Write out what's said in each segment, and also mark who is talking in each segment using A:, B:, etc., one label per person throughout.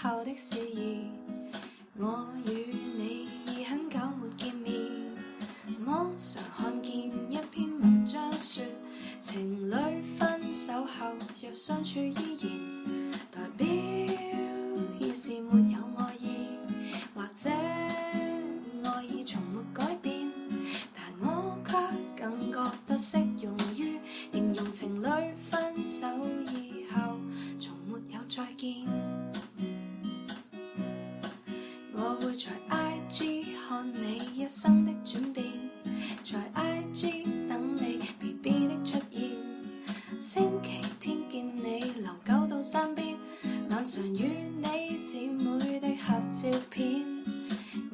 A: 後的事宜，我與你已很久沒見面。網上看見一篇文章說，情侶分手後若相處依然，代表現時沒有愛意，或者愛意從沒改變，但我卻更覺得適用於形容情侶分手以後，從沒有再見。我會在 IG 看你一生的轉變，在 IG 等你 BB 的出現。星期天見你留狗到山邊，晚上與你姊妹的合照片，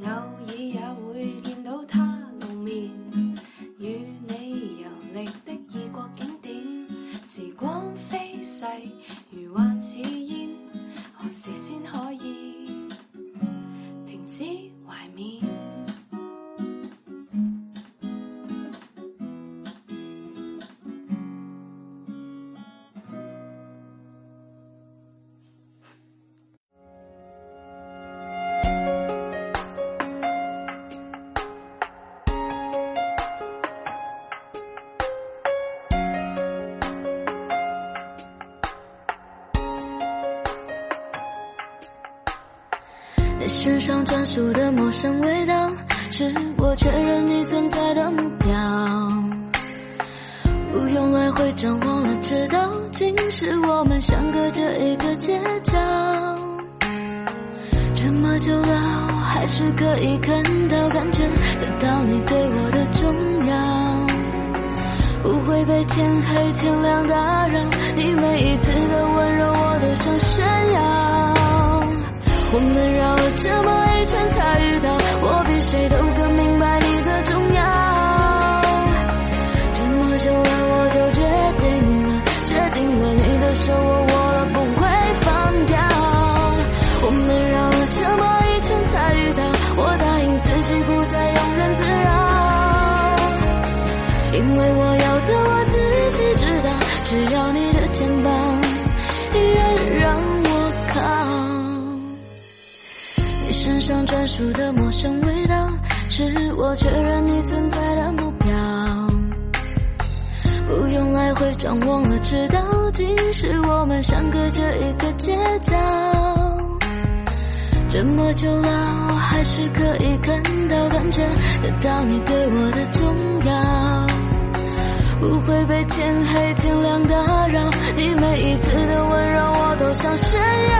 A: 偶爾也會見到他露面，與你遊歷的異國景點。時光飛逝，如幻似煙，何時先可以？停止懷緬。
B: 你身上专属的陌生味道，是我确认你存在的目标。不用来回张望了，知道今时我们相隔着一个街角。这么久了，我还是可以看到、感觉得到你对我的重要。不会被天黑天亮打扰，你每一次的温柔我都想炫耀。我们绕了这么一圈才遇到，我比谁都更明白你的重要。这么久了，我就决定了，决定了你的手我握了不会放掉。我们绕了这么一圈才遇到，我答应自己不再庸人自扰。因为我要的我自己知道，只要你的肩膀依然让我靠。你身上专属的陌生味道，是我确认你存在的目标。不用来回张望了，知道今时我们相隔着一个街角。这么久了，我还是可以看到、感觉得到你对我的重要，不会被天黑天亮打扰。你每一次的温柔，我都想炫耀。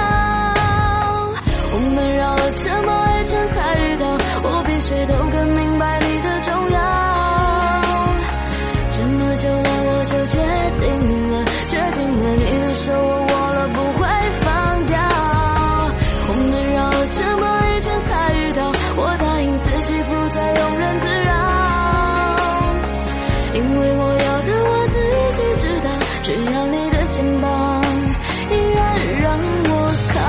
B: 我们绕了这么一圈才遇到，我比谁都更明白你的重要。这么久了，我就决定了，决定了你的手我握了不会放掉。我们绕了这么一圈才遇到，我答应自己不再庸人自扰，因为我要的我自己知道，只要你的肩膀依然让我靠。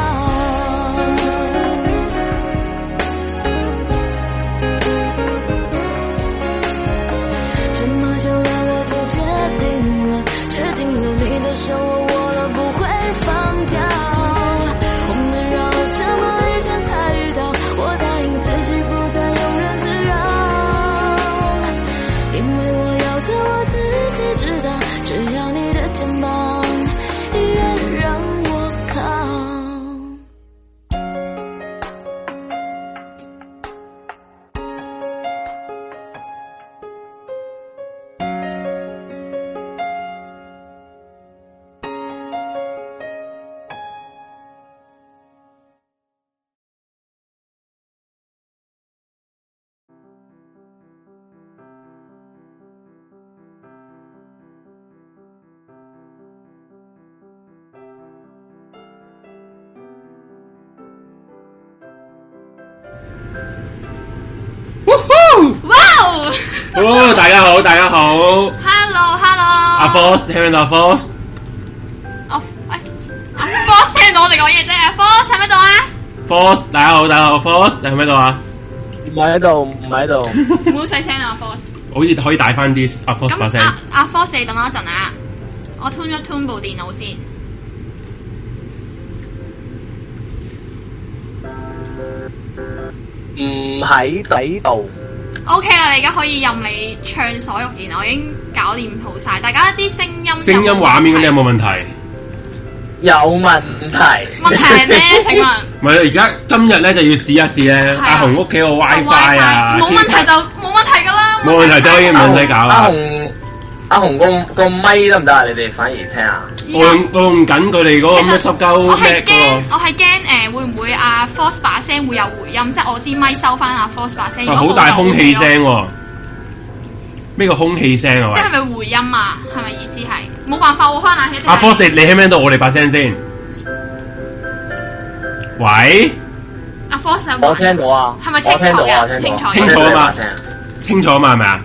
B: 这么久了，我就决定了，决定了你的手我握了不会放掉。我们绕了这么一圈才遇到，我答应自己不再庸人自扰，因为我要的我自己知道，只要你的肩膀依然让我靠。
C: 哦，大家好，大家好，
D: Hello Hello，
C: 阿
D: 阿
C: Boss 聽唔聽到阿 Boss？
D: 阿哎阿 Boss 聽到我哋講嘢啫，阿 Boss 喺咪度啊？
C: Force，大家好，大家好，Force，你喺咪度啊？
E: 唔喺度，唔喺度。
D: 唔好細聲啊，阿 Boss。
C: 好似可以大翻啲阿 Force 把聲
D: 咁。阿阿 Force 你等我一陣啊，我 tune 一 tune 部電腦先。
E: 唔喺底度，
D: O K 啦，你而家可以任你暢所欲言，我已經搞掂好晒。大家啲聲音有冇
C: 聲音畫面嗰啲有冇問題？
E: 有問題。
D: 問 題係咩咧？請問
C: 唔係，而家今日咧就要試一試咧，
D: 係啊
C: 阿紅屋企個 WiFi 啊，
D: 冇問 題就冇問題㗎啦，
C: 冇問題都可以唔使搞
E: 阿
C: 啦。
E: 紅，阿紅個個咪得唔得啊？你哋反而聽下。
C: 我用我用緊佢哋嗰個咩濕
D: 我
C: 鳩
D: 係
C: 咩
D: 驚
C: 嗰，
D: 我係驚誒會唔會阿 Force 把聲會有回音，即係我支咪收翻阿 Force 把聲。
C: 個，
D: 如
C: 啊
D: 果
C: 好
D: 冇
C: 大
D: 就
C: 空
D: OK
C: 氣
D: 咯，
C: 聲喎。咩個空氣聲啊？
D: 即係
C: 喂，
D: 咪回音啊？係咪意思係冇辦法喎？開冷氣一定係。
C: 阿 Force，你聽唔聽到我哋把聲先？喂，
D: 阿 Force 有冇
E: 我聽到啊，
D: 係咪
E: 我聽到啊，
D: 清楚嘅
E: 聽到啊，
C: 清楚
E: 我聽到你把聲
C: 啊嘛清楚嘛？係咪啊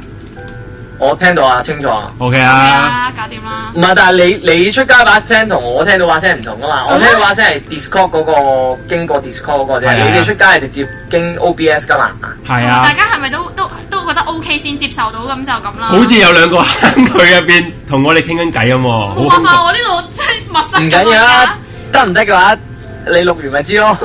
E: 我聽到啊，清楚啊。
C: ？OK
D: 係
C: 啊，
D: 啊，搞掂啦
E: 唔。係，但係你你出街把聲同我聽到把聲唔同噶嘛？我聽到把聲係 Discord 嗰、個經過 Discord 嗰個
C: 係啊
E: 啫，你哋出街係直接經 OBS 噶嘛？
D: 大
C: 係啊，
D: 家係咪都都都覺得 OK 先接受到咁就咁啦？
C: 好似有兩個 坑佢入邊同我哋傾緊偈咁喎，好
D: 冇
C: 恐
D: 辦
C: 怖
D: 法，。我呢度真係陌
E: 唔緊
D: 生㗎
E: 要
D: 嘛而家
E: 啊，得唔得嘅話，你錄完咪知咯。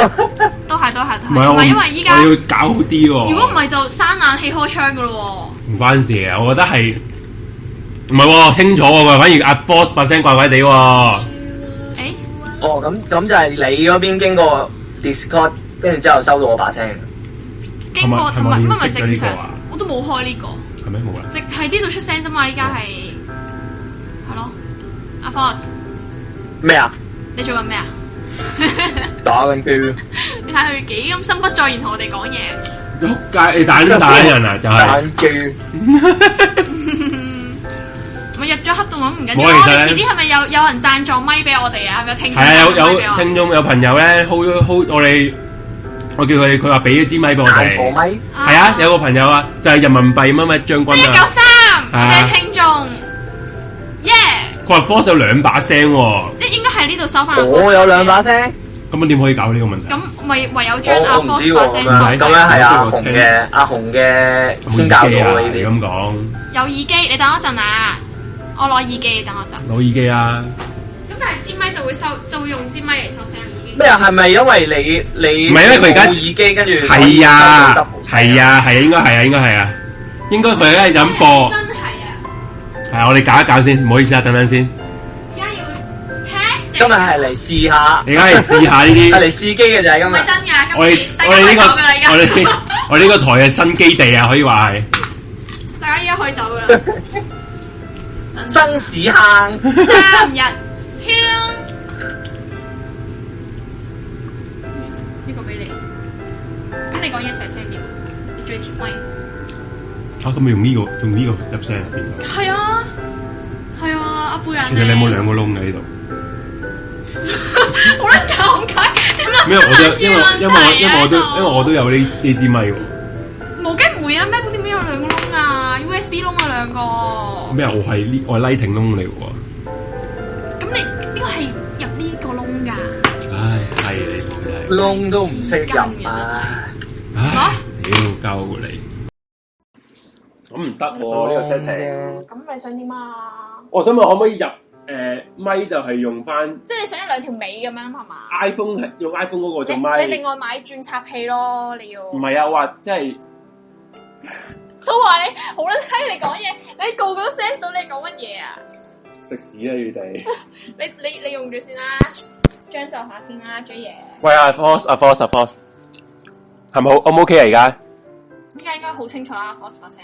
D: 都係都係
C: 唔
D: 都係，
C: 係
D: 唔
C: 我
D: 係因為依家
C: 我要搞好啲喎。
D: 如果唔係就閂冷氣開窗㗎咯
C: 唔關事啊，我覺得係唔係喎，清楚喎、反而阿 Force 把聲怪怪地喎、
D: 喎。誒。
E: 哦，咁咁就係你嗰邊經過 Discord，跟住之後收到我把聲。
D: 經過
C: 係
D: 同
C: 咪
D: 埋
C: 係咪
D: 乜
C: 我
D: 咪
C: 已經熄咗
D: 正
C: 呢個
D: 常
C: 啊？
D: 我都冇開呢個，
C: 係咪冇啦？啊
D: 直係呢度出聲啫嘛。依家係
C: 哦
D: 係咯，阿 Force，
E: 咩啊？
D: 你做緊咩啊？
E: 打緊機，
D: 你睇佢幾咁心不在焉同我哋講嘢。
C: 仆街！你打緊打緊人啊，就
E: 打
C: 係、
E: 緊機。
D: 咪入咗黑洞咁唔緊
C: 冇
D: 要啦。
C: 啊
D: 我
C: 其實
D: 哋
C: 咧
D: 遲啲係咪有有人贊助咪俾我哋啊？係咪有聽眾
C: 係啊，
D: 贊助咪俾
C: 有有
D: 我？
C: 聽眾有朋友咧 hold hold 我哋，我叫佢佢話俾咗支咪俾我
E: 彈錯
C: 哋，係
E: 咪？
C: 啊，有個朋友啊，就係、人民幣乜乜將軍
D: 一九
C: 啊，
D: 三，我哋嘅聽眾，yeah，
C: 佢話 Force 有兩把聲喎、
D: 即係應該喺呢度收翻。
E: 我哦有兩把。聲，
C: 咁我點可以搞呢個問題？
D: 咁咪唯有
E: 我
D: 將阿
E: 我唔知
D: Force 把
E: 喎，
D: 聲
E: 咁
C: 啊
E: 樣
D: 收
E: 咁
D: 晒。
E: 樣係阿紅嘅阿紅嘅先教到
C: 冇
E: 我
C: 耳
E: 呢啲
C: 機啊，。你咁講
D: 有耳機，你等我陣啊！我攞耳機，你等我陣。
C: 攞耳機啊，
D: 咁但係支咪就會收，就會用支咪嚟收聲啦已經。
E: 咩啊？係咪因為你你
C: 唔係因啊為佢而家
E: 冇耳機跟住
C: 係啊，係
E: 啊，
C: 啊，係啊，應該係啊，應該係啊，應該佢咧飲播。
D: 真係啊！
C: 系，我哋搞一搞先，唔好意思啊，等等先，
D: 而家要 test 你
E: 今日係嚟試下，
C: 而家係試下
E: 係
C: 呢
E: 嚟
C: 啲，
E: 試機嘅就係今
D: 唔
E: 日
D: 係。真㗎。
C: 我
D: 咁
C: 哋
D: 大
C: 啊我
D: 家可
C: 哋
D: 以
C: 呢
D: 走㗎啦，而
C: 個我哋呢
D: 家
C: 我哋呢個台嘅新基地啊，可以話係
D: 大家而家可以走㗎啦。
E: 生屎坑，
D: 三日圈，呢個俾你。咁你講嘢細聲啲，最貼咪。
C: 啊，咁咪用呢個用呢個入聲入 邊㗎，
D: 係啊，係啊，阿貝蘭。
C: 其實你有 冇兩個窿嘅呢度？
D: 好撚尷尬，你
C: 因為 我都
D: 問
C: 因為因為我因為我都因為我都有呢呢支咪喎，
D: 冇嘅唔會啊，MacBook 點解有兩個窿啊？USB 窿啊兩個，
C: 咩啊我係呢我係 lighting 窿嚟喎，
D: 咁你呢個係入呢個窿㗎？
C: 唉係你冇真係，
E: 窿都唔識入啊！
C: 唉屌鳩你，咁唔得
F: 哦
C: 喎呢個 setting，
D: 咁你想點啊？
C: 我想問可唔可以入誒咪就係用翻
D: 即係你想一兩條尾咁樣係嘛？
C: iPhone 係用 iPhone 嗰個
D: 你
C: 做咪
D: 你？另外買轉插器咯，你要
C: 唔係啊，話即係
D: 都話你好撚睇你講嘢，你個個都 sense 到你講乜嘢啊？
C: 食屎啦你哋！
D: 你你你用住先啦，將就下先啦，J 嘢，
C: 喂啊，pause 啊，pause 啊，pause，係咪好？O 唔 OK 啊？而家
D: 依家應該好清楚啦，Force 把聲。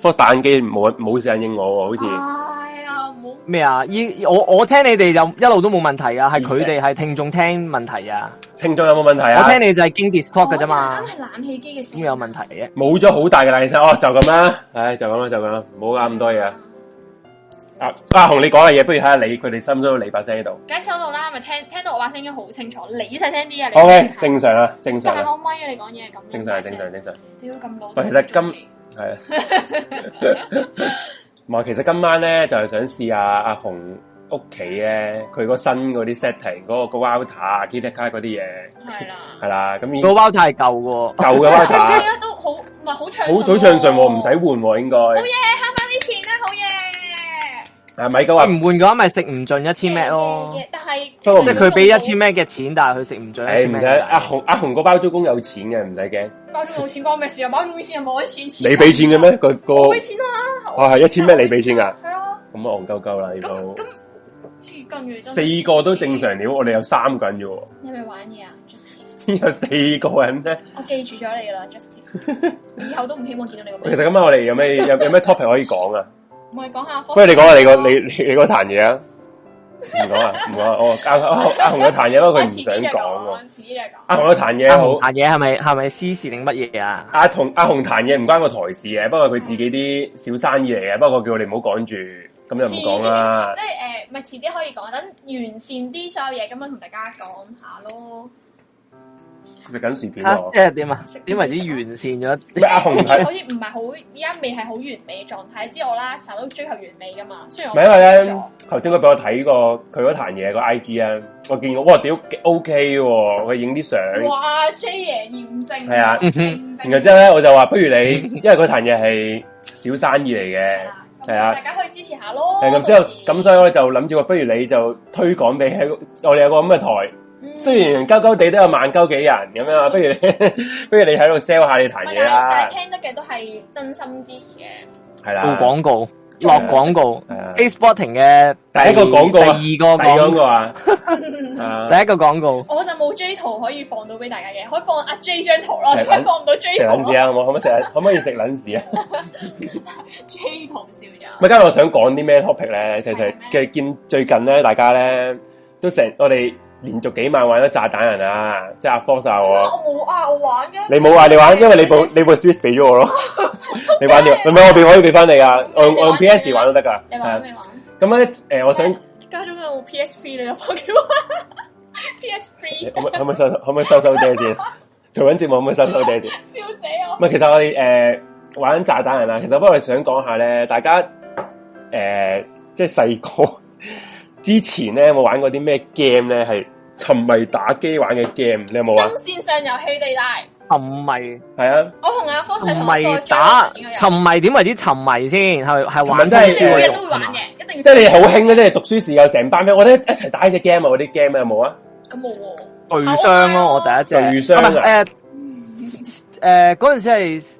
C: pause 打緊機冇冇聲應我喎，好似
D: 哎呀，唔好
F: 咩啊？依我我聽你哋就一路都冇問題噶，係佢哋係聽眾聽問題啊。
C: 聽眾有冇問題啊
F: 我？聽你就係經 Discord 噶啫嘛
D: 啱，係冷氣機嘅聲
F: 點會有問題嘅？
C: 冇咗好大嘅冷氣聲哦，就咁啦，唉，就咁啦，就咁啦，唔好搞咁多嘢啊！啊，阿紅你講嘅嘢，不如睇下你佢哋收唔收到你把聲喺度
D: 梗係收到啦，咪聽聽到我把聲音好清楚，你細聲啲啊！你
C: ？OK，正常啊，正常
D: 但係
C: 啊，
D: 我咪啊，你講嘢係咁。
C: 正常，正常，。正常。
D: 屌咁老。
C: 喂其實今係啊，唔係，其實今晚咧就係、想試下阿紅屋企咧，佢個新嗰啲 setting，嗰、個個 router 啊、k i t a 嗰啲嘢，
D: 係啦。
C: 係啦，咁已
F: 個
C: 經
F: 包太舊噶，
C: 舊嘅
D: 係而
C: router，
D: 家都好唔係好暢順
C: 啊好
D: 喎。哦
C: 好暢順喎，唔使換喎，應該
D: 好嘢，慳翻啲錢啦，好嘢。
C: 啊，米九
F: 佢
C: 話
F: 唔換嘅話，咪食唔盡一千 m 咯。
D: 嘅，嘅但係
C: 不過唔
F: 即係佢俾一千 m 嘅錢，但係佢食唔盡一
C: 诶
F: 千
C: 唔
F: m
C: 使，阿紅阿紅個包租公有錢嘅，唔使驚。
D: 包租公冇錢關咩事啊？包租公以前又冇啲錢錢，
C: 你俾錢嘅咩？個個
D: 我俾錢啊！
C: 哦係一千 m 你俾錢㗎？
D: 係啊，
C: 咁啊戇鳩鳩啦呢
D: 咁
C: 度
D: 咁。黐筋嘅真係
C: 四個都正常料，我哋有三個人啫喎，
D: 你係咪玩嘢啊，Justin？
C: 邊有四個人咧？
D: 我記住咗你啦，Justin。以 後都唔希望見到你個
C: 其
D: 名。
C: 實今晚我哋有咩有有 咩 topic 可以講啊？
D: 唔係講下，不
C: 不如你講啊下你個你你你嗰壇嘢啊？唔講啊，唔講 啊！我阿阿阿 阿紅嗰壇嘢，不過佢唔想講喎。，
D: 自己就講。
C: 阿紅嗰壇嘢
F: 阿
C: 好
F: 紅，彈嘢係咪係咪私事定乜嘢啊？
C: 阿同阿紅壇嘢唔關個台事嘅，不過佢自己啲小生意嚟嘅，不過叫我哋唔好講住，咁就唔講啊啦。
D: 即係誒，咪遲啲可以講，等完善啲所有嘢，咁樣同大家講下咯。
C: 食緊薯片
F: 啊
C: 喎
F: 即，係點啊？點為之完善咗？
C: 咩阿紅睇？
D: 好似唔係好，而家未係好完美嘅狀態之外啦，成日都追求完美噶嘛。雖然
C: 唔
D: 我
C: 係因為咧
D: 咗，
C: 頭先佢俾我睇個佢嗰壇嘢個 I G 啊，我見過，哇屌 O K 喎，佢影啲相。
D: 哇，J 爺驗證
C: 係啊
D: 驗證
C: 然後之後咧，我就話不如
D: 嗯
C: 你，因為嗰壇嘢係小生意嚟嘅，係
D: 係啦
C: 啊
D: 咁大家可以支持下咯。
C: 誒咁之後咁，所以我就諗住話，不如你就推廣俾喺我哋有個咁嘅台，
D: 雖
C: 雖然鳩鳩地都有萬鳩幾人咁樣啊，不如你 不如你喺度 sell 下你壇嘢
D: 但
C: 啦
D: 係，聽得嘅都係真心支持嘅。
C: 係
F: 做
C: 啦，
F: 廣告，落廣告
C: 係啊
D: 哎
F: ，A Sporting 嘅
C: 第一個廣告啊
F: 第二個
C: 第二
F: 廣
C: 個啊，啊
F: 第一個廣告。
D: 我就冇 J 圖可以放到俾大家嘅，可以放阿 J 張圖咯，
C: 係
D: 但係放唔到 J
C: 食撚
D: 圖
C: 屎啊，可唔可以食撚？可唔可以食撚屎啊？
D: ，J 圖笑咗。
C: 咪今日我想講啲咩 topic
D: 啊
C: 咧？其實其實見最近咧，大家咧都成我哋連續幾晚玩咗炸彈人啊，即係阿 Force 啊我。
D: 我冇嗌我玩嘅，
C: 你冇話你玩，因為你部你部 Switch 俾咗 我咯。你玩掉，唔係我俾可以俾翻你噶，我用
D: 你
C: 我用
D: 玩啊
C: PS 玩都得噶。
D: 你
C: 係
D: 玩
C: 啊
D: 未玩？
C: 咁咧，诶，我想
D: 家中有 PSP 你有放 幾玩？PSP
C: 可唔可以可唔可以收可唔可以收收爹 先？做緊節目可唔可以收收爹先？
D: 笑死我
C: 唔！係，其實我哋诶玩炸彈人啊啦，其實不過我哋想講下咧，大家诶即係細個之前咧，有冇玩過啲咩 game 咧？係沉迷打機玩嘅 game，你有冇玩？
D: 新線上遊戲地帶，
F: 沉迷
C: 係啊，
D: 我同阿科
F: 沉
D: 世同阿
F: 迷
D: 個
F: 打沉
D: 沉，
F: 迷點為之沉迷先？係係玩
C: 沉迷
D: 即係
C: 真係
D: 每日
F: 書
D: 都會玩
F: 係嘛
D: 嘅，一定要
C: 即係你好興咧，即係讀書時候成班咩？我哋一齊打呢只 game 啊！嗰啲 game 有冇啊？
D: 咁冇喎。
F: 巨
D: 哦
F: 商咯，我第一隻
C: 巨商啊
F: 唔係誒誒呃嗰陣時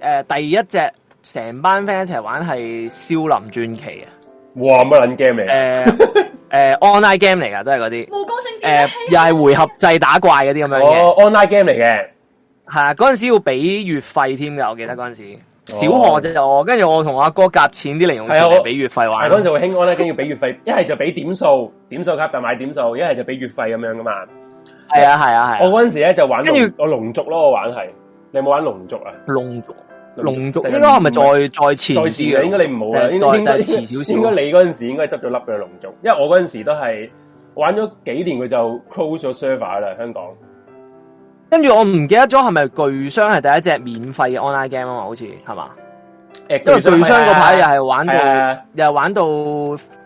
F: 係誒第一隻成班 friend 一齊玩係少林傳奇啊！
C: 哇！乜撚 game 嚟啊？
F: 誒誒 online game 嚟㗎，都係嗰啲
D: 無光星戰啊
F: 誒又係回合制打怪嗰啲咁樣嘅。
C: 哦，online game 嚟嘅，
F: 系啊，嗰阵时要俾月費添㗎，我記得嗰阵时小學啫我，跟住我同我阿哥夾錢啲零用錢
C: 哦係啊我
F: 嚟俾月費
C: 但
F: 玩
C: 係嗰。陣就興 online game 要俾月費，一係就俾點數，點數卡就買點數，一係就俾月費咁樣噶嘛。
F: 係啊係啊
C: 我
F: 係啊。
C: 嗰陣時咧就玩
F: 跟
C: 龍
F: 住
C: 我龍族咯，我玩係。你有冇玩龍族啊？
F: 龍族龍族
C: 定
F: 應該係咪再
C: 唔
F: 再前
C: 再
F: 啲
C: 前嘅？
F: 嘅？
C: 應該你唔好啦，
F: 誒
C: 應
F: 再
C: 應該
F: 再遲少少
C: 應該你嗰陣時應該執咗粒嘅龍族，因為我嗰陣時都係玩咗幾年佢就 close 咗 server 啦，香港。
F: 跟住我唔記得咗係咪巨商係第一隻免費嘅 online game 啊嘛，好似係嘛？
C: 誒，
F: 因為巨商嗰排又係玩
C: 啊係
F: 到
C: 啊
F: 又係玩到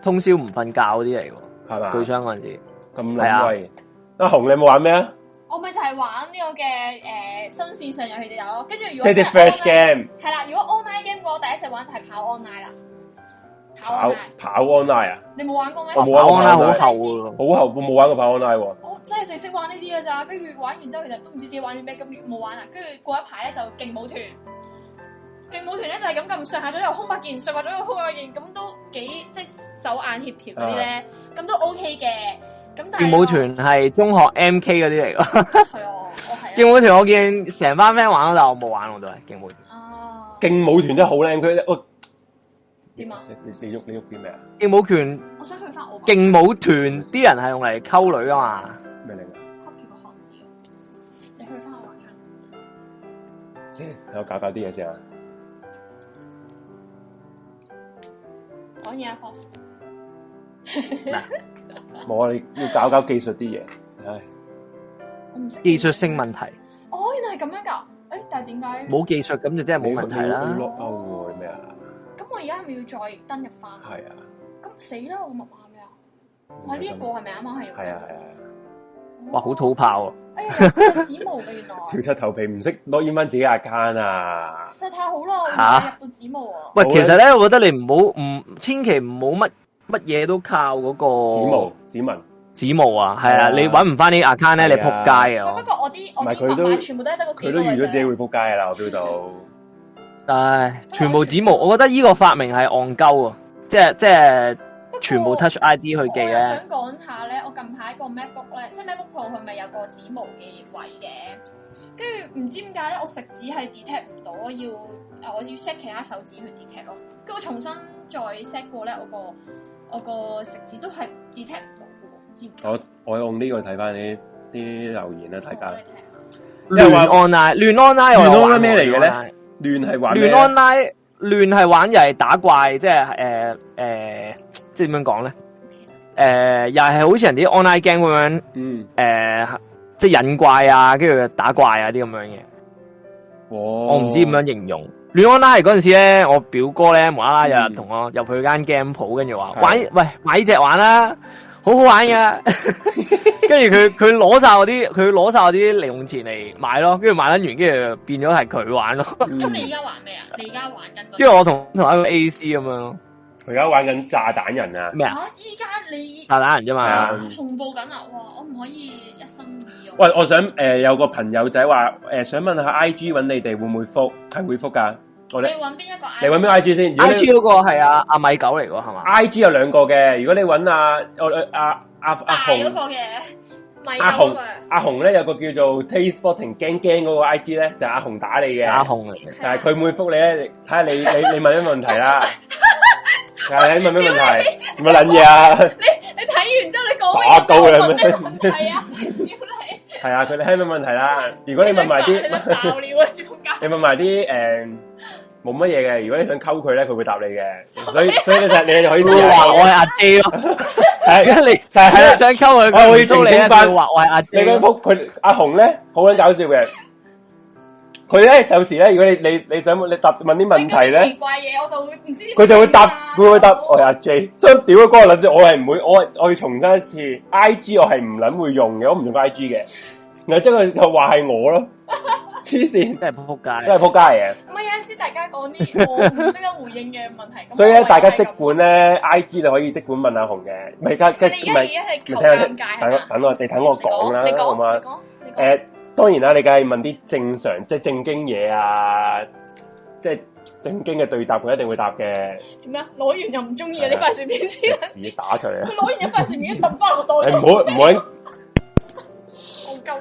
F: 通宵唔瞓覺嗰啲嚟喎。
C: 係嘛？
F: 巨商嗰陣時
C: 咁
F: 係啊
C: 撚威。阿紅，你有冇玩咩啊？
D: 我咪就係玩呢個嘅誒新線上遊戲地帶咯。跟住如
C: 即
D: 果
C: 係啲
D: 真係
C: fresh
D: online-
C: game
D: 係啦，如果 online game 嘅話，我第一隻玩就係跑 online 啦。跑
C: 跑
D: online，
C: 跑 online 啊！
D: 你冇玩過咩？
C: 我冇玩
F: 跑
C: 過
F: online 好
C: 跑
F: 厚㗎喎。
C: 好後我冇玩過跑 online 喎。
D: 我真係淨識玩呢啲嘅咋，跟住玩完之後其實都唔知自己玩咗咩，咁冇玩啦。啊跟住過一排咧就勁舞團，勁舞團咧就係咁撳上下左右空白鍵，上下左右空白鍵，咁都幾即係手眼協調嗰啲
F: 啊
D: 咧，咁都 OK 嘅。咁但係啊
F: 勁舞團係中學 M K 嗰啲嚟㗎。
D: 係啊，我 係
F: 勁舞團我見成班 friend 玩咯，但我冇玩我都係勁舞團。
D: 啊，啊
C: 勁舞團真係好靚，佢我
D: 點啊？
C: 你你你喐你喐啲咩啊？
F: 勁舞團
D: 我想去翻我版
F: 勁舞團啲人係用嚟溝女噶嘛？
C: 咩嚟㗎？
D: copy 個行字咯，你去翻我版卡。
C: 先我搞搞啲嘢先啊！
D: 講嘢啊 f o
C: 冇啊，你要搞搞技術啲嘢。唉，
D: 我唔識
F: 技術性問題，
D: 哦，原來係咁樣㗎。誒，但係點解？
F: 冇技術咁就真係冇問題
C: 你
F: 啦
C: 你。lock out 喎咩啊？
D: 咁我而家係咪要再登入翻啊？
C: 係啊，
D: 咁死啦！我密碼係咩啊？我呢一個係咪啱啱係用？
C: 係啊係啊，
F: 哇，好土炮啊！
D: 哎呀，有 手指毛嘅原來，
C: 跳出頭皮唔識攞煙翻自己 account 啊！
D: 實在太好啦，我
F: 嚇
D: 入到指毛啊！
F: 喂，
C: 好啦
F: 其實咧，我覺得你唔好唔千祈唔好乜乜嘢都靠嗰個
C: 指模指紋，
F: 指模啊，係啊，
C: 啊
F: 你搵唔翻啲 account 咧，你
C: 係啊
F: 仆街啊！
D: 喂，
F: 我
D: 不過我啲我
C: 唔係佢
D: 啲
C: 都
D: 白買全部都係得個
C: 佢都預
D: 預
C: 咗自己會撲街㗎啦，我 feel 到。
F: 唉，全部指模，我覺得呢個發明係戇鳩啊！即係即係全部 Touch ID 去記
D: 我
F: 啊
D: 又
C: 啊
F: 咧，
D: 想講下咧，我近排個 MacBook 咧，即係 MacBook Pro 佢咪有個指模嘅位嘅，跟住唔知點解咧，我食指係 detect 唔到咯，要我要 set 其他手指去 detect 咯，跟住我重新再 set 過咧，我個我個食指都係 detect 唔到嘅喎，知唔知？
C: 我我用呢個睇翻啲啲留言啊啦，大
D: 我
C: 家
D: 俾你聽下
C: 又
F: 亂
C: 話
F: online，亂 online，我有玩過啊
C: 亂 online 咩嚟嘅呢？亂係玩
F: 亂
C: 咩
F: online，亂係玩又係打怪，即係誒誒，即係點樣講咧？誒、呃又係好似人啲 online game 咁樣，誒、
C: 嗯，
F: 即係引怪啊，跟住打怪啊啲咁樣嘅。
C: 我
F: 我唔知點樣形容。亂 online 嗰陣時咧，我表哥咧無啦啦又
C: 嗯
F: 同我入去間 game 鋪，跟住話
C: 係
F: 玩喂買呢只玩啦，好好 玩噶。跟住佢佢攞晒我啲，佢攞晒我啲零用錢嚟買咯，跟住買撚完，跟住變咗係佢玩咯。
D: 咁你而
C: 嗯
D: 家玩咩啊？你而家玩緊嗰
F: 因為我同同一個 A C 咁樣咯，
C: 佢而家玩緊炸彈人啊！
F: 咩啊
D: 啊！依家你
F: 大打人啫
C: 係
F: 嘛
C: 啊。
D: 同步緊啊！哇，我唔可以一心二用。
C: 喂，我想诶、呃有個朋友仔話诶、呃想問下 I G 揾你哋會唔會復？係會復㗎。我
D: 你
C: 哋
D: 揾邊一個啊 I？
C: 你揾邊 I G 先？如果
F: I
C: 你
F: G 嗰個係阿阿米狗嚟噶係嘛？
C: I G 有兩個嘅，如果你揾啊我阿阿阿
D: 大嗰
C: 紅
D: 個嘅，咪
C: 阿
D: 嗰
C: 紅
D: 個。
C: 阿紅咧有個叫做 Taste Spotting 驚驚嗰個 I G 咧就係阿紅打你嘅，
F: 阿紅嚟嘅。
C: 但係佢會復你咧，你睇下你你你問咩問 題啦。係啊你問咩問題？乜撚嘢啊？
D: 你睇完之後你講
C: 打
D: 乜嘢
C: 鳩
D: 我
C: 你
D: 問
C: 咩
D: 你問 題啊？屌你！
C: 係啊，佢哋聽咩問題啦？如果你問埋
D: 你想
C: 啲，
D: 爆料啊！中間
C: 你問埋啲诶冇乜嘢嘅，如果你想溝佢咧，佢會答你嘅。所以所以你就你就可以試
F: 佢
C: 下
F: 話我係阿 J 咯，而
C: 係
F: 家你
C: 但係係啦
F: 你想溝佢，佢
C: 我會
F: 唔騷你
C: 澄
F: 啊
C: 清返
F: 佢話我係阿
C: 你
F: J
C: 嗰
F: 咯。
C: 幅佢阿紅咧好撚搞笑嘅，佢咧有時咧，如果你你你想你答問啲問題
D: 咁奇
C: 咧，
D: 怪嘢我就會唔知點
C: 佢 就會答
D: 解啊
C: 佢會答我係阿 J，所以屌嗰個撚住，我係唔會，我我要重申一次，I G 我係唔撚會用嘅，我唔用 I G 嘅，然後即係佢就話係我 咯，黐線
F: 真係仆街，
C: 真係仆街啊嚟
D: 唔
C: 嘅。
D: 係有陣時大家講啲我唔識得回應嘅問題。咁
C: 所以咧，
D: 我
C: 大家即
D: 係咁
C: 管咧，I G 就可以即管問阿紅嘅，唔係家家
D: 你而
C: 唔係
D: 家而家係求
C: 唔係
D: 尷
C: 聽
D: 尬
C: 等
D: 係
C: 我
D: 嘛？
C: 等我你等我講啦
D: 你，講
C: 好嘛
D: 你？講你講
C: 誒，當然啦，你梗係問啲正常即係正經嘢啊，即係正經嘅對答，佢一定會答 嘅。
D: 點咧？攞完又唔中意啊！
C: 係
D: 呢
C: 啊
D: 塊薯片先，
C: 屎打 佢啊
D: 佢！攞完一塊薯片抌翻落個
C: 誒
D: 袋
C: 唔
D: 度，
C: 好唔好
D: 戇鳩。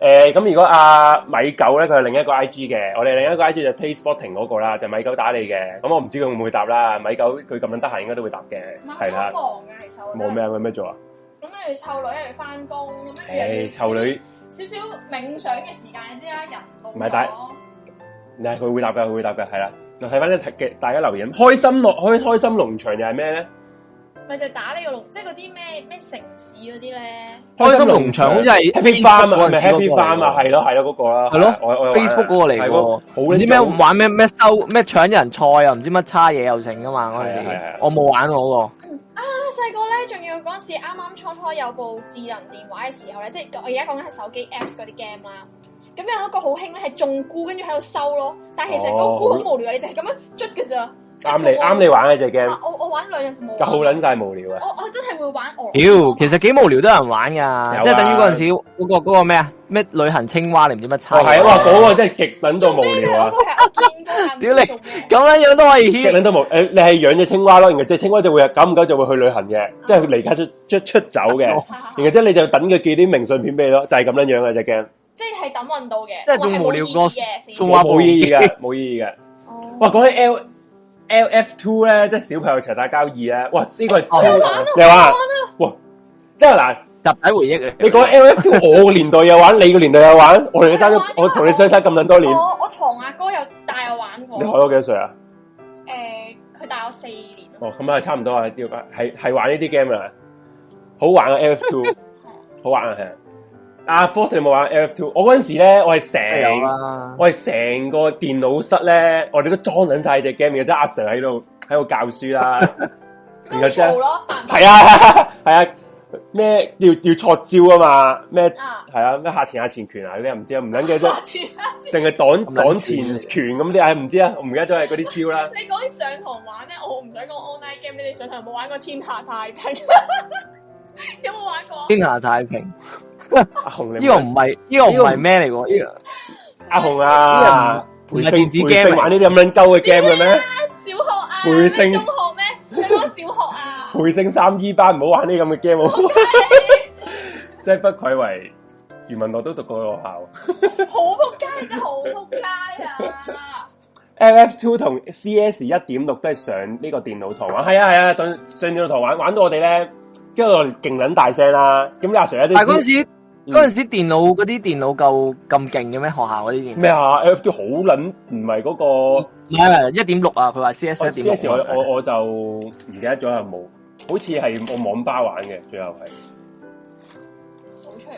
C: 誒咁。如果阿米狗咧，佢係另一個 I G 嘅，我哋另一個 I G 就 Taste Spotting 嗰個啦，就米狗打你嘅。咁我唔知佢會唔會答啦。米狗佢咁樣得閒，應該都會答嘅，
D: 唔係
C: 係
D: 好
C: 啦。
D: 忙嘅，其實我覺得
C: 冇咩啊？佢咩做啊？
D: 咁又要湊女，又要翻工，咁跟住又要
C: 誒，臭女。
D: 少少冥想嘅時間，你知啦，人老
C: 唔係但
D: 咗
C: 係佢會答噶，佢會答噶，係啦。嗱，睇翻啲嘅大家留言，開心樂開開心農場又係咩咧？
D: 咪就係打呢個龍，即係嗰啲咩咩城市嗰啲咧，
F: 開心農場好似係
C: Happy Farm 啊，係咪
F: Facebook 嗰陣時
C: Happy
F: 嗰個嚟
C: Farm 啊，係咯係咯嗰個啦，
F: 係咯
C: 我我有玩啊
F: Facebook 嗰個嚟
C: 係
F: 喎
C: 喎好
F: 唔知咩
C: 撚
F: 玩咩咩收咩搶人菜又唔知乜叉嘢又剩噶嘛嗰陣
C: 係啊係啊係啊
F: 時，我冇玩我
D: 我啊細個咧，仲要嗰陣時啱啱初初有部智能電話嘅時候咧，即係我而家講緊係手機 Apps 嗰啲 game 啦。咁有一個好興咧，係種菇跟住喺度收咯，但係其實
C: 哦
D: 個菇好無聊嘅，你就係咁樣捽嘅咋。
C: 啱你啱你玩嘅隻 game，
D: 啊我我玩兩日就冇玩。
C: 夠撚晒無聊啊！
D: 我我真係會玩俄羅斯方
F: 喎。屌，
D: 塊
F: 其實幾無聊都有人玩噶，
C: 有
F: 即係
C: 啊
F: 等於嗰陣時嗰個嗰個咩啊咩旅行青蛙定唔知乜叉
C: 哦係啊，
F: 嘢。
C: 哇嗰個真係極撚到無
D: 做咩
C: 聊
D: 呢
C: 啊！
D: 我 係我見過但唔知
F: 屌你
D: 做咩
F: 咁樣樣都可以
C: 極撚到無呃誒，你係養隻青蛙咯，然後隻青蛙就會久唔久就會去旅行嘅，即係離家出出出走嘅，
F: 哦
C: 然後即係你就等佢寄啲明信片俾你咯，就係咁樣樣嘅隻 game，
D: 即哦係等運到嘅，
F: 即係仲無聊過
D: 同埋係冇意義嘅先
C: 冇冇意義
F: 仲
C: 嘅， 冇意義嘅。
D: 哦
C: 哇，講起 L L F Two 咧，即係小朋友齊打交易咧，哇！呢、個係超
F: 哦
C: 你
F: 有
C: 玩啊，哇！即係嗱，
F: 集體回憶嚟。啊
C: 你講 L F Two，我個年代有玩，你個年代有玩，我哋爭咗，我同你相差咁撚多年，
D: 我我堂阿哥有帶我玩過
C: 你，學咗幾多歲啊？
D: 誒佢帶我四年，
C: 哦，咁啊，差唔多啊，要係係玩呢啲 game 啊，好玩啊 L F Two，好玩啊係啊。阿 Force 你有冇玩 L F Two？我嗰陣時咧，我係
F: 哎有
C: 成
F: 啦，
C: 我係成個電腦室咧，我哋都裝撚晒隻 game，然後即係阿 Sir 喺度喺度教書啦，然後
D: 咩
C: 之後
D: 嘈咯，扮
C: 系啊，系啊，咩要要錯招啊嘛，咩
D: 啊
C: 係啊咩下前下前拳啊，你又唔知啊，唔撚記 得
D: 下次啦，
C: 定係擋
F: 咁撚
C: 擋前拳咁啲，唉唔知啊，我唔記得咗係嗰啲招啦。
D: 你講起上堂玩咧，我唔想講 online game，你哋上堂有冇玩過天下太平？有冇玩過？
F: 天下太平，
C: 阿紅你
F: 呢個唔係呢個唔係咩嚟喎？呢個
C: 阿紅
F: 呢
C: 啊，
F: 個唔
C: 培
F: 係
C: 星
F: 電子
C: 培星
F: game 嚟
C: 玩呢啲咁撚鳩嘅 game 嘅咩？
D: 小學啊，
C: 背
D: 咩
C: 聲
D: 中學咩？你講小學啊？
C: 培星三 E 班唔好玩呢啲咁嘅 game 好，真係不愧為余文樂都讀過嘅學校。
D: 好仆街，真係好仆街啊！
C: L F Two 同 C S 一點六都係上呢個電腦堂玩，係啊係啊，上上電腦堂玩，玩到我哋咧，之後我哋勁撚大聲啦。咁你阿 Sir 一
F: 但係嗰
C: 啲
F: 陣時
C: 嗯
F: 嗰陣時電腦嗰啲電腦夠咁勁嘅咩？學校嗰啲電腦
C: 咩啊？L F Two 好撚唔係嗰個
F: 唔係一點六啊？佢話 C S 一
C: 哦 C
F: 點
C: S，我
F: 六，
C: 我我就唔記得咗係冇，好似係我網吧玩嘅，最後係
D: 好出嚟，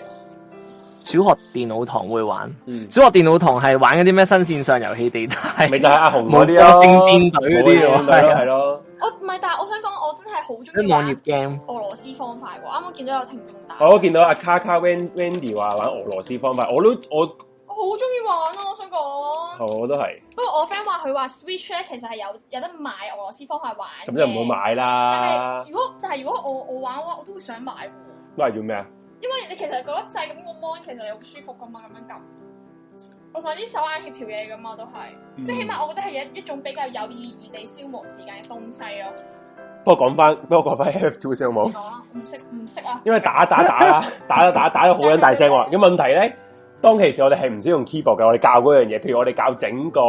F: 小學電腦堂會玩。
C: 嗯，
F: 小學電腦堂係玩嗰啲咩新線上遊戲地帶，
C: 咪就係阿紅
F: 冇
C: 嗰啲咯，
F: 星戰隊嗰啲喎
C: 係咯
F: 係啊
C: 係咯。
D: 我唔係，但係我想講，我真係好中
F: 啲
D: 意
F: 網頁
D: 玩
F: game。
D: 俄羅斯方塊喎。啱啱見到有聽眾打，
C: 哦我都見到阿卡卡 Wen- Wendy 話玩俄羅斯方法，我都我哦
D: 我好中意玩啊咯。我想講，
C: 我都係，
D: 不過我 friend 話佢話 Switch 咧其實係有有得買俄羅斯方塊玩嘅，
C: 咁就唔好買
D: 但
C: 啦
D: 係。如果但係如果我我玩嘅話，我都會想買喎，
C: 都係做咩啊？
D: 因為你其實嗰粒掣咁個 mon 其實你好舒服噶嘛，咁樣撳。同埋啲手眼協調嘢噶嘛，都係，
F: 嗯
D: 即係起碼我覺得係一一種比較有意義地消磨時間嘅東西咯。
C: 不過講翻，不過講翻 F two 先好冇？
D: 講啦，唔識唔識啊！
C: 因為打打打 啦，打啦打打咗好撚大聲喎。咁問題咧，當其時我哋係唔使用 keyboard 嘅，我哋教嗰樣嘢，譬如我哋教整個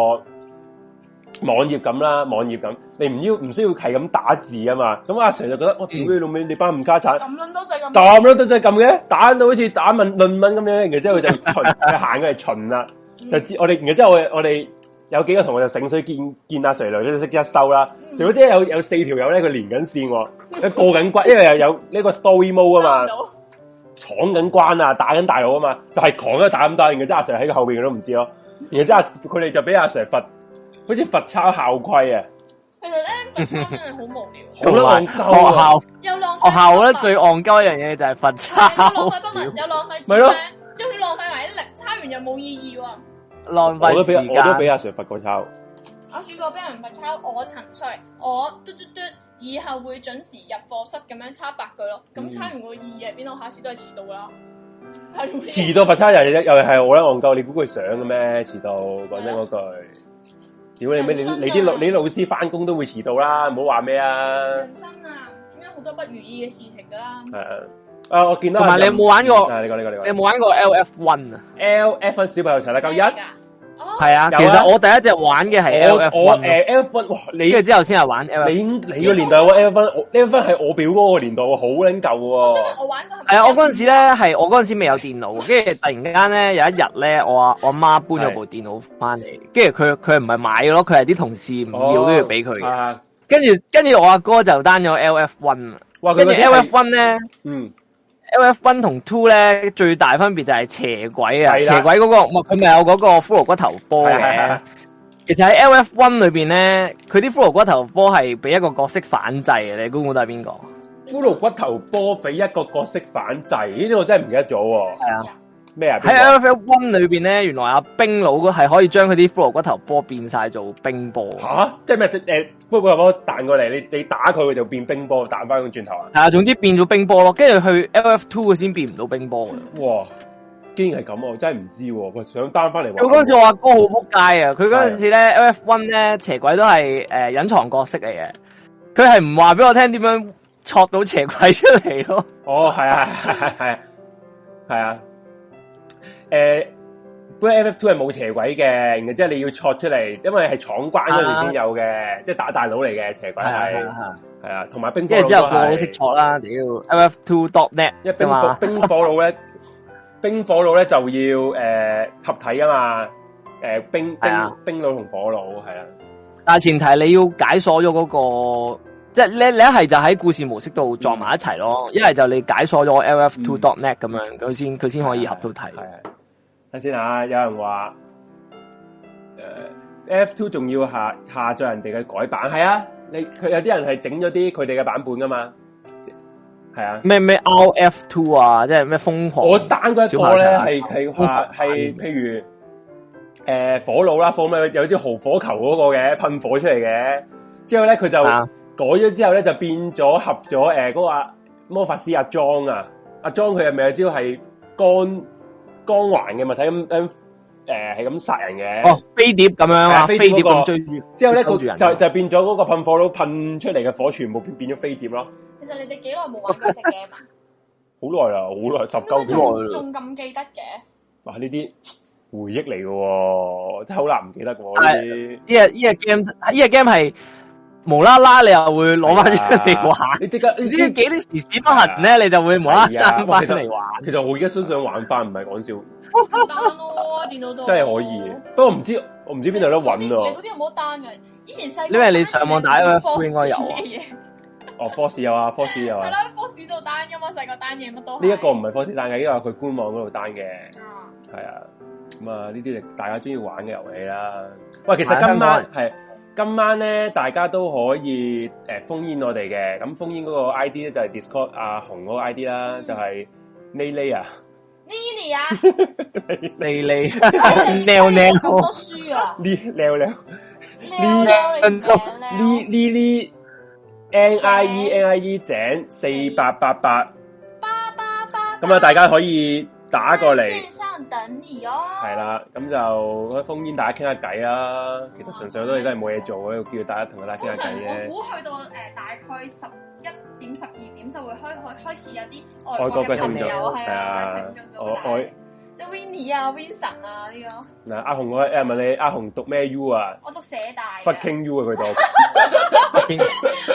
C: 網頁咁啦，網頁咁，你唔要唔需要係咁打字啊嘛。咁阿 Sir 就覺得，我屌你老味，你班唔家產。
D: 咁撚多就係咁。
C: 咁咯，都真係咁嘅，打到好似打問論文咁樣，然後之後佢就巡，佢行佢嚟巡啦，就知我哋，然後之後我哋我哋有幾個同學就醒水見見阿 Sir 女都識一收啦，如果即係有有四條友咧，佢連緊線喎，佢過緊關，因為又有呢個 story mode 啊嘛，
D: 嘛，
C: 闖緊關啊，打緊大佬啊嘛，就係狂喺度打咁多，然後之後阿 Sir 喺佢後邊佢都唔知咯，然後之後佢哋就俾阿 Sir 罰，好似罰抄校規啊，
D: 其實咧罰抄真係好無聊，
C: 好撚戇鳩啊
F: 學校
D: 又浪費
F: 學校咧
D: 筆墨
F: 最戇鳩一樣嘢就係罰
D: 係又浪
F: 抄，
D: 費筆墨，又浪費
C: 咪咯
D: 紙張，仲要浪費埋啲力，抄完又冇意義喎。
F: 浪
C: 我都
F: 費
C: 俾
F: 時
C: 我都俾阿
F: 間。
C: Sir 罰過抄，
D: 我試過俾人罰抄我陳 Sir，我嘟嘟嘟，以後會準時入課室咁樣抄八句咯。
F: 嗯
D: 咁抄完個意義喺邊度？下次都係遲到啦。
C: 遲
D: 遲
C: 到罰抄又又係我咧戇鳩，你估佢想嘅咩？遲到講真嗰句，屌你咩？你你啲老你老師翻工都會遲到啦，唔好話咩啊！
D: 人生啊，點解好多不如意嘅事情㗎啦？
C: 係啊，啊我見到
F: 同埋
C: 阿任
F: 你有冇玩過
C: 啊，你講你講你
F: 你有
C: 講
F: 冇玩過 L F One 啊？
C: L F 小朋友齊啦，夠
D: 咩嚟
C: 一
D: 㗎。哦，
F: 係啊，
C: 有
F: 其
C: 啊
F: 實我第一隻玩嘅係 L
C: 我
F: F
C: 我
F: One，啊
C: 誒 F 1哇！
F: 跟住
C: 你
F: 之後先係玩 L F。
C: 你你個年代玩 F 1 F 1係我表哥個年代喎，好撚舊
D: 我
C: 嘅
D: 想
C: 喎
D: 問。我玩過係咪
F: 係啊，我嗰阵时咧係我嗰阵时未有電腦，跟住突然間咧有一日咧，我阿我阿媽搬咗部電腦翻嚟，跟住佢佢唔係買嘅咯，佢係啲同事唔要跟住俾佢嘅。
C: 哦啊！
F: 跟住跟住我阿哥就 down 咗 L F One 啦，
C: 哇！佢
F: 跟住
C: 嗰
F: L
C: 啲
F: F
C: 係
F: One 咧
C: 嗯
F: ，L F One 同 Two 咧最大分別就係斜軌啊，
C: 係啦
F: 斜軌嗰、個咪佢咪有嗰個骷髏骨頭波
C: 係係係
F: 嘅。其實喺 L F One 裏边咧，佢啲骷髏骨頭波係俾一個角色反制嘅，你估唔估到係邊個？
C: 骷髏骨頭波俾一個角色反制，呢啲我真係唔記得咗喎。
F: 係啊，
C: 咩啊？
F: 喺 L F One 裏边咧，原來阿冰佬係可以將佢啲骷髏骨頭波變晒做冰波。
C: 吓、啊即係咩？誒，灰波波彈過嚟，你你打佢，佢就變冰波，彈翻佢轉頭啊！
F: 係啊，總之變咗冰波咯，跟住去 L F Two 先變唔到冰波嘅。
C: 哇，竟然係咁啊！我真係唔知喎、喂，想 down 翻嚟
F: 佢
C: 玩。
F: 嗰陣時我阿哥好撲街啊！佢嗰陣時咧，L F One 咧邪鬼都係誒、呃、隱藏角色嚟嘅，佢係唔話俾我聽點樣戳到邪鬼出嚟咯。
C: 哦，係啊，係啊係啊係啊，誒、不過 F F Two 係冇邪鬼嘅，然後即係你要戳出嚟，因為係闖關嗰陣時先有嘅，即係打大佬嚟嘅邪鬼係
F: 啊係，
C: 係啊，同埋 冰波
F: 跟
C: 佬
F: 住之後個個
C: 都
F: 都
C: 係
F: 識戳啦，屌 L F Two dot net
C: 因為
F: 啫
C: 冰火
F: 嘛，
C: 冰火佬咧，冰火佬咧就要誒、呃合體啊嘛，誒、冰
F: 係啊
C: 冰冰佬同火佬係啊啦。
F: 但係前提你要解鎖咗嗰、個。即係你你一係就喺故事模式度撞埋一齊咯，
C: 嗯
F: 一係就你解鎖咗 L F Two dot net 咁樣，佢先佢先可以合到睇
C: 系。睇先啊吓，有人話诶 F two 仲要下下載人哋嘅改版，係啊，你佢有啲人係整咗啲佢哋嘅版本噶嘛，系啊。
F: 咩咩 R F Two 啊，即係咩瘋狂。
C: 我單嗰一個咧
F: 小啊朋友
C: 係係話係譬如诶、呃火佬啦，火咪有支豪火球嗰個嘅噴火出嚟嘅，之後咧佢就
F: 啊
C: 改咗之後咧就變咗合咗诶嗰個阿魔法師阿莊啊，阿莊佢係咪有招係光光環嘅物體咁咁诶係咁殺人嘅？
F: 哦，飛碟咁樣啊，
C: 係
F: 飛
C: 飛
F: 碟
C: 呃碟嗰個
F: 咁追住，
C: 之後咧
F: 勾
C: 佢
F: 住人啊
C: 就就變咗嗰個噴火佬噴出嚟嘅火全部變變咗飛碟咯，
D: 其實你哋幾耐冇玩過只 game 啊？
C: 好耐啦，好耐十
D: 咁
C: 鳩
D: 都
C: 秒
F: 好耐啦
D: 仲仲咁記得嘅，
C: 哇！呢啲回憶嚟嘅喎，真係好難唔記得嘅喎
F: 係
C: 呢啲。
F: 哎呢日呢日 game 呢日 game 係無啦啦，你又會攞翻出嚟玩。
C: 哎你即刻哎
F: 你
C: 呢
F: 知幾啲時事不行咧，你就會無啦啦 翻翻嚟玩。
C: 啊其實我而家都想玩翻，唔係講笑，
D: 單
F: 啊
D: 咯，電腦度
C: 真係可以。不過唔知我唔知邊度有得揾啊
D: 你嗰
C: 咯。
D: 啲有冇單嘅？以前細個
F: 因為啊你上網打
D: 單嘅
F: FF 應該有
D: Force
F: 啊
D: 嘅嘢
C: 哦，Force 有啊，Force 有啊
D: 係。啦，Force 度單噶嘛，細個單嘢乜都係。
C: 呢一個唔係 Force 單嘅，因為佢官網嗰度單嘅，
D: 啊
C: 係啊。咁啊，呢啲就大家中意玩嘅遊戲啦。喂，其實
F: 係啊
C: 今
F: 香
C: 晚係今晚咧，大家都可以誒封煙我哋嘅。咁封煙嗰個 ID 咧就係 Discord 阿紅嗰個 ID 啦，
D: 嗯
C: 就係 Lily 啊。
D: ，Lily 啊，你
F: 你你，nail
D: 你咁
F: nail
D: 多書啊
C: 呢撩撩
D: ，Leo Leo 你
C: 呢呢呢 N I E N I E 井四八八八。
D: 八八八，
C: 咁啊，大家可以打過嚟，
D: 線 上等你哦。
C: 係啦，咁就封煙大家傾下偈啦。其實純粹都係真係冇嘢做喺度，叫大家同大
D: 通
C: 家傾下
D: 常
C: 偈啫。
D: 我估去到誒、呃大概十一點十二點就會開開開始有啲
C: 外
D: 外
C: 國
D: 國
C: 嘅
D: 嘅
C: 聽
D: 朋
C: 眾
D: 友
C: 係
D: 係啊，
C: 啊
D: 聽眾，到
C: 我
D: 大
C: 我
D: 即係 Winnie 啊、Vincent 啊呢個，
C: 嗱，阿紅我誒問你，阿紅讀咩 U 啊
D: 我讀社大嘅。
C: ？fucking U 啊，佢讀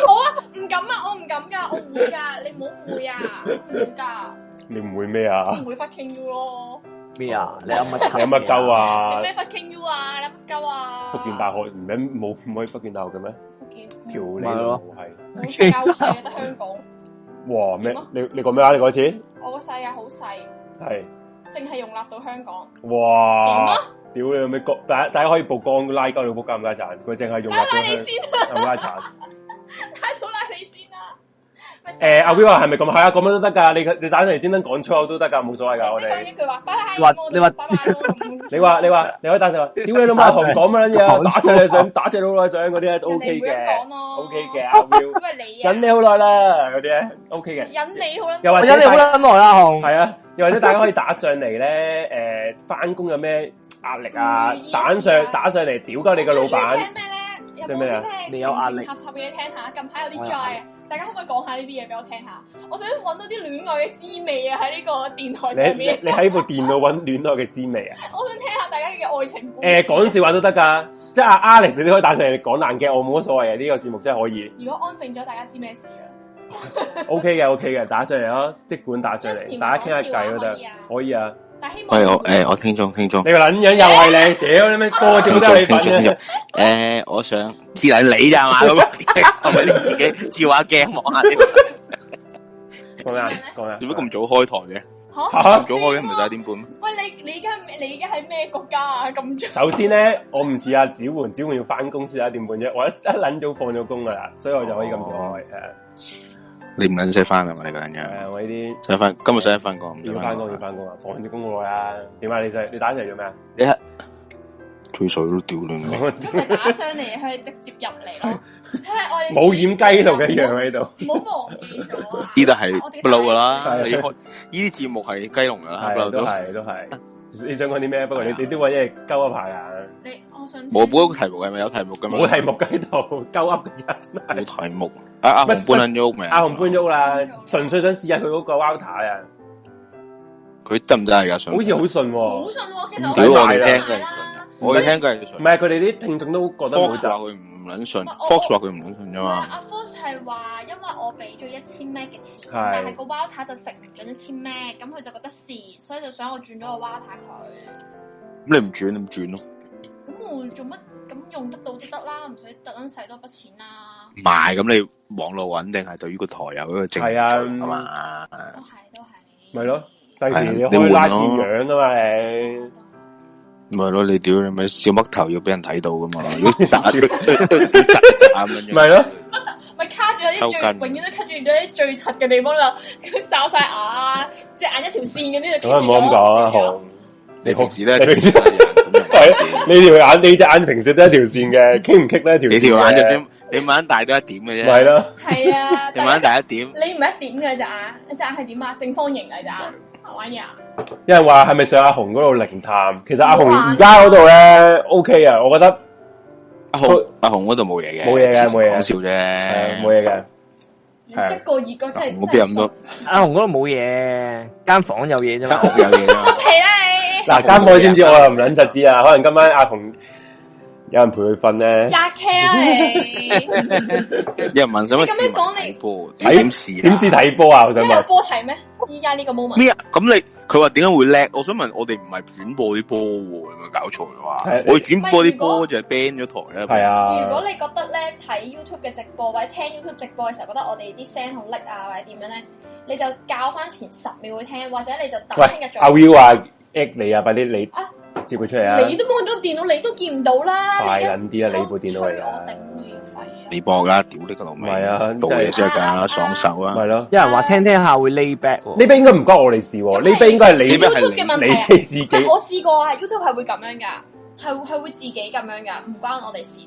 D: 好啊，唔敢啊，我唔敢㗎，我唔會㗎，你唔好誤 會啊，我唔會㗎，
C: 你唔會咩
D: 我
C: 啊
D: 唔？會 fucking you 咯。
F: 咩啊？你有乜
C: 你有乜鳩？
D: 你
C: 啊？
D: 咩 fucking you 啊？你乜鳩啊？
C: 福建大學唔係冇唔可以福建大學嘅咩？
D: 福建條
C: 條你
F: 咪係
C: 老
F: 咯
C: 母係
D: 好細 啊，好細啊，得香港。
C: 哇咩
D: 點啊？
C: 你你講咩啊？你講一次
D: 我個細啊，好細，
C: 係
D: 淨係容納到香港。點
C: 哇
D: 啊！
C: 屌你老味，國大家大家可以曝光拉鳩你仆街唔家產，佢淨係用
D: 拉
C: 入
D: 拉你
C: 咗
D: 先啊！
C: 香 冚家產。
D: 睇到拉你先啦。
C: 诶、阿 Will 話係咪咁？係啊，咁樣都得㗎。你你打上嚟專登講粗口都得㗎，冇所謂㗎。我
D: 即係講
C: 哋
D: 一句話，拜拜。
F: 你話
D: 我哋
F: 你話
D: 拜拜咯。咁
C: 你話你話你可以打上嚟話，屌你老母阿紅講乜撚嘢啊？
F: 講
C: 打
F: 粗口
C: 上你想，打上你老母想嗰啲咧都
D: 人哋
C: OK
D: 唔會咁
C: 嘅
D: 講啊咯
C: ，OK 嘅。阿 Will
D: 因為你啊，
C: 忍你好耐啦，嗰啲咧 OK 嘅。
D: 引你好啦。
C: 又或
F: 我
C: 者
F: 忍你好撚耐啦，紅。
C: 係啊，又或者大家可以打上嚟咧，诶、翻工有咩壓力啊
D: 嗯？
C: 打上打上嚟，屌鳩你個老闆。啊
D: 聽咩咧？有冇啲咩
F: 你有壓力
D: 情合合嘅嘢聽下？近排有啲
F: 我有
D: j
F: 壓力
D: 啊，大家可唔可以講下呢啲嘢俾我聽下？我想揾到啲戀愛嘅滋味啊！喺呢個電台
C: 你
D: 上
C: 你
D: 面，
C: 你 喺部電腦揾 戀愛嘅滋味啊？
D: 我想聽下大家嘅愛情故事。
C: 诶、講笑話都得㗎，即係阿 Alex 你可以打上嚟講爛嘅，我冇乜所謂嘅。呢、個節目真係可以。
D: 如果安靜咗，大家知咩事啊啦？
C: O K 嘅，O K 嘅，打上嚟咯，即管打上嚟，
D: Justin，
C: 大家傾下偈都得
D: 講笑啊，
C: 可以啊。
D: 但希望
G: 喂，哦我誒我聽眾聽眾
C: 你個撚樣又係你， 屌你咩個節目都有你份啊
G: 聽眾聽眾
C: 嘅，
G: 誒，我想知係你咋 嘛咁？係咪你自己照下鏡望下你？
C: 講咩啊？講咩啊？
G: 做乜咁早開台嘅？
D: 嚇
C: 嚇
G: 咁早開嘅唔係十一點半咩？
D: 喂，你你而家你而家喺咩國家啊？咁早
C: 首先咧，我唔似阿子焕，子焕要翻公司一點半啫，我一一撚早放咗工噶啦，所以我就可以咁做
G: 哦
C: 開。係啊
G: 你唔撚使翻啊嘛？你個人
C: 係啊
G: 樣
C: 我呢啲
G: 想翻，今日想翻工，唔使
C: 要
G: 翻
C: 翻工要
G: 工。
C: 翻工啊，放咗工好耐啦。點啊？你就你打上嚟做咩啊？
G: 你係吹水都屌 你咪！
D: 咁咪打上嚟，佢直接入嚟咯。睇下我哋
C: 冇掩雞度嘅樣喺度，
D: 唔好忘記咗啊！
G: 呢度係不嬲噶啦，
C: 係
G: 你開呢啲節目係雞籠噶啦，不
C: 係都
G: 嬲都。
C: 係都係。你想講啲咩？不過你
G: 係啊
C: 你都揾嘢鳩一排啊，
D: 你我想
G: 冇嗰個題目係咪有題目㗎嘛？
C: 冇題目㗎喺度，鳩噏嘅啫。
G: 冇題目。啊阿阿紅
C: 乜啊
G: 搬撚咗屋未？
C: 阿紅搬，咗屋啦
D: 搬咗屋，
C: 純粹想試下佢嗰個 router 啊，
G: 佢真唔真係㗎？想
C: 好似好順
D: 好
C: 喎。
D: 信喎，其
C: 唔
D: 實
G: 屌
D: 我
G: 我哋聽
D: 聽
G: 嘅係信㗎，我哋聽嘅係
C: 唔
G: 信。
C: 係佢哋啲聽眾都覺得冇
G: Fox 話
C: 就
G: 佢唔撚信
D: 唔係哦我
G: ，Fox 話佢唔撚信啫
D: 唔係
G: 嘛。
D: 阿 Force 係話，因為我俾咗一千 m 嘅錢，
C: 係
D: 但係個 Wata 就食唔準一千 m 咁佢就覺得蝕，所以就想我轉咗個 Wata 佢。
G: 咁你唔轉，你唔轉咯。
D: 咁我做乜咁用得到都得啦，唔使特登使多筆錢啦。
G: 唔係，咁你網絡穩定係對於個台有一個正
C: 係啊
G: 係嘛。
D: 都係都係。
C: 咪咯第
G: 係
C: 時
G: 啊
C: 你
G: 你
C: 可
G: 換
C: 以拉見
G: 咯
C: 樣啊嘛你。
G: 咪咯，你屌你 咪小乜頭要俾人睇到噶嘛？如果打都都都都扎扎咁樣。
C: 咪咯，
D: 咪卡住喺啲最
G: 抽
D: 永遠
G: 筋
D: 都卡住咗啲最柒嘅地方啦， 佢哨晒牙啊，隻眼一條線嗰啲就
C: 咁啊唔好咁講啊，
D: 好
C: 紅。
G: 你平時咧
C: 你
G: 做
C: 平時
G: 乜嘢咁
C: 係
G: 樣
C: 你條眼，你隻眼平時都一條線嘅，棘唔棘咧一條線嘅？
G: 你條眼就算你晚大都一點嘅
C: 咪係
G: 啫，
C: 咯，
D: 係啊，
G: 你
D: 但
G: 晚
D: 係
G: 大一點，
D: 你唔係一點嘅隻眼，你隻眼係點啊？正方形嚟隻眼，玩嘢啊！
C: 有人話係咪上阿紅嗰度靈探？其實阿紅
D: 冇啊
C: 而家嗰度咧 OK 啊，我覺得
G: 阿紅阿紅嗰度冇嘢嘅，
C: 冇嘢嘅冇嘢嘅
G: 講笑
C: 係
G: 啫，
C: 冇嘢嘅。
D: 一
C: 係
D: 個二個 真係
G: 我邊有咁
D: 真
G: 多
D: 係
F: 阿紅嗰度冇嘢，間房有嘢
G: 間
F: 啫嘛。
G: 屋有嘢啫嘛
D: 傻皮啦你，
C: 嗱，間我知唔知我又唔捻實知啊？可能今晚阿紅有人陪佢瞓咧，
D: 廿 K 啦你，
G: 有人
C: 啊
G: 問想乜市
D: 你咁樣
G: 民
D: 講你
G: 睇波，啊點事啊
C: 哎點先睇波啊？我想
D: 你有
C: 問，
D: 波睇咩？依家呢個 moment
G: 咩啊？咁你佢話點解會叻？我想問，我哋唔係轉播啲波喎，有冇搞錯啊？
C: 係
G: 我哋轉播啲波就係 ban 咗台啦。
C: 係
D: 如果
C: 啊，
D: 你覺得咧睇 YouTube 嘅直播或者聽 YouTube 直播嘅時候，覺得我哋啲聲好叻啊，或者點樣咧，你就教翻前十秒去聽，或者你就打聽
C: 喂
D: 日，再
C: 阿 Will 啊，at 你啊，快啲你
D: 啊
C: 接佢出嚟啊
D: 你！都幫咗電腦，你都見唔到啦。
C: 快
D: 你而家
C: 撚啲啦你部電腦嚟㗎
D: 吹我頂都要廢啊！
G: 你播啦，屌你個老味！
C: 係啊
G: 做嘢真係
D: 真係
G: 噶，爽手啊！
C: 咪咯，
F: 有人話聽聽下會 lay back 喎。
C: 呢邊應該唔關我哋事喎，呢邊應該係你
G: 呢邊係
D: YouTube 嘅問題啊
C: 你自己
D: 唔係我試過啊，YouTube 係會咁樣㗎，係係會自己咁樣㗎，唔關我哋事。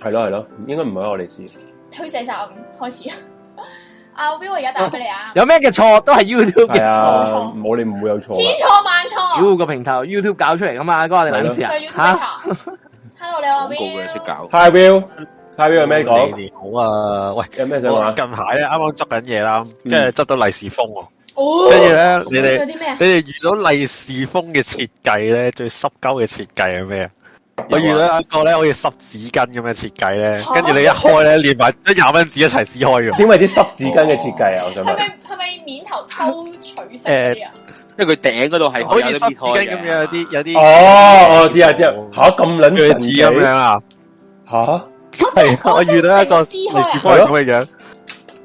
C: 係咯係咯，應該唔關我哋事。
D: 推卸責任開始啊！ 阿 Will 我而家打俾你啊！
F: 有咩嘅錯都係 YouTube 嘅
C: 係
F: 錯。
C: 啊，我哋唔會有錯
D: 千
C: 嘅。
D: 錯萬
F: 妖
D: 錯，
F: 個平台 YouTube 搞出嚟噶嘛，關我哋撚事
D: 就
F: 啊
D: YouTube
F: 吓！
D: 查。Hello，你好阿
G: 廣告嘅識
D: Will。
G: 搞，
C: Hi Will，Hi Will 有咩講？
H: 你哋好啊，喂，
C: 有咩想
H: 我
C: 講？
H: 近排咧啱啱執緊嘢啦，跟住執到利是封喎，
D: 哦
H: 跟住咧你
D: 有
H: 哋
D: 啲咩啊？
H: 你哋遇到利是封嘅設計咧，最濕鳩嘅設計係咩啊？我遇到一個咧好似濕紙巾咁嘅設計咧，跟住你一開咧連埋一廿蚊紙一齊撕開嘅，
C: 點為啲濕紙巾嘅設計啊？ 我想
D: 係
C: 問，
D: 咪係咪面頭抽取式嗰啲啊？
G: 因為佢頂嗰度係
H: 好
G: 可以
H: 似
G: 有
H: 濕
G: 啲
H: 紙巾
G: 開
H: 咁樣有啲有啲
C: 哦，我知啊，知啊，吓咁撚
H: 鋸
C: 神
H: 子
C: 奇
H: 咁樣啊，
C: 吓，
H: 係我遇到一個利是封係咁嘅樣，
C: 佢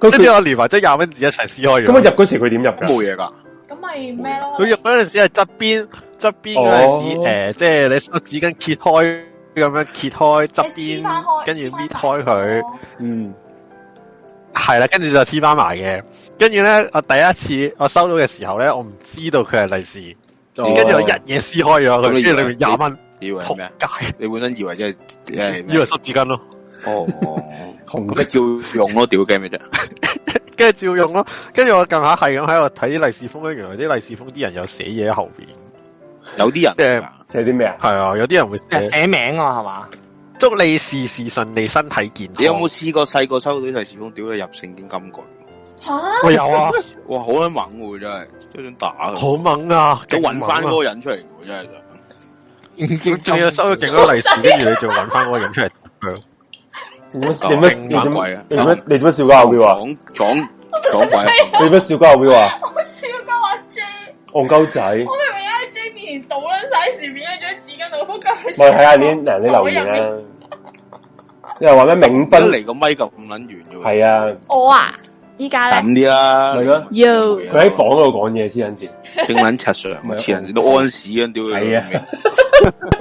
H: 跟住
C: 佢
H: 我連埋即廿蚊紙一齊撕開
C: 咁佢啊
H: 咗。
C: 入嗰時佢點入
G: 冇
C: 㗎？
G: 嘢㗎。
D: 咁咪咩咯？
H: 佢入嗰陣時係側邊側邊嗰陣時，
C: 哦
H: 誒、即係你手指巾揭開咁樣揭開側
D: 你黐翻
H: 邊，
D: 開，
H: 跟住
D: 黐
H: 搣
D: 返哦大
H: 開佢，
D: 咯
C: 嗯，
H: 係啦，跟住就黐翻埋嘅。跟住咧，我第一次我收到嘅時候咧，我唔知道佢係利是，
C: 哦
H: 跟住我一嘢撕開咗佢，
G: 咁你
H: 跟住裏面廿蚊，
G: 以為係
H: 仆
G: 咩啊？
H: 街，
G: 你本身以為即係誒
H: 以為濕紙巾咯，
G: 哦，
C: 紅
G: 咁
C: 色
G: 咪照用咯，屌 game 嘅啫。
H: 跟住照用咯。跟住我近下係咁喺度睇啲利是封咧，原來啲利是封啲人有寫嘢喺後邊，
G: 有啲人㗎
C: 寫啲咩啊？
H: 係啊，有啲人會
F: 即係
H: 寫
F: 寫名啊，係嘛？
H: 祝你事事順利，身體健康。
G: 你有冇試過細個收到啲利是封，屌你入聖經金句？
D: 吓，
H: 我有啊，
G: 哇，好撚猛喎，真係都想打佢。
H: 好猛啊！
G: 咁揾翻
H: 勁猛啊
G: 嗰個人出嚟喎，真係想。
H: 仲要收咗勁
G: 哦
H: 多利是，跟 住你仲揾翻嗰個人出嚟。
C: 你做乜你做乜你做乜你做乜笑鳩阿 Will 啊？
G: 講講講鬼啊！
C: 你做乜笑鳩阿 Will 啊？
D: 我笑鳩阿 J，
C: 戇鳩仔，
D: 我明明喺 J 面前倒撚晒薯片喺張紙巾度，覆蓋佢。
C: 我睇下你嗱你留言
D: 我
C: 啊
D: 入面。
C: 啦。有人話咩冥
G: 一
C: 婚？
G: 嚟個咪咁撚遠啫喎，
C: 係啊，
B: 我啊，依家
G: 等啲啊啦。
C: 係咯
B: ，Yo，
C: 佢喺房嗰度講嘢黐撚線。
G: 整撚柒上，
C: 係啊
G: 黐人都安屎咁屌
C: 係啊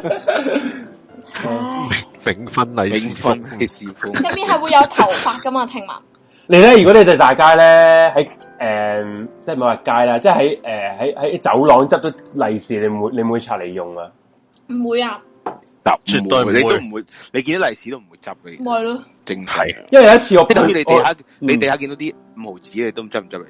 G: 佢。
C: 哦
H: 冥婚利
G: 永
H: 是封
G: 婚，係事封，
D: 入面係會有頭髮 噶嘛？聽聞
C: 你咧，如果你哋大家咧喺誒，即係唔係話街啦，即係喺誒喺喺走廊執咗利是，你唔會你唔會拆嚟用啊？
D: 唔會啊，
H: 絕對唔會
G: 你都唔會，你見到利是都唔會執
D: 唔
G: 你，
D: 係咯。
G: 正常。
C: 因為有一次我
G: 即係等於你地下，
C: 嗯
G: 你地下見到啲五毫紙，你都唔執唔執嚟？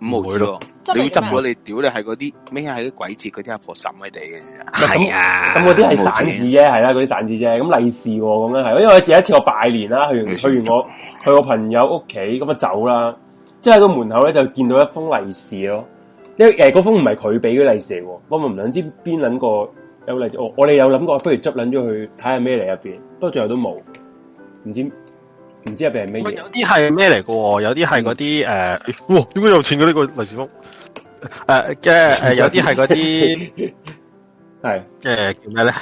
G: 五毫紙咯，
D: 執嚟做
G: 你
D: 咩
G: 會執咗你屌你係嗰啲咩係啲鬼節嗰啲阿婆抌喺地嘅啫。
C: 係
H: 啊
C: 咁嗰啲係散紙啫，係啦，嗰啲散紙啫。咁利是喎，咁樣係，因為有一次我拜年啦，去完
G: 嗯
C: 去完我去我朋友屋企，咁啊走啦，即係喺個門口咧就見到一封利是咯。因為誒嗰封唔係佢俾嘅利是嚟喎，我唔諗知邊撚個有利是。我我哋有諗過，不如執撚咗去睇下咩嚟入邊，不過最後都冇，唔知唔知入邊係咩
H: 喂
C: 嘢。
H: 有啲係咩嚟嘅喎？有啲係 嗰啲誒，哇！點解有錢嘅呢個利是封？誒嘅誒，有啲係嗰啲
C: 係啊
H: 誒叫咩咧？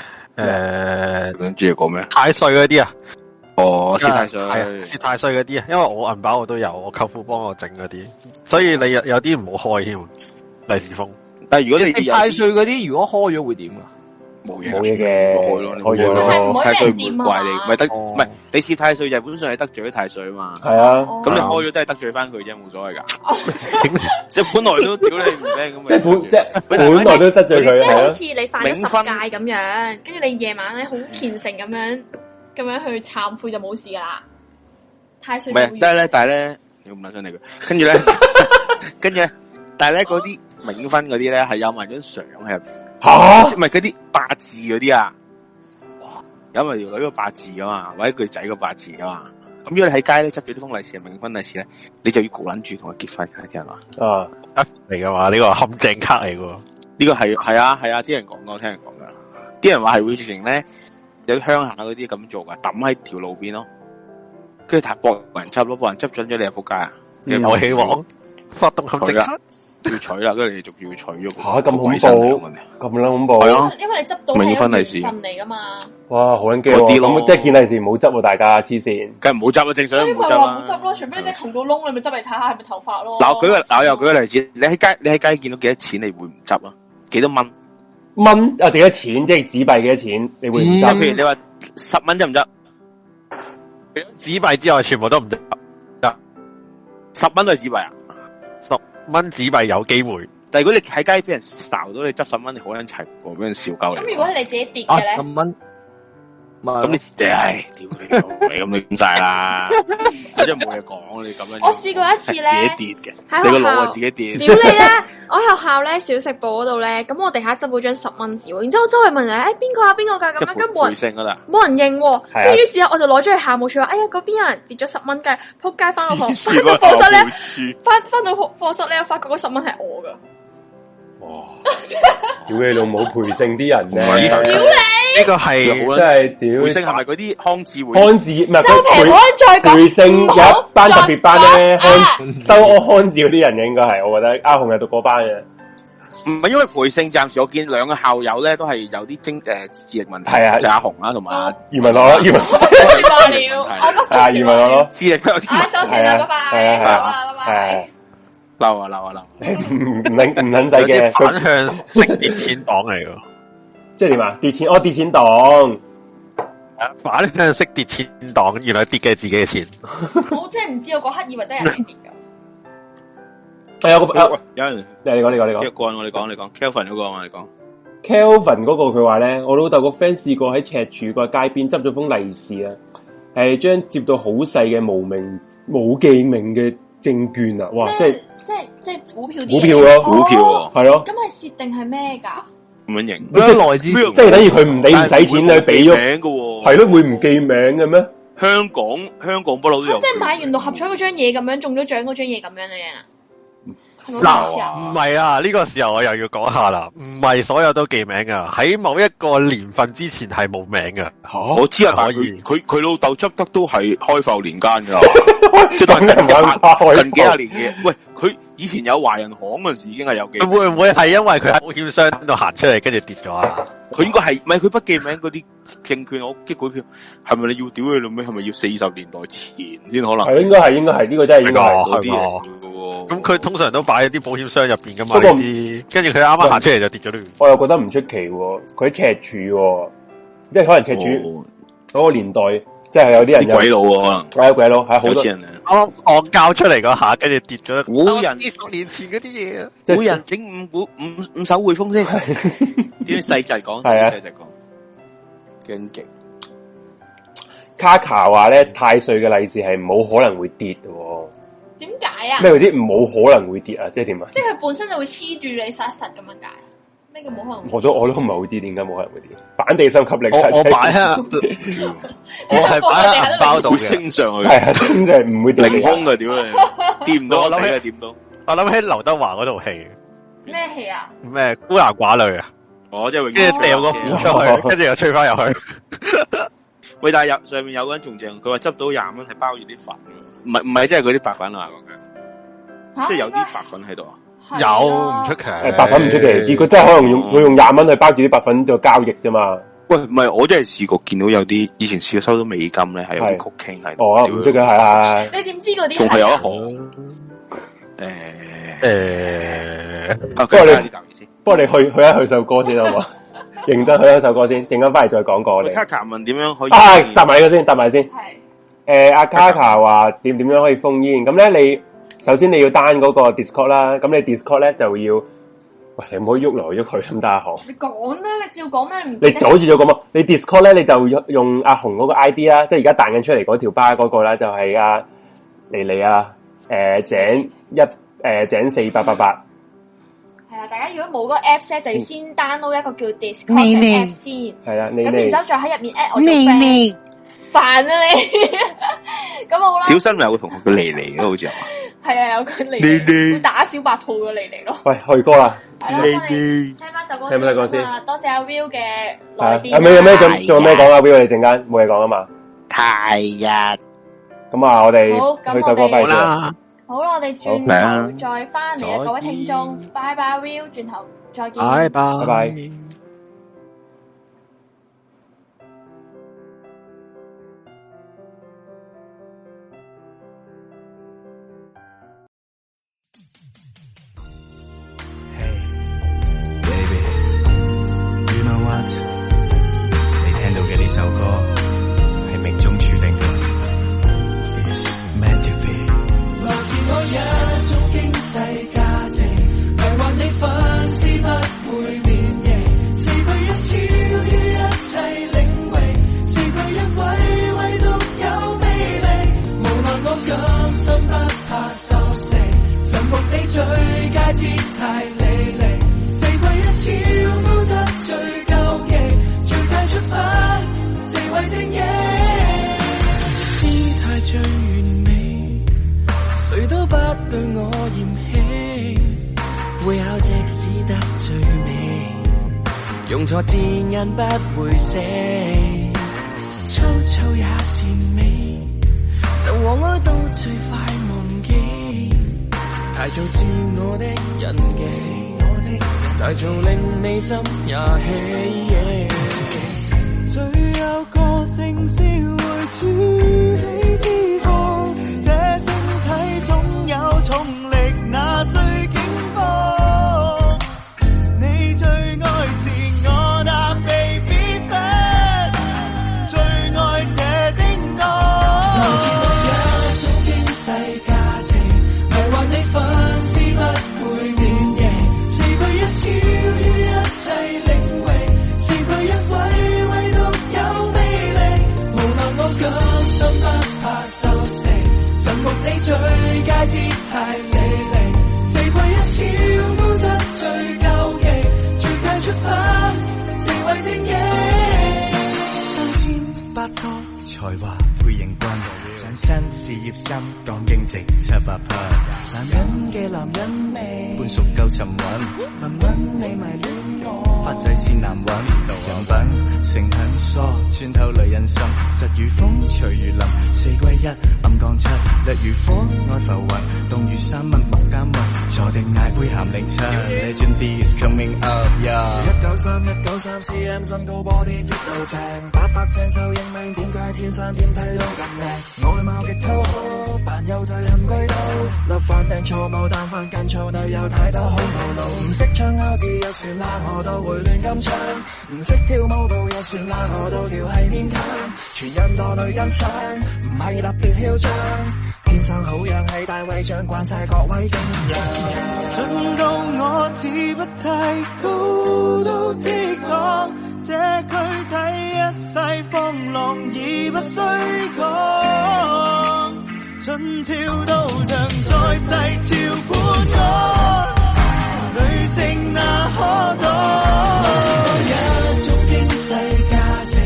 H: 誒
G: 唔知你講咩？
H: 太歲嗰啲啊，
G: 哦，先太歲，
H: 係啊蝕太歲嗰啲啊，因為我銀包我都有，我舅父幫我整嗰啲，所以你有有啲唔好開添利是封。
G: 啊但係如果你有
F: 你太
G: 啲
F: 歲嗰啲如果開咗會點啊？
G: 冇嘢
C: 冇嘢嘅
G: 冇嘢
C: 開咗
G: 咯，你冇嘢咯
D: 係唔可以俾人
G: 太歲唔
D: 掂啊
G: 會怪你，唔係得
F: 哦
G: 唔係你涉太歲就本上係得罪咗太歲啊嘛。
C: 系啊，
G: 咁你
D: 哦
G: 開咗都係得罪翻佢啫，冇所謂㗎。 即係本來都屌你唔聽咁咪
C: 即系本即
G: 得罪
C: 系本来都得罪
D: 即
C: 佢啊
D: 係好似
C: 系
D: 你犯咗十
G: 冥婚
D: 戒咁樣，跟住你夜晚咧好虔誠咁樣咁樣去懺悔就冇事噶啦。太歲
G: 唔係，啊但係咧，但係咧，你唔撚想理佢。跟住咧， 跟住咧，但係咧嗰啲冥婚嗰啲咧係有埋張相喺入邊，
C: 啊
G: 即係唔係嗰啲八字嗰啲啊，有埋條女個八字噶嘛，或者佢仔個八字噶嘛。咁如果你喺街咧執住呢封利是係冥婚利是咧，你就要焗撚住同佢結婚㗎啲人話。
C: 吓啊，
H: 嚟噶嘛？呢個陷阱卡嚟噶，
G: 呢個係係啊係啊，啲人講噶，我聽人講噶，啲人話係會直情咧有啲鄉下嗰啲咁做噶，抌喺條路邊咯，跟住搏人執咯，搏人執準咗你係仆街啊，
C: 嗯
H: 遊戲王發動陷阱卡，
G: 要取啦，跟住你仲要取咗佢。
C: 嚇咁恐怖
G: 鬼神嚟㗎嘛你
C: 咁啦恐怖，
G: 啊係啊
D: 因為因為你執到
G: 冥婚
D: 係
G: 利
D: 一個
G: 是
D: 緣分嚟噶嘛，
C: 哇，好撚驚
G: 嗰啲
C: 喎！
G: 咯
C: 咁即係見利是唔好執喎，大家黐線。
G: 梗係唔好執啦，正常
D: 所以
G: 唔
D: 咪
G: 好
C: 啊
D: 話唔好
G: 執啦
D: 執。咯，除非你真係窮到窿，你咪執嚟睇下係咪頭髮咯。
G: 嗱，我舉個，嗱，我又舉個例子，你喺街，你喺街見到幾多錢，你會唔執啊？幾多蚊？
C: 蚊啊，幾多錢？即係紙幣幾多錢？你會唔
G: 就
C: 執？
G: 嗯譬如你話十蚊執唔執？
H: 紙幣之外全部都唔得，
G: 十蚊都係紙幣啊！
H: 十蚊紙幣有機會。
G: 但係如果你喺街俾人鬧到你執十蚊，你好撚齊喎，俾人笑鳩
D: 咁
G: 你
D: 如。果係你自己跌
F: 啊
D: 嘅咧
F: 十，蚊，
G: 咁
F: 咁
G: 你唉，屌你老味，咁你咁晒啦，我真係冇嘢講你咁 樣。
D: 我試過一次呢
G: 係自己跌
D: 喺
G: 嘅，你
D: 學
G: 個腦啊
D: 校
G: 自己跌。
D: 屌你啦！我喺學校咧小食部嗰度咧，咁我地下執到張十蚊紙喎，然之後我周圍問人，誒邊個啊邊個㗎咁樣，跟住冇
G: 回
D: 人
G: 聲嗰度，
D: 冇人應喎，
C: 係啊
D: 跟住於是我就攞咗去校務處話，哎呀嗰邊有人跌咗十蚊雞，仆街翻 到課，
G: 試
D: 翻到
G: 過
D: 課室咧，
G: 咧，
D: 翻翻到課課室咧，發覺嗰十蚊係我噶，
C: 哇！屌你老母，培聖啲人咧，
G: 屌
H: 呢個係
G: 好
C: 真
G: 啦，
C: 係屌！
G: 回聲係咪嗰啲康智會？
C: 康字唔係
D: 收皮，
C: 佢
D: 唔好再
C: 培
D: 講，
C: 培聖有
D: 唔好
C: 一班特別班咧，
D: 再講啊
C: 康收我康字嗰啲人嘅應該係，我覺得阿紅係讀嗰班嘅，
G: 唔係因為培聖暫時我見兩個校友咧都係有啲精誒智力問題，
C: 係啊
G: 就係阿紅啦同埋阿
C: 余文樂啦，余文樂
D: 我不說了，我不
C: 啊，
D: 說
C: 余文樂
D: 了
C: 咯，，
G: 智力都有啲
D: 唉，收線啦，拜
C: 係
D: 拜，
C: 啊
D: 好
C: 係啊
D: 啦，拜
C: 係啊
D: 拜。
G: 嬲啊嬲啊嬲啊！
C: 唔唔撚唔撚使
H: 有
C: 嘅，
H: 啲
C: 佢
H: 反向識跌錢黨嚟噶。
C: 即係點啊？跌錢，我跌錢黨，
H: 啊反向識跌錢黨，原來跌嘅係自己嘅錢。
D: 我真係唔知，我嗰刻以為真係人哋跌㗎。
C: 我有個
G: 喂
C: 啊
G: 喂有人
C: 你講你講你講
G: 一。個人我哋講你講 Kelvin 嗰個我哋講
C: Kelvin 嗰個佢話咧，我老豆個 friend 試過喺赤柱個街邊執咗封利是啊，係將接到好細嘅無名冇記名嘅證券啊，哇！即
D: 咩
C: 係
D: 即係即係股票啲
C: 股
D: 嘢
C: 票咯，
G: 股票
D: 哦
G: 喎，
C: 係咯，
D: 咁係設定係咩㗎？
G: 咁樣型。
F: 佢都耐之前
G: 咩
C: 即係等於佢唔理唔使錢你俾咗，
G: 名嘅喎，
C: 係咯，會唔記名嘅咩？
G: 香港香港不嬲都有，
D: 啊即係買完六合彩嗰張嘢咁樣，中咗獎嗰張嘢咁樣嘅人啊？係咪咁嘅意思
H: 嗱，
D: 啊
H: 唔係啊，呢、個時候我又要講下啦，唔係所有都記名噶，喺某一個年份之前係冇名噶。
G: 我知啊，但係
H: 可以
G: 佢佢佢老豆執得都係開埠年間 㗎，即係
C: 咁
G: 都係
C: 又
G: 近一
C: 唔
G: 百
C: 開
G: 近幾廿年嘅。喂，佢以前有華人行嗰陣時已經係有記名，
H: 會唔會係因為佢喺保險箱度行出嚟，跟住跌咗啊？
G: 佢應該係唔係佢不記名嗰啲證券，我啲股票係咪你要屌佢老味？係咪要四十年代前先可能
C: 係應該係應該係呢個真係應該係
H: 係㗎
G: 嗰啲
H: 係
G: 嚟㗎喎？
H: 咁佢通常都擺喺啲保險箱入邊噶嘛，
C: 不過
H: 呢啲跟住佢啱啱行出嚟就跌咗啦。
C: 我又覺得唔出奇喎，佢喺赤柱喎，即係可能赤柱
G: 哦
C: 嗰個年代，即係有啲人
G: 啲
C: 有
G: 鬼佬啊，
C: 係啊鬼佬，係
G: 可能
C: 好
G: 有
C: 多，
G: 錢人啊，
H: 啱啱戇交出嚟嗰下，跟住跌咗。
G: 古人
H: 幾十年前嗰啲嘢啊，
C: 即係
G: 每人整五股五五手匯豐先，啲細仔講，
C: 係啊
G: 細仔講，驚極。
C: 卡卡話咧，太歲嘅利是係冇可能會跌嘅喎。
D: 點解啊？
C: 咩嗰啲冇可能會跌啊？即係點啊？
D: 即係佢本身就會黐住你實實咁樣解。咩叫冇可能？
C: 我都我都唔係好知點解冇可能會跌。反地心吸力，
H: 我我擺 喺，我係擺喺銀包度
G: 會
H: 嘅。
G: 升上去，
C: 係啊，真係唔會跌
G: 凌空嘅，屌 你，掂唔到我
H: 我諗
G: 諗
H: 起
G: 啊，掂到，
H: 我諗起劉德華嗰套戲，
D: 咩戲啊？
H: 咩孤男寡女啊，
G: 我哦真係永
H: 跟
G: 遠
H: 住掉個
G: 唔
H: 褲
G: 知啊
H: 出去，跟住又吹翻入去。
G: 喂，但係有上面有個人仲正，佢話執到廿蚊係包住啲飯，唔係唔係，即係嗰啲白粉啊，講緊，
D: 嚇
G: 即係有啲白粉喺度啊，
D: 係
H: 有
D: 啦
H: 哦唔出奇，
C: 誒白粉唔出奇，結果真係可能
G: 哦
C: 用會用廿蚊去包住啲白粉做交易啫嘛。
G: 喂，唔係，我真係試過見到有啲以前試過收到美金咧，係有
C: 係
G: 啲曲傾喺度，
C: 哦，
G: 屌
C: 唔出嘅係啊，
D: 你點知嗰啲
G: 仲係有一
D: 啊？
G: 行，誒，
H: 诶，
G: 啊，
C: 不過
G: 跟
C: 你
G: 住睇下呢啖嘢先。
C: 不過你去去一去首歌先 好嘛？認真去一首歌先，陣間翻嚟再講過我
G: 喂
C: 哋。
G: 卡卡問點樣可以？
C: 啊，答埋呢個先，答埋先。
D: 係
C: 诶、阿卡卡話點點樣可以封煙？咁咧，你首先你要 down 嗰個 Discord 啦，咁你 Discord 咧就要，喂，你唔好喐來喐去咁大 行。
D: 你講啦，你照講咩？唔記
C: 你
D: 得
C: 阻住咗咁啊！你 Discord 咧，你就用阿紅嗰個 ID 啦，即係而家彈緊出嚟嗰條巴嗰個啦，就係阿妮妮啊，诶、井一诶、井四八八八，
D: 係啊啦，大家如果冇嗰個 apps 咧，就要
C: 嗯
D: 先 download 一個叫 Discord
I: 未
D: 嘅
I: 未
D: app 先，
C: 係啦，你
D: 咁
C: 你
D: 然之後再喺入面 at 我做
I: 微
D: friend，
I: 微，
D: 煩啊你！ 咁好啦，
G: 小新咪有個同學叫莉莉嘅，好似係嘛
D: 係啊，有佢
G: 你
D: 嚟，
G: 哋
D: 會打小白兔嘅嚟嚟咯。
C: 喂去歌啦，
D: 係啦，我哋聽翻首歌
C: 聽翻首歌
D: 咁啊多謝阿 Will 嘅
C: 係
D: 來
C: 啊係咪有
D: 電
C: 咩
D: 啊。
C: 仲仲有咩講啊？Will 你陣間冇嘢講啊嘛？
G: 太日
C: 咁啊，我哋
D: 好咁
C: 去首歌
D: 我哋
C: 翻
D: 好
C: 嚟先啊。
F: 啦，
D: 好啦，我哋轉
G: 好嚟啊
D: 頭再翻嚟啊，各位聽眾，拜拜 Will，轉頭再見。
F: 拜拜
C: 拜拜
J: 你聽到嘅呢首歌係命中注定嘅。It's meant to be。來自我一種經濟價值，迷幻你粉絲不會變形，四句一超於一切領域，四句一位位獨有魅力。無奈我甘心不怕收成，神服你最佳姿態履歷，四句一超高質最夠勁，最佳出發，四位精英。姿態最完美，誰都不對我嫌棄，會考即使得最尾，用錯字眼不會死，粗糙也是美，受和哀到最快忘記，大做是我的印記，大做令你心也喜。最有個性先會處起脂肪，這身體總有重力，那需境況。你最愛是我那 baby fat，最愛這叮當。來自我一種經世價值，迷幻你粉絲不會變形，是佢一超於一切領域，是佢一位位獨有魅力。無奈我甘心不怕受成，臣服你最佳姿態履歷。四季一超高質最夠期，最佳出發，四位精英。三千八個才華配型關係，上身事業心講經值七百匹。男人嘅男人味，半熟夠沉穩，文文你咪戀我，法制是難揾，人品誠懇疏，穿透女人心，疾如風隨如林，四歸一暗降七，烈如火愛浮雲，動如山問百家問，坐定嗌杯鹹檸七，Legend is coming up yeah。
K: 一九三一九三 cm 身高 body fit 到正，白白淨就認命，點解天生點睇都咁靚？外貌極討好，扮幼就任居到，粒飯訂錯冇但飯跟錯女友睇得好無腦，唔識唱拗字又算啦，我都會亂咁唱，唔識跳舞步又算啦，我都跳係勉強，全因多女欣賞，唔係特別囂張，天生好樣係大衛將慣晒各位景仰。
J: 進到我只不太高都的講，這軀體一世放浪已不需講。春潮到像再世潮觀我，女性那可擋？一種經世價值，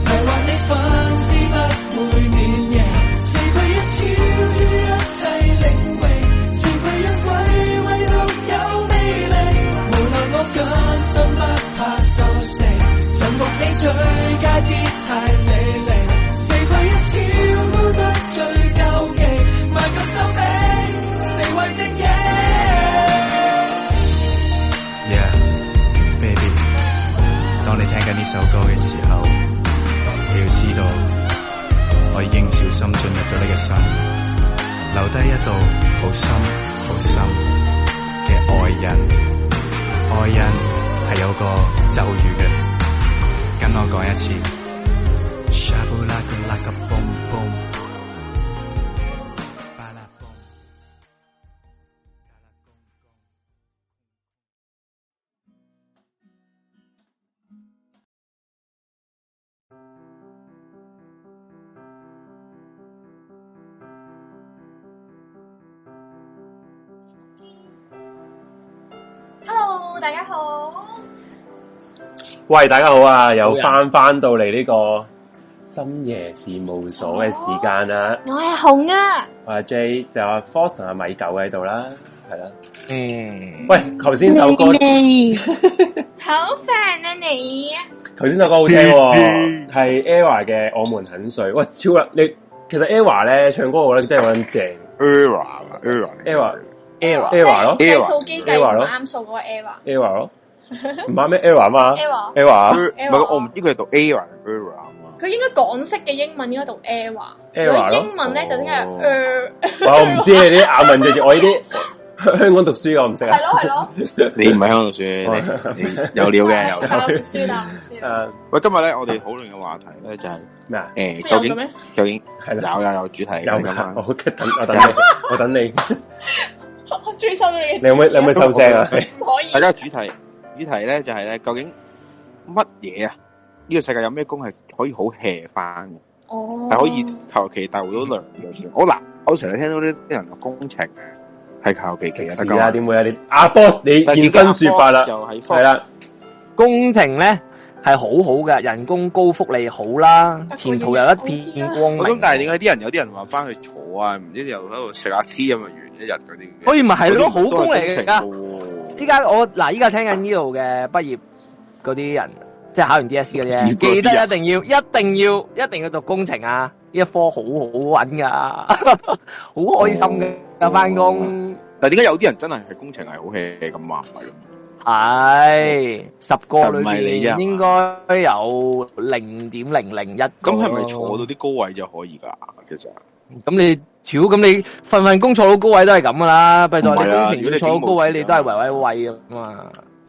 J: 迷幻你粉絲不會免疫，四句一超於一切領域，是佢一位位獨有魅力。無奈我甘心不怕受死，臣服你最佳姿態履歷，四句一超高質最夠技，萬金收兵，地位正嘢。Yeah，baby。當你聽緊呢首歌嘅時候，你要知道，我已經唔小心進入咗你嘅心，留低一道好深、好深嘅愛印。愛印係有個咒語嘅，跟我講一次。Shabu la la boom boom，
D: ，Hello，大家好。
C: 喂，大家好啊！又翻翻到嚟呢個深夜事務所嘅時間啦。
D: 哦
B: 我係紅啊！
C: 我阿 J 就阿 Force 同阿米狗喺度啦，係啦。
H: 嗯，
C: 喂，頭先首歌，
D: 好煩啊你！
C: 頭先首歌好聽喎，係 Era 嘅《我們很碎》。喂，超啦！你其實 Era 咧唱歌，我覺得真係好撚正。Era Era Era 咯
D: 即係計數機計唔
C: Era 咯
D: 啱數嗰個 error。
C: Era 咯，唔啱咩 Era 嘛
D: Error
C: Era
D: 佢應該港式嘅英文應該讀 error，
C: Error
D: 如果英文咧就應該係 er。
C: 哇我 唔知你啲咬文嚼字，我呢啲香港讀書嘅我唔識啊
D: 係。咯係咯， 大陸讀書大陸讀書。
C: 誒咩啊？有㗎我等我 等你，我等你。
D: 我終於收到你嘅
C: 你可唔可以你 可唔可以收聲啊？
D: 唔可以。
G: 啊
D: 哦。
G: 係可以求其鬥到糧就算。我嗱，我成日聽到啲啲人話工程啊係求其其
C: 是
G: 得
C: 啦，
G: 㗎嘛。
C: 點會啊？你阿 Boss，你現身說法啦，
G: 但係而家 Boss 又係 Fox
C: 係啦，
F: 工程咧係好好嘅，人工高，福利好啦，前途有一片光明。
G: 咁但係點解啲人有啲人話翻去坐啊？唔知又喺度食下 tea 咁啊，完一日嗰啲嘅。
F: 所以咪係
G: 嗰啲
F: 咯
G: 都
F: 好工嚟
G: 工程
F: 嘅而家
G: 喎
F: 依家我嗱，依家聽緊呢度嘅畢業嗰啲人，即係考完 DSE 嘅啫，記得一定要、一定要、一定要讀工程
G: à.
F: 啊！呢一科好好 揾噶，好開心噶翻工。
G: 但係點解有啲人真係係工程係好 hea 咁話唔係咁？
F: 係十個裏
G: 唔係你啫係
F: 邊
G: 嘛
F: 應該有零點零零一。
G: 咁係咪坐到？啲高位就可以㗎？其實
F: 咁你屌咁你份份工坐到高位都係咁噶啦，不如再
G: 唔係啊
F: 你工程坐到高位，你都係維維位噶嘛。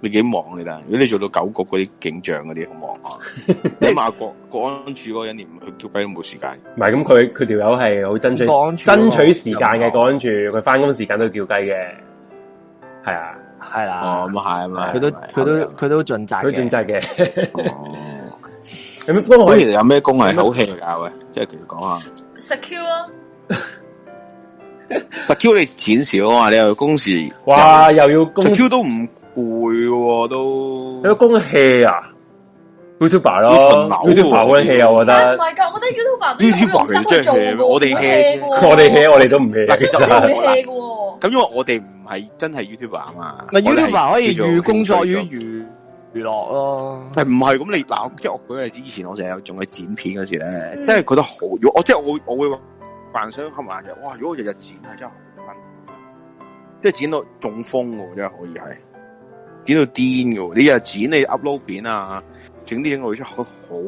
G: 你幾忙你但係如果你做到九局嗰啲警長嗰啲好忙啊！你諗下國國安處嗰個人連去叫雞都冇時間。
C: 唔係咁佢佢條友係好爭取
F: 趕住喎哦
C: 爭取時間嘅，趕住佢翻工時間都要叫雞嘅，係啊，
F: 係啦
G: 哦，，咁啊係咁啊係。
F: 佢都
G: 咁啊係
F: 佢都佢都盡責
C: 佢
F: 嘅
C: 盡。責嘅。
G: 哦，
C: 咁不過
G: 咁
C: 可
G: 其
C: 以
G: 實有咩工係好 hea 㗎？喂，即係其實講下。
D: secure 咯，
G: 特 Q 你錢少啊嘛，你又工時，
C: 哇，又要
G: 又，
C: 供
G: 特 Q 都唔攰嘅喎，都
C: 有供 hea 啊，YouTuber
G: 要
C: 咯
G: 層樓喎
C: ，YouTuber 好撚 hea 啊，我覺
D: 哎但係唔
C: 得。
D: 係㗎，我覺得 YouTuber 都有用心去做
G: 呢啲白人真係 hea
D: 嘅
G: 咩我哋 hea 啫
C: 我哋 hea，我哋都唔 hea
G: 嗱其
C: 其
G: 實
D: 我哋
C: 實。
D: hea 嘅喎。
G: 咁，因為我哋唔係真係 YouTuber 啊嘛，
F: 咪
G: 我哋係
F: YouTuber 可以
G: 叫做
F: 寓工作於
G: 興趣
F: 娛娛樂咯。
G: 做係唔係咁？你嗱，即係我舉例子，以前我成日仲去剪片嗰時咧，
D: 嗯
G: 真係覺得好，如果我即係我會我會幻想黑埋眼嘅，哇！如果我日日剪係真係好辛苦，即係剪到中風喎，真係可以係剪到癲嘅喎。你日日剪你 upload 片啊，整啲影落去真係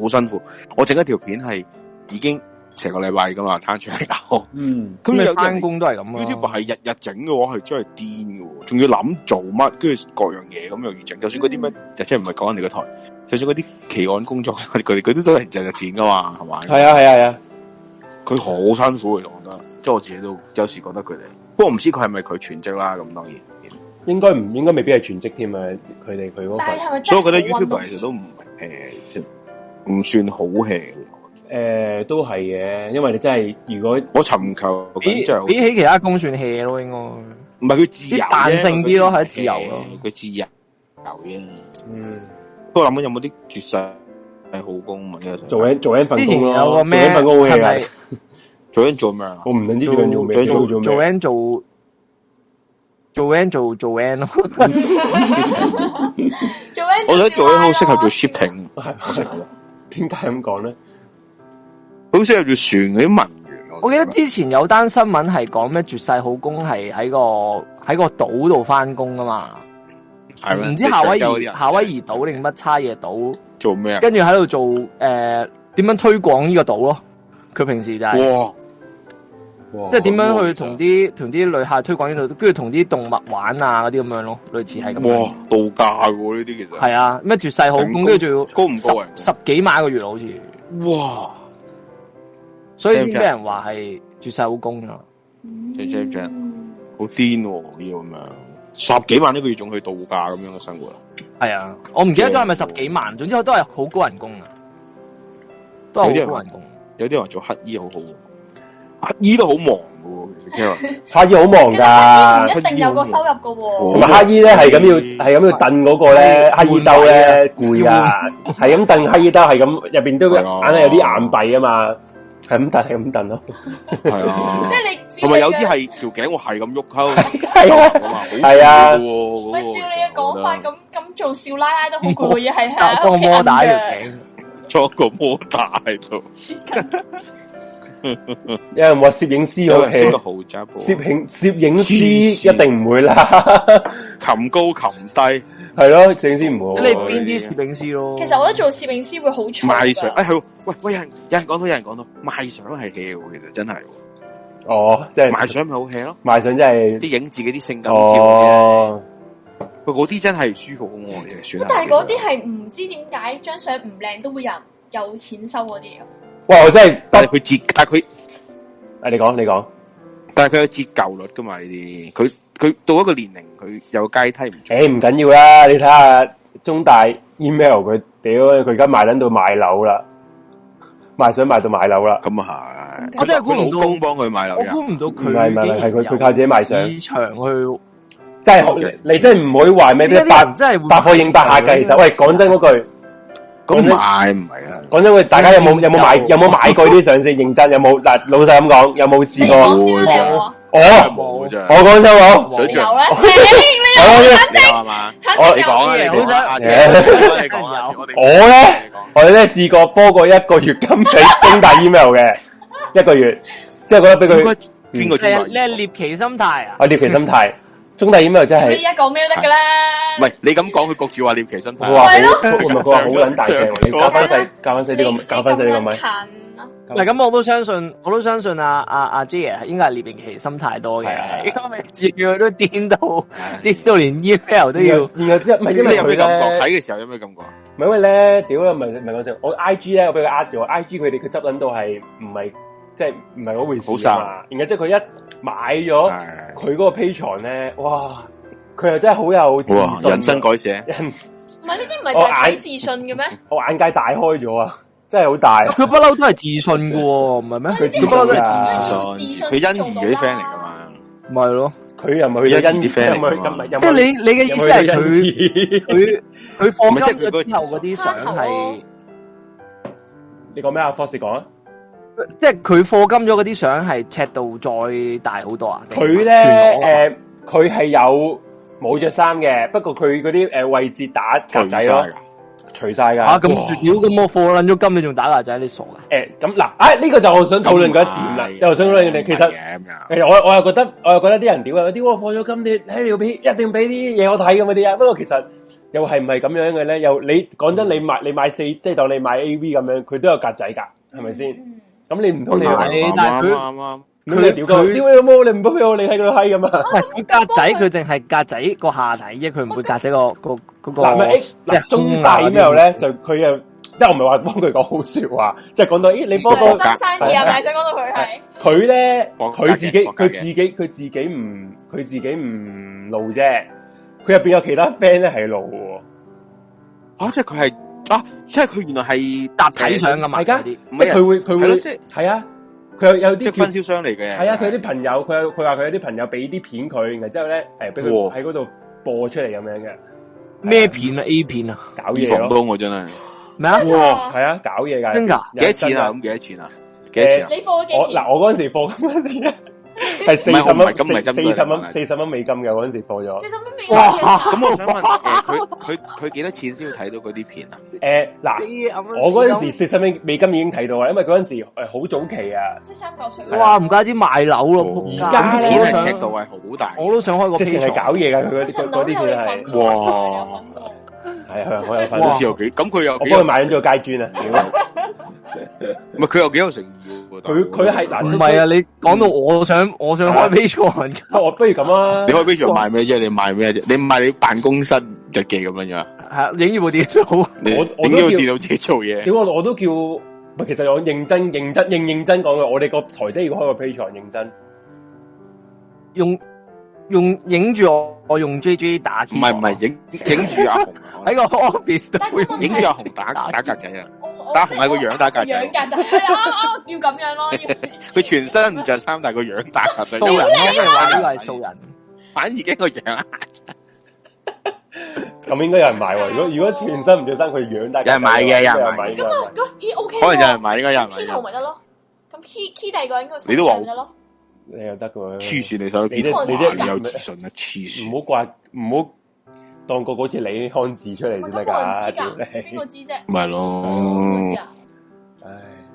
G: 好辛苦。我整一條片係已經成個禮拜噶嘛，攤住喺度。
C: 嗯，
G: 咁
F: 咁
G: 有
F: 你
G: 啲人
F: 翻工都係咁啊。
G: YouTube 係日日整嘅話，係真係癲嘅喎，仲要諗做乜，跟住各樣嘢咁又要整。就算嗰啲咩，就即係唔係講人哋個台，就算嗰啲奇案工作， 佢哋嗰啲都係日日剪噶嘛，係嘛？
C: 係啊，係啊，係啊。
G: 佢好辛苦嘅，我覺得，即係我自己都有時覺得佢哋。不過唔知佢係咪佢全職啦，咁當然。
C: 應該唔應該未必係全職添啊！佢哋佢嗰
D: 但係
C: 份
D: 係咪真係
G: 所以我覺得
D: 好運
G: YouTube 其實都唔誒，唔算好 hea。
C: 誒都係嘅，因為你真係如果
G: 我尋求
F: 比
G: 緊就
F: 比起其他工算 hea 咯，應該
G: 唔係佢自由啫
F: 啲彈性啲咯
G: 佢
F: 係自由咯，
G: 佢自由啫。
C: 嗯
G: 不過諗緊有冇啲絕世係好工啊？因為
C: 做緊做緊份
F: 之前
C: 工咯，
F: 有
C: 做
F: 個咩
C: 緊份工好 hea 啊
F: 係咪
G: 做緊做咩啊？
C: 我唔撚知做緊做咩，
G: 做
C: 做
F: 做
C: 做咩？
F: N 做做 N 做做 N 咯，
D: 做 N
G: 我覺得做緊好適合做 shipping，
C: 點解咁講咧？
G: 好適合做船嗰啲文員。
F: 我記得之前有單新聞係講咩絕世好工係喺個喺個島度翻工噶嘛，
G: 係咩
F: 唔知夏威
G: 長洲嗰啲
F: 夷
G: 人
F: 夏威夷島定乜叉嘢島，
G: 做咩啊？
F: 跟住喺度做誒點樣推廣呢個島咯，佢平時就係。
G: 哇！
F: 即係點
G: 哇
F: 樣去同啲同啲旅客推廣呢度，跟住同啲動物玩啊嗰啲咁樣咯，類似係咁樣。
G: 哇度假喎呢啲其實
F: 係啊，咩絕世好
G: 頂
F: 工，跟住仲要
G: 高唔高啊
F: 十十幾萬一個月好似，
G: 哇！
F: 所以
G: 正唔
F: 先
G: 正
F: 俾人話係絕世好工啊。
G: 正正正，好癲喎呢個咁樣，十幾萬一個月仲去度假咁樣嘅生活啊！
F: 係啊，我唔記得咗係咪十幾萬，總之都係好高人工啊，都係好高人工。
G: 有啲人話做乞衣好好喎，乞衣都好忙嘅喎， Karen
C: 哈姨好忙
G: 啊
C: 噶，
D: 一定有個收入噶喎。
G: 哦
C: 同埋哈姨咧係咁要
G: 嗯
C: 係咁要蹬嗰個咧，哈姨兜咧攰啊，係咁蹬哈姨兜係咁，入邊都
G: 係
C: 硬
G: 啊
C: 係有啲硬幣啊嘛，係咁蹬係咁蹬咯，
G: 係 啊
D: 即，係你照
G: 同埋有
D: 你
G: 啲
D: 嘅，
G: 係條頸我係咁喐 溝，
C: 係啊，
G: 哇好
C: 係啊
G: 攰喎
D: 咪
G: 嗰個
D: 照你嘅講法
G: 我覺得
D: 咁咁做少奶奶都好攰嘅嘢係
F: 搭
D: 喺
F: 個
D: 屋企
F: 摩
D: 摁
F: 打喺條
D: 嘅。
F: 頸，
G: 裝個摩打喺度，
C: 有人話攝影師
G: 有
C: 好
G: 人識
C: hea
G: 個豪宅部，
C: 攝影攝影
G: 黐
C: 師
G: 線
C: 一定唔會啦，
G: 擒高擒低
C: 係咯，攝影師唔
F: 咁
C: 會。
F: 你邊啲攝影師咯？
D: 其實我覺得做攝影師會好嘈
G: 賣相，
D: 㗎。
G: 哎係喎，喂喂有人有人講到有人講到賣相係 hea 喎，其實真係喎
C: 哦，即係
G: 賣相咪好 hea 咯，
C: 賣相真係
G: 啲影自己啲性感照嘅，
C: 哦。
G: 喂嗰啲真係舒服好愛嘅，算啦。
D: 但係嗰啲係唔知點解張相唔靚都會有人有錢收嗰啲嘅。啊
C: 哇！我真係不
G: 但係佢折，但係佢
C: 誒，你講你講，
G: 但係佢有折舊率噶嘛呢啲，佢佢到一個年齡佢有階梯唔
C: 誒、唔緊要啦，你睇下中大 email 佢，屌佢而家賣撚到買樓啦，賣想賣到買樓啦，
G: 咁啊係，
F: 我真係估唔
G: 佢
F: 到
G: 老公幫佢買樓
F: 我
G: 㗎
F: 估唔到
C: 唔係唔係
F: 佢
C: 係佢佢靠自己賣相
F: 市場去。
C: 真係好你真係唔可以話咩
F: 呢啲
C: 百
F: 人真係會
C: 百貨應百客嘅。其實喂，講真嗰句，
G: 咁
C: 講真
G: 買唔係啊，
C: 講真嗰句，大家有冇有冇買
F: 有
C: 有冇買過呢啲相先？認真有冇嗱？老實咁講，有冇
D: 你
C: 試過？
D: 講先啦，你有冇啊？
C: 我
G: 冇真
C: 我
G: 係。
C: 講真我，
G: 哦水
D: 有
G: 象
D: 咧，你
C: 我咧
G: 你話嘛？
C: 我
G: 你講啊，你講啊，阿姐，你講啊，我哋
C: 我咧，我咧試過科過一個月金俾中大 email 嘅一個月，即係覺得俾
G: 應該
C: 佢
G: 邊個
F: 你
G: 中
F: 係
G: 大？
F: 你係獵奇心態啊？
C: 我獵奇心態，中大 email 真係
D: 你。而家講咩都得㗎啦。
G: 唔係你咁講，佢焗住話獵奇身體
C: 佢。話好，
D: 係咯
C: 佢咪佢話好撚大隻喎，你搞翻細，搞翻細呢個，搞翻細呢個咪。
D: 近啊！
F: 嗱，咁我都相信，我都相信啊啊啊 J 爺應該係獵奇心態多
C: 係啊
F: 嘅，因為至佢都癲到
G: 唉
F: 癲到連 email 都要。
C: 然後之後唔係
G: 你
C: 因為
G: 有
C: 佢咧，
G: 咩感覺？睇
C: 唔
G: 嘅時候有咩感覺？
C: 係因為咧，屌啦，唔係唔係講笑，我 I G 咧，我俾佢呃咗，I G 佢哋佢執撚到係唔係即係唔係嗰回事啊嘛。然後即係佢一買咗
G: 係
C: 佢嗰個 Patreon 咧，哇！佢又真係好有自
G: 哇，
C: 信啊，
G: 人生改寫，
C: 人
D: 唔係呢啲唔係
G: 哦
D: 就係
G: 哎
D: 睇自信嘅 咩？
C: 我眼界大開咗啊，真係好大。
F: 佢不嬲都係自信嘅喎，唔係咩？
C: 佢自信啊
F: 佢不嬲都係
C: 㗎
F: 自
G: 自
F: 信，
G: 信，佢欣怡嗰啲 friend 嚟噶嘛？
F: 咪係咯？
C: 佢又唔係去咗
G: 一啲
C: 欣
G: friend
C: 又唔係
G: 嚟㗎
C: 又唔係又唔
G: 嘛
C: 係
F: 即係你你嘅意思係佢
C: 佢，
F: 佢佢
G: 唔
F: 放
G: 係即係佢
F: 金
G: 嗰個
F: 咗之後
G: 自信
F: 嗰啲相係，
C: 你講咩啊？Fox 講啊！
F: 即係佢課金咗嗰啲相係尺度再大好多啊！
C: 佢咧誒，佢係有冇着衫嘅，不過佢嗰啲誒位置打格仔咯，除晒
F: 啊
C: 噶。
F: 咁絕了咁我課撚咗金，你仲打牙仔，你傻噶？
C: 誒咁嗱，啊呢個就我想討論嗰一點啦，又想討論你其實。
G: 咁樣，
C: 誒，我我又覺得，我又覺得啲人屌啊，啲我放咗金，你誒要俾一定俾啲嘢我睇咁嗰啲啊。不過其實又係唔係咁樣嘅咧？又你講真，你買你買四，即係當你買 A V 咁樣，佢都有格仔㗎，係咪先？咁你唔通你話
F: 係但係佢
G: 啱啱
C: 咁你屌鳩，屌你老母，你唔俾我，你喺度閪咁啊！
F: 喂，佢格仔佢淨係格仔個下體啫，佢唔會格仔個個嗰個
C: 嗱，咪誒，
F: 即係啊
C: 嗱中大 email 咧，就佢又，即係我唔係話幫佢講好說話，即係講到，咦，你幫
D: 係
C: 我
G: 係
D: 新生 意啊！咪想講到佢係
C: 佢咧，
G: 講
C: 佢自己
G: 講
C: 佢
G: 價嘅
C: 自己佢自己唔佢自己唔露啫，佢入邊有其他 friend 咧係露嘅
G: 啊，即係佢係啊，即係佢原來係
F: 搭體相噶嘛，
C: 係㗎
F: 嗰啲
C: 喎，即係佢會佢
G: 係
C: 會
G: 咯即係
C: 係啊，佢有有
G: 即
C: 啲
G: 係分銷商嚟嘅。
C: 係啊，佢有啲朋友佢有佢話佢有啲朋友俾啲片佢，然後之後咧誒俾佢
G: 哇
C: 喺嗰度播出嚟咁樣嘅，
F: 咩片啊 A 片啊，
C: 搞
G: 以
C: 嘢咯，
G: 房東喎，真係
F: 咩啊？
G: 哇！
C: 係啊，搞嘢㗎，
F: 真㗎
G: 幾多錢啊？咁幾多錢啊？幾多錢啊？
D: 你貨幾
C: 我
D: 錢？
C: 嗱，我嗰陣時貨金嗰陣時 咧，係四十
G: 唔係我唔係咁唔係
C: 蚊，四
G: 針
C: 四
G: 對你
C: 十
G: 我
C: 蚊，
G: 係
C: 四十蚊美金嘅我嗰陣時貨咗
D: 四。十蚊俾
F: 哇
G: 咁我想問，誒佢佢佢幾多錢先會睇到嗰啲片啊？
C: 誒，嗱，
G: 哦啊
C: 我嗰陣時四十蚊美金已經睇到啦，啊因為嗰陣時誒好早期啊，哦
D: 即係三嚿水。
F: 哇，唔怪之賣樓咯，
G: 而
F: 仆
C: 家
G: 啲
C: 呢
F: 街
G: 片
F: 我都
G: 係尺
F: 想
G: 度係好大嘅。
F: 我都想開個
C: 直情
F: P
C: 係搞嘢㗎，佢嗰
D: 我
C: 啲
D: 層
C: 嗰
D: 樓
C: 嗰啲
D: 有你
C: 片
D: 份
C: 係
D: 過，
G: 哇
D: 有份過
C: 係係我有份，
G: 好
C: 我
G: 似有幾咁，佢有
C: 幫
G: 幾有
C: 佢買咗個街磚啊！ 屌，
G: 唔係佢有幾有誠意喎？
C: 佢佢係嗱
F: 唔
C: 即
F: 係啊！你講到我想我想開 P 床，
C: 不我不如咁啊
G: 啊你，開 p a 賣咩啫？你賣咩啫？你賣你辦公室日記咁樣樣，
F: 係啊影住部電腦，
G: 你
C: 我我
G: 影
C: 都
G: 咗
C: 叫
G: 電腦自己做嘢。
C: 屌我我都叫，唔係其實我認真認真認認真講嘅，我哋個台真係要開個 Patreon 認真，
F: 用用影住我，我用 J J 打
G: 唔
F: 機，
G: 係唔係，影影住阿紅啊，
F: 喺個 office 度
D: 但係個問題
G: 影住阿紅打
F: 打
G: 打格仔啊！
D: 我我
G: 打紅係個樣打曱
D: 養曱甴
G: 甴
D: 係啊，啱啱要咁樣咯，要
G: 佢全身唔着衫，但系个样大合就
F: 素人啊咯，即系
D: 啊
F: 话呢个系素人。啊
G: 反而驚個樣，啊
C: 咁應該有人買喎。如果如果全身唔着衫，佢養大
G: 有人買嘅有
C: 有人
G: 人買嘅
C: 買
D: 咁咦 OK 啊
G: 可能有人
D: 喎
G: 買，應該有人買
D: ，P 圖
G: 嘅。
D: 咪得咯，咁 P P 第二個人嗰個
G: 你都話
D: 咪得咯，
C: 你又得嘅。
G: 黐線，你想
C: 你
G: 邊
C: 真
G: 度
D: 你
G: 話
D: 真
G: 你有自信啊？黐
C: 唔
G: 線，
C: 好掛，唔好當個個好似你康字出嚟
D: 喂
C: 先
D: 咁
C: 得
D: 冇
C: 㗎。
D: 人知
C: 屌
D: 㗎，
C: 你
D: 邊個知啫？
G: 咪
D: 邊個
G: 咯
D: 知。啊？
C: 唉，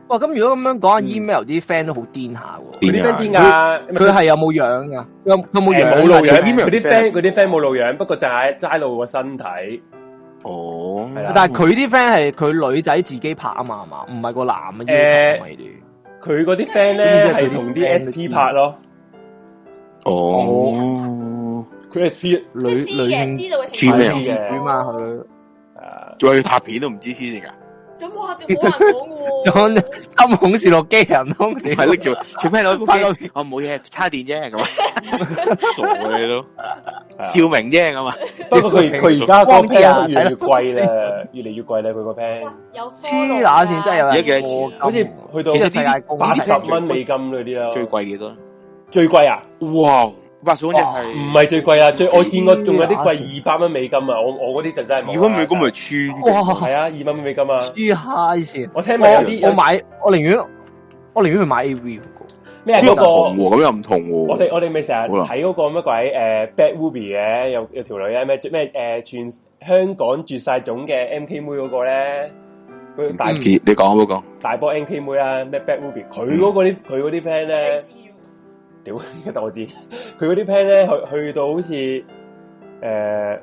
F: 哇，咁如果咁樣講，email 啲 friend 都好癲下
C: 佢
F: 喎。
C: 嗯啲 friend 癲㗎，
F: 佢係有冇樣㗎？有佢
C: 誒
F: 冇樣㗎？
C: 冇露樣，
G: 佢
C: 佢啲 friend
G: friend
C: 佢啲 friend 冇露樣，不過就係齋露個身體。
G: 哦，
C: 係啦
F: 但係佢啲 friend 係佢女仔自己拍啊嘛，係嘛？唔係個男嘅要求咪啲。
C: 佢嗰啲 friend 咧係同啲 SP 拍咯，
G: 哦，
C: 佢 SP
D: 即
F: 女
D: 係知嘅，
F: 女
D: 知道嘅
G: 知
D: 情況
G: 咩啊
C: 知嘅
F: 主嘛佢
C: 啊，
G: 仲有佢拍片都唔知黐線㗎，
D: 咁哇，好難講嘅
F: 仲
D: 喎
F: 有。金孔視錄機人咯，你
G: 係拎住做咩攞部
F: 拍個
G: 機？我冇嘢，叉電啫咁啊，傻嘅你都
C: 係啊
G: 照明啫咁啊，
C: 不過佢佢而家個
F: 光啲
C: plan
F: 啊
C: 越嚟越貴啦，越嚟越貴啦，佢個 plan
D: 有 f
F: 黐乸線真係有
G: 而家
F: 人
G: 幾多
F: 貨
G: 錢
C: 好似去到
G: 其實
F: 世界公
C: 八
G: 呢
C: 十
G: 啲
C: 蚊美金嗰啲啦，
G: 最貴幾多？
C: 最貴啊！
G: 哇，八十蚊一
C: 哦唔
G: 係，
C: 係最貴啊，最我見過仲有啲貴二百蚊美金啊！我我嗰啲就真係冇啊。
G: 如果美金咪穿嘅，
F: 哇
C: 係啊，二百蚊美金啊！
F: 黐閪線！
C: 我聽聞有啲
F: 我我
C: 有
F: 買，我寧願我寧願去買 A V
C: 咩啊
G: 咁又
C: 嗰
G: 唔同
C: 個，
G: 喎，咁又唔同喎。
C: 我哋我哋咪成日
G: 好啦
C: 睇嗰個乜鬼誒 Bad Ruby 嘅，有有條女咧咩咩誒全香港絕晒種嘅 M K 妹嗰個咧，佢大
G: 嗯你講好唔好講？
C: 大波 M K 妹啦，咩 Bad Ruby，佢嗰個啲佢嗰啲 plan 咧。屌， 得我知。佢嗰啲 plan 咧，去去到好似誒、呃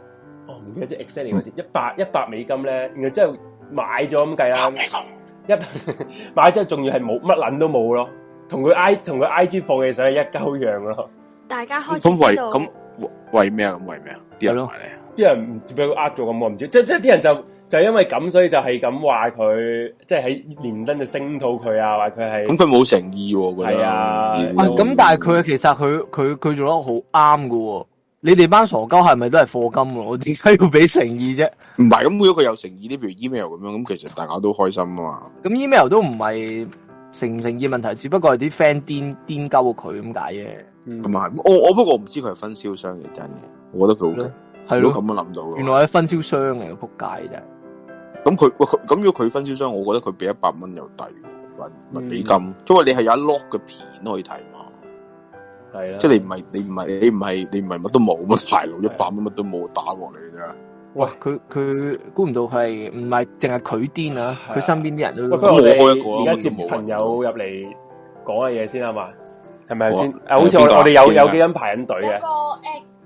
C: 我唔記得咗 exactly 嗰次，一百一百美金咧，然後之後買咗咁計啦，一 買咗仲要係冇乜撚都冇咯，同佢 I 同佢 I G 放嘅相係一鳩樣咯，
A: 大家開始
G: 咁為
A: 知道
G: 咁為咩啊？咁為咩啊？啲人埋嚟，
C: 啲人唔知俾佢呃咗咁，我唔知，即即係啲人就。就因為咁，所以就係咁話佢，即係喺連登就聲討佢啊，話佢係
G: 咁佢冇誠意喎，我覺得
C: 係啊
G: 嗯
F: 喂，咁但係佢其實佢佢佢做得好啱嘅喎。你哋班傻鳩係咪都係課金喎？我點解要俾誠意啫？
G: 唔係咁，如果佢有誠意啲，譬如 email 咁樣，咁其實大家都開心啊嘛。
F: 咁 email 都唔係誠唔誠意問題，只不過係啲 friend 癲癲鳩佢咁解啫。
G: 咁啊係，我我不過我唔知佢係分銷商嘅真嘅，我覺得佢好勁。
F: 係
G: 如果咁
F: 咯，
G: 樣諗到嘅話，
F: 原來係分銷商嚟嘅，撲街啫。
G: 咁佢喂佢咁如果佢分銷商，我覺得佢俾一百蚊又抵，或或美金，因為你係有一 lock 嘅片可以睇嘛。
C: 係啦，
G: 即係你唔係你唔係你唔係你唔係乜都冇乜大佬，一百蚊乜都冇打過你嘅啫。
C: 喂，
F: 佢佢估唔到佢係唔係淨係佢癲啊？
C: 係啊
F: 佢身邊啲人
C: 喂，不
F: 都
C: 如我
G: 冇開過
C: 哋
G: 啊
C: 而家接
G: 冇開過
C: 朋友入嚟講下嘢先啊嘛，係咪先
G: 好？
C: 啊，好似我
G: 邊個啊
C: 我哋有
G: 邊個啊
C: 有幾人排緊隊
D: 有
C: 嘅
D: 個，誒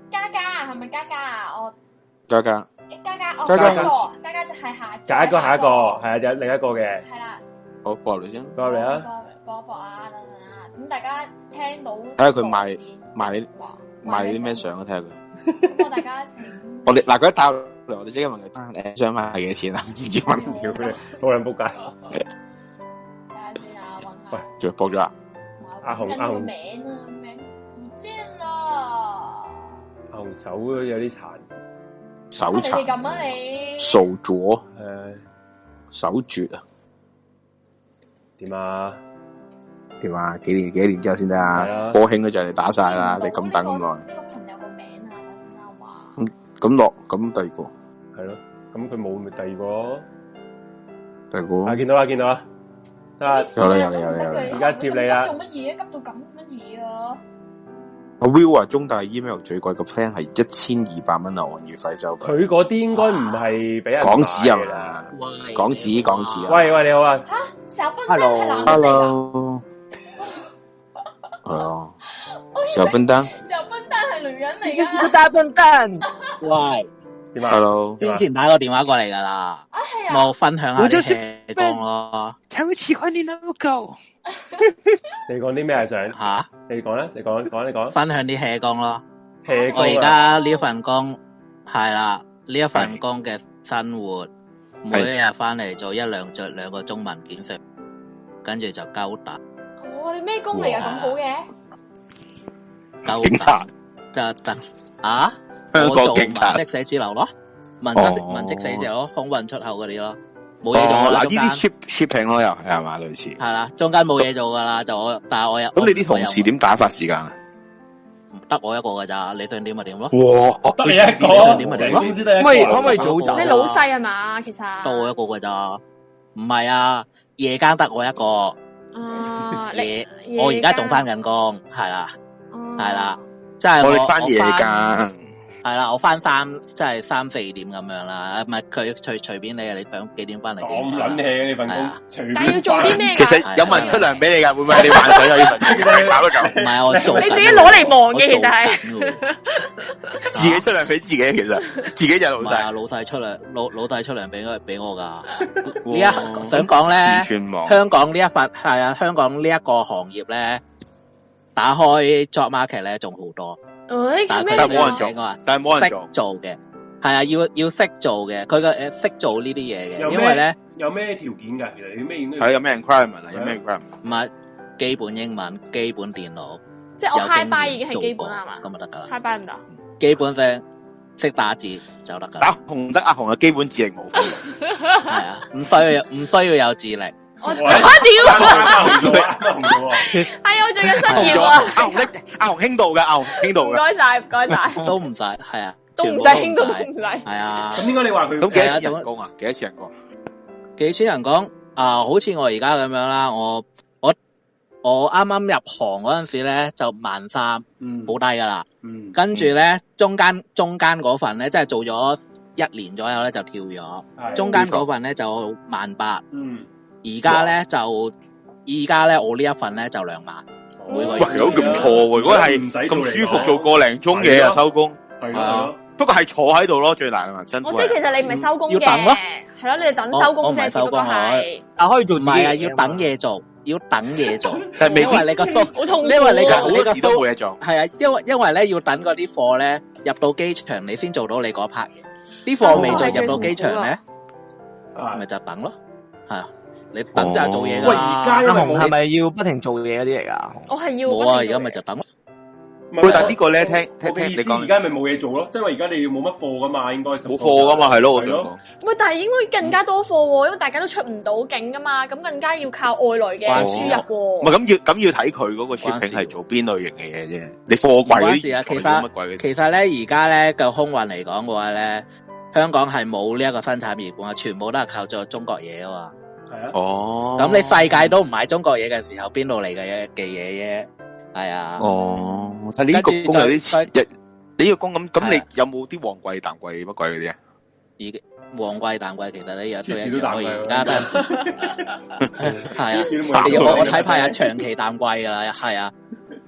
D: 嘉嘉係咪嘉嘉啊？我
G: 嘉嘉，
D: 誒嘉嘉哦，
G: 嘉嘉
D: 嘉個嘉嘉就係下
C: 就係一個下一個，係
D: 係
C: 啊，有另一個嘅，
D: 啦，
G: 好過嚟先，
C: 過嚟啊！
D: 播一播啊等等啊，咁大家聽到睇
G: 下佢賣賣你賣你啲咩
D: 相？
G: 相啊？睇下佢。
D: 咁啊，大家請
G: 我哋嗱佢一打落嚟，我哋即刻問佢單誒想買幾 多錢啊？自己問，
C: 屌你，好撚仆街！
D: 大家先啊，揾下
G: 仲播咗啊啦。
C: 阿紅
D: 跟
C: 阿紅
D: 個名啊，名唔見啦。
C: 牛手都有啲殘，
G: 手
D: 啊你哋
G: 殘
D: 咁啊你？
G: 數咗
C: 誒
G: 手絕啊？
C: 點啊？
G: 點啊？幾年幾年之後先得
C: 係啊
G: 啊？波兄嗰陣你打晒啦，你咁等咁耐，
D: 呢個朋友個名啊，等等啊，哇！
G: 咁落咁第二個
C: 係咯，咁佢冇咪第二個咯？
G: 第二
C: 啊，
G: 個
C: 見到啦，見到啦，啊，
G: 有啦有啦有啦有啦
C: 而家接你啦
D: 做乜嘢？急到咁乜嘢啊？
G: 阿 Will 話中大 email 最貴嘅 plan 係一千二百蚊啊，按月費就
C: 佢嗰啲應該唔係俾人
G: 港紙啊
C: 買嘅啦。
G: 嘛，港紙港紙啊
C: 喂喂，你好啊，
D: 小笨蛋係男人嚟
G: ，hello，係啊，小笨蛋
D: 噶，小笨蛋係女人嚟噶。
F: 大 笨蛋。
I: 喂，
C: 點啊？
G: ，hello，
C: 點啊
I: 之前打個電話過嚟㗎啦，
D: 啊，係啊，
I: 我分享下啲社工咯。
C: 你講啲咩係想？
I: 吓，
C: 你講啦，你講講你講。
I: 分享啲社工咯。
C: hea
I: 我而
C: 工啊！
I: 家呢份工係啦，呢一份工嘅生活，每一日翻嚟做一兩着兩個鐘文件食，跟住就鳩打
D: 我哋咩工嚟噶？咁好嘅，
I: 鳩
G: 警
I: 打
G: 察，
I: 就得啊！
G: 香
I: 我做
G: 港警察
I: 文職寫字樓咯，文職
G: 哦
I: 文職寫字樓咯，空運出口嗰啲咯，冇嘢做啊
G: 哦
I: 啦
G: 嗱，呢
I: 中間
G: 啲 cheap cheap 平咯，又係係嘛，類似。
I: 系啦，中間冇嘢做噶啦，就我，但係我有
G: 咁你啲同事點打發時間啊？
I: 得我一個噶咋，你想點咪點咯。
G: 哇
I: 得你一個你想
C: 啊
I: 點咪點咯公司得一個可唔可以可唔可以早走啊
D: 你老細係嘛？ 其實
I: 得我一個噶咋，唔係啊，夜間得我一個。
D: 啊，
I: 夜
D: 你
I: 我而家仲翻緊工，係啦，
D: 哦
I: 係啦，即係
G: 我哋翻夜間，
I: 系啦，我翻三即係三四點咁樣啦，唔係佢隨隨便你啊，你想幾點翻嚟？
C: 咁
I: 撚
C: 撚氣啊！呢份工
I: 工
D: 但係要做啲咩㗎
G: 其實有冇人出糧俾你㗎？會唔會係你幻想有呢份工？搞一搞，
I: 唔係啊我做
D: 你自己攞嚟忙嘅，其實係
G: 自己出糧俾自己，其實自己就係老
I: 唔係
G: 細。
I: 啊，老細出糧，老老細出糧俾我俾我噶。
G: 哇
I: 呢一想講
G: 完
I: 咧，
G: 全忙。
I: 香港呢一份係啊，香港呢一個行業咧，打開 job market 咧仲好多，
D: 誒係
I: 但係
D: 咩
I: 佢哋
D: 嚟
I: 冇人
D: 㗎？
I: 請我啊，
G: 但係冇人
I: 識
G: 做
I: 做嘅，係啊，要要識做嘅，佢嘅誒識做呢啲嘢嘅，
C: 有
I: 因為
C: 咩
I: 咧
C: 有咩條件㗎？其實你咩嘢都要
G: 係有咩 requirement 啊？有咩 requirement？
I: 唔係基本英文、基本電腦，
D: 即係我
I: 有經
D: high buy
I: 驗
D: 已經係
I: 做
D: 基本
I: 過
D: 啦，係嘛
I: 咁就得㗎啦，
D: ？high buy 唔得，
I: 基本上識打字就得㗎啦
G: 打，紅得阿啊紅嘅基本智力冇。
I: 係啊，唔需要有唔需要有智力。
D: 我屌！
C: 啱咗
D: 係
G: 哎
D: 我最近失
G: 紅
D: 業
G: 咗
D: 啊！
G: 阿紅咧，阿紅輕度嘅，阿紅輕度
D: 唔
G: 嘅。
D: 該晒，唔該晒，
I: 都唔使，系啊，
D: 都唔使輕度，都唔使。
I: 系啊。
C: 咁應該你話佢
G: 咁幾多
I: 係
G: 錢
I: 啊
G: 人工啊？幾多錢人工啊？
I: 幾千人講啊，好似我而家咁樣啦，我我我啱啱入行嗰陣時咧就萬三，好
C: 嗯
I: 低噶啦。
C: 嗯
I: 跟住咧中間中間嗰份咧，即係做咗一年左右咧就跳咗，
C: 係
I: 中間嗰份咧就萬八，
C: 嗯，
I: 而家咧就而家咧我呢一份咧就兩萬，每個
G: 喂，其
I: 月
G: 實都咁錯喎。如
C: 唔
G: 果係
C: 使做嚟
G: 咁舒服
C: 講
G: 做個零鐘嘢啊，收工。
C: 係咯
I: 係
C: 係
I: 啊
C: 咯。
G: 不過係坐喺度咯，最難啊，辛苦
D: 我
G: 係。
D: 即係其實你唔係收工嘅，
I: 要等咯
D: 係咯，你哋等收
I: 我
D: 工
I: 哦我唔
D: 啫，
I: 係
D: 只
I: 收
D: 不
I: 工
D: 過係
F: 但可以做
I: 唔
F: 自己
I: 係啊，
F: 嘢
I: 要
F: 啊嘛
I: 等嘢做，要等嘢做，
G: 但係未
I: 因
G: 必
I: 為 你個
D: 好痛苦
I: 因為你
D: 啊
I: 個
G: 好
I: 你個
G: 多時都冇嘢做。
I: 系啊，因為因为咧要等嗰啲貨咧入到機場，你先做到你嗰 part 嘢。啲
D: 哦
I: 貨未做入到機場咧，
C: 啊
I: 咪就等咯。係啊，你等就係做嘢㗎
C: 喂，
I: 啦
C: 而家因
F: 阿
C: 為
F: 紅
C: 我
F: 係咪要不停做嘢嗰啲嚟噶？
D: 我係要
I: 冇啊，而家咪就等咯。
C: 唔係
G: 喂，但係呢個咧，聽
C: 我
G: 聽聽
C: 嘅意
G: 你
C: 思，而
G: 講，
C: 家咪冇嘢做咯，因為而家你冇乜貨噶嘛，應該
G: 冇貨噶嘛，係咯，我
C: 係
G: 想講。
D: 喂，但係應該更加多貨喎，因為大家都出唔到境噶嘛，咁更加要靠外來嘅
I: 關
D: 輸
G: 哦唔
D: 入
G: 係
D: 喎。
G: 咁要咁要睇佢嗰個
I: 關
G: shipping
I: 事
G: 係做邊類型嘅嘢啫。你貨櫃嗰
I: 唔關事啊
G: 啲
I: 其實
G: 材料乜鬼嗰啲，
I: 其實咧，而家咧嘅空運嚟講嘅話咧，香港係冇呢一個新產業嘅嘛，全部都係靠咗中國嘢啊
C: 係啊，
G: 哦
I: 嘛。，咁你世界都唔買中國嘢嘅時候，邊度嚟嘅嘢嘅嘢啫？係啊。
G: 哦，但係呢個
I: 跟住
G: 工有
I: 就
G: 啲日，呢個工咁咁，
I: 係啊
G: 你有冇啲旺季、淡季乜鬼嗰啲啊？
I: 已經旺季淡季，其實你有都一
C: 次次都淡
I: 樣，
C: 季
I: 我而家都
C: 次
I: 係
C: 次都
I: 係啊
C: 冇人，
I: 我我
C: 做
I: 睇怕係長期淡季㗎啦，係啊，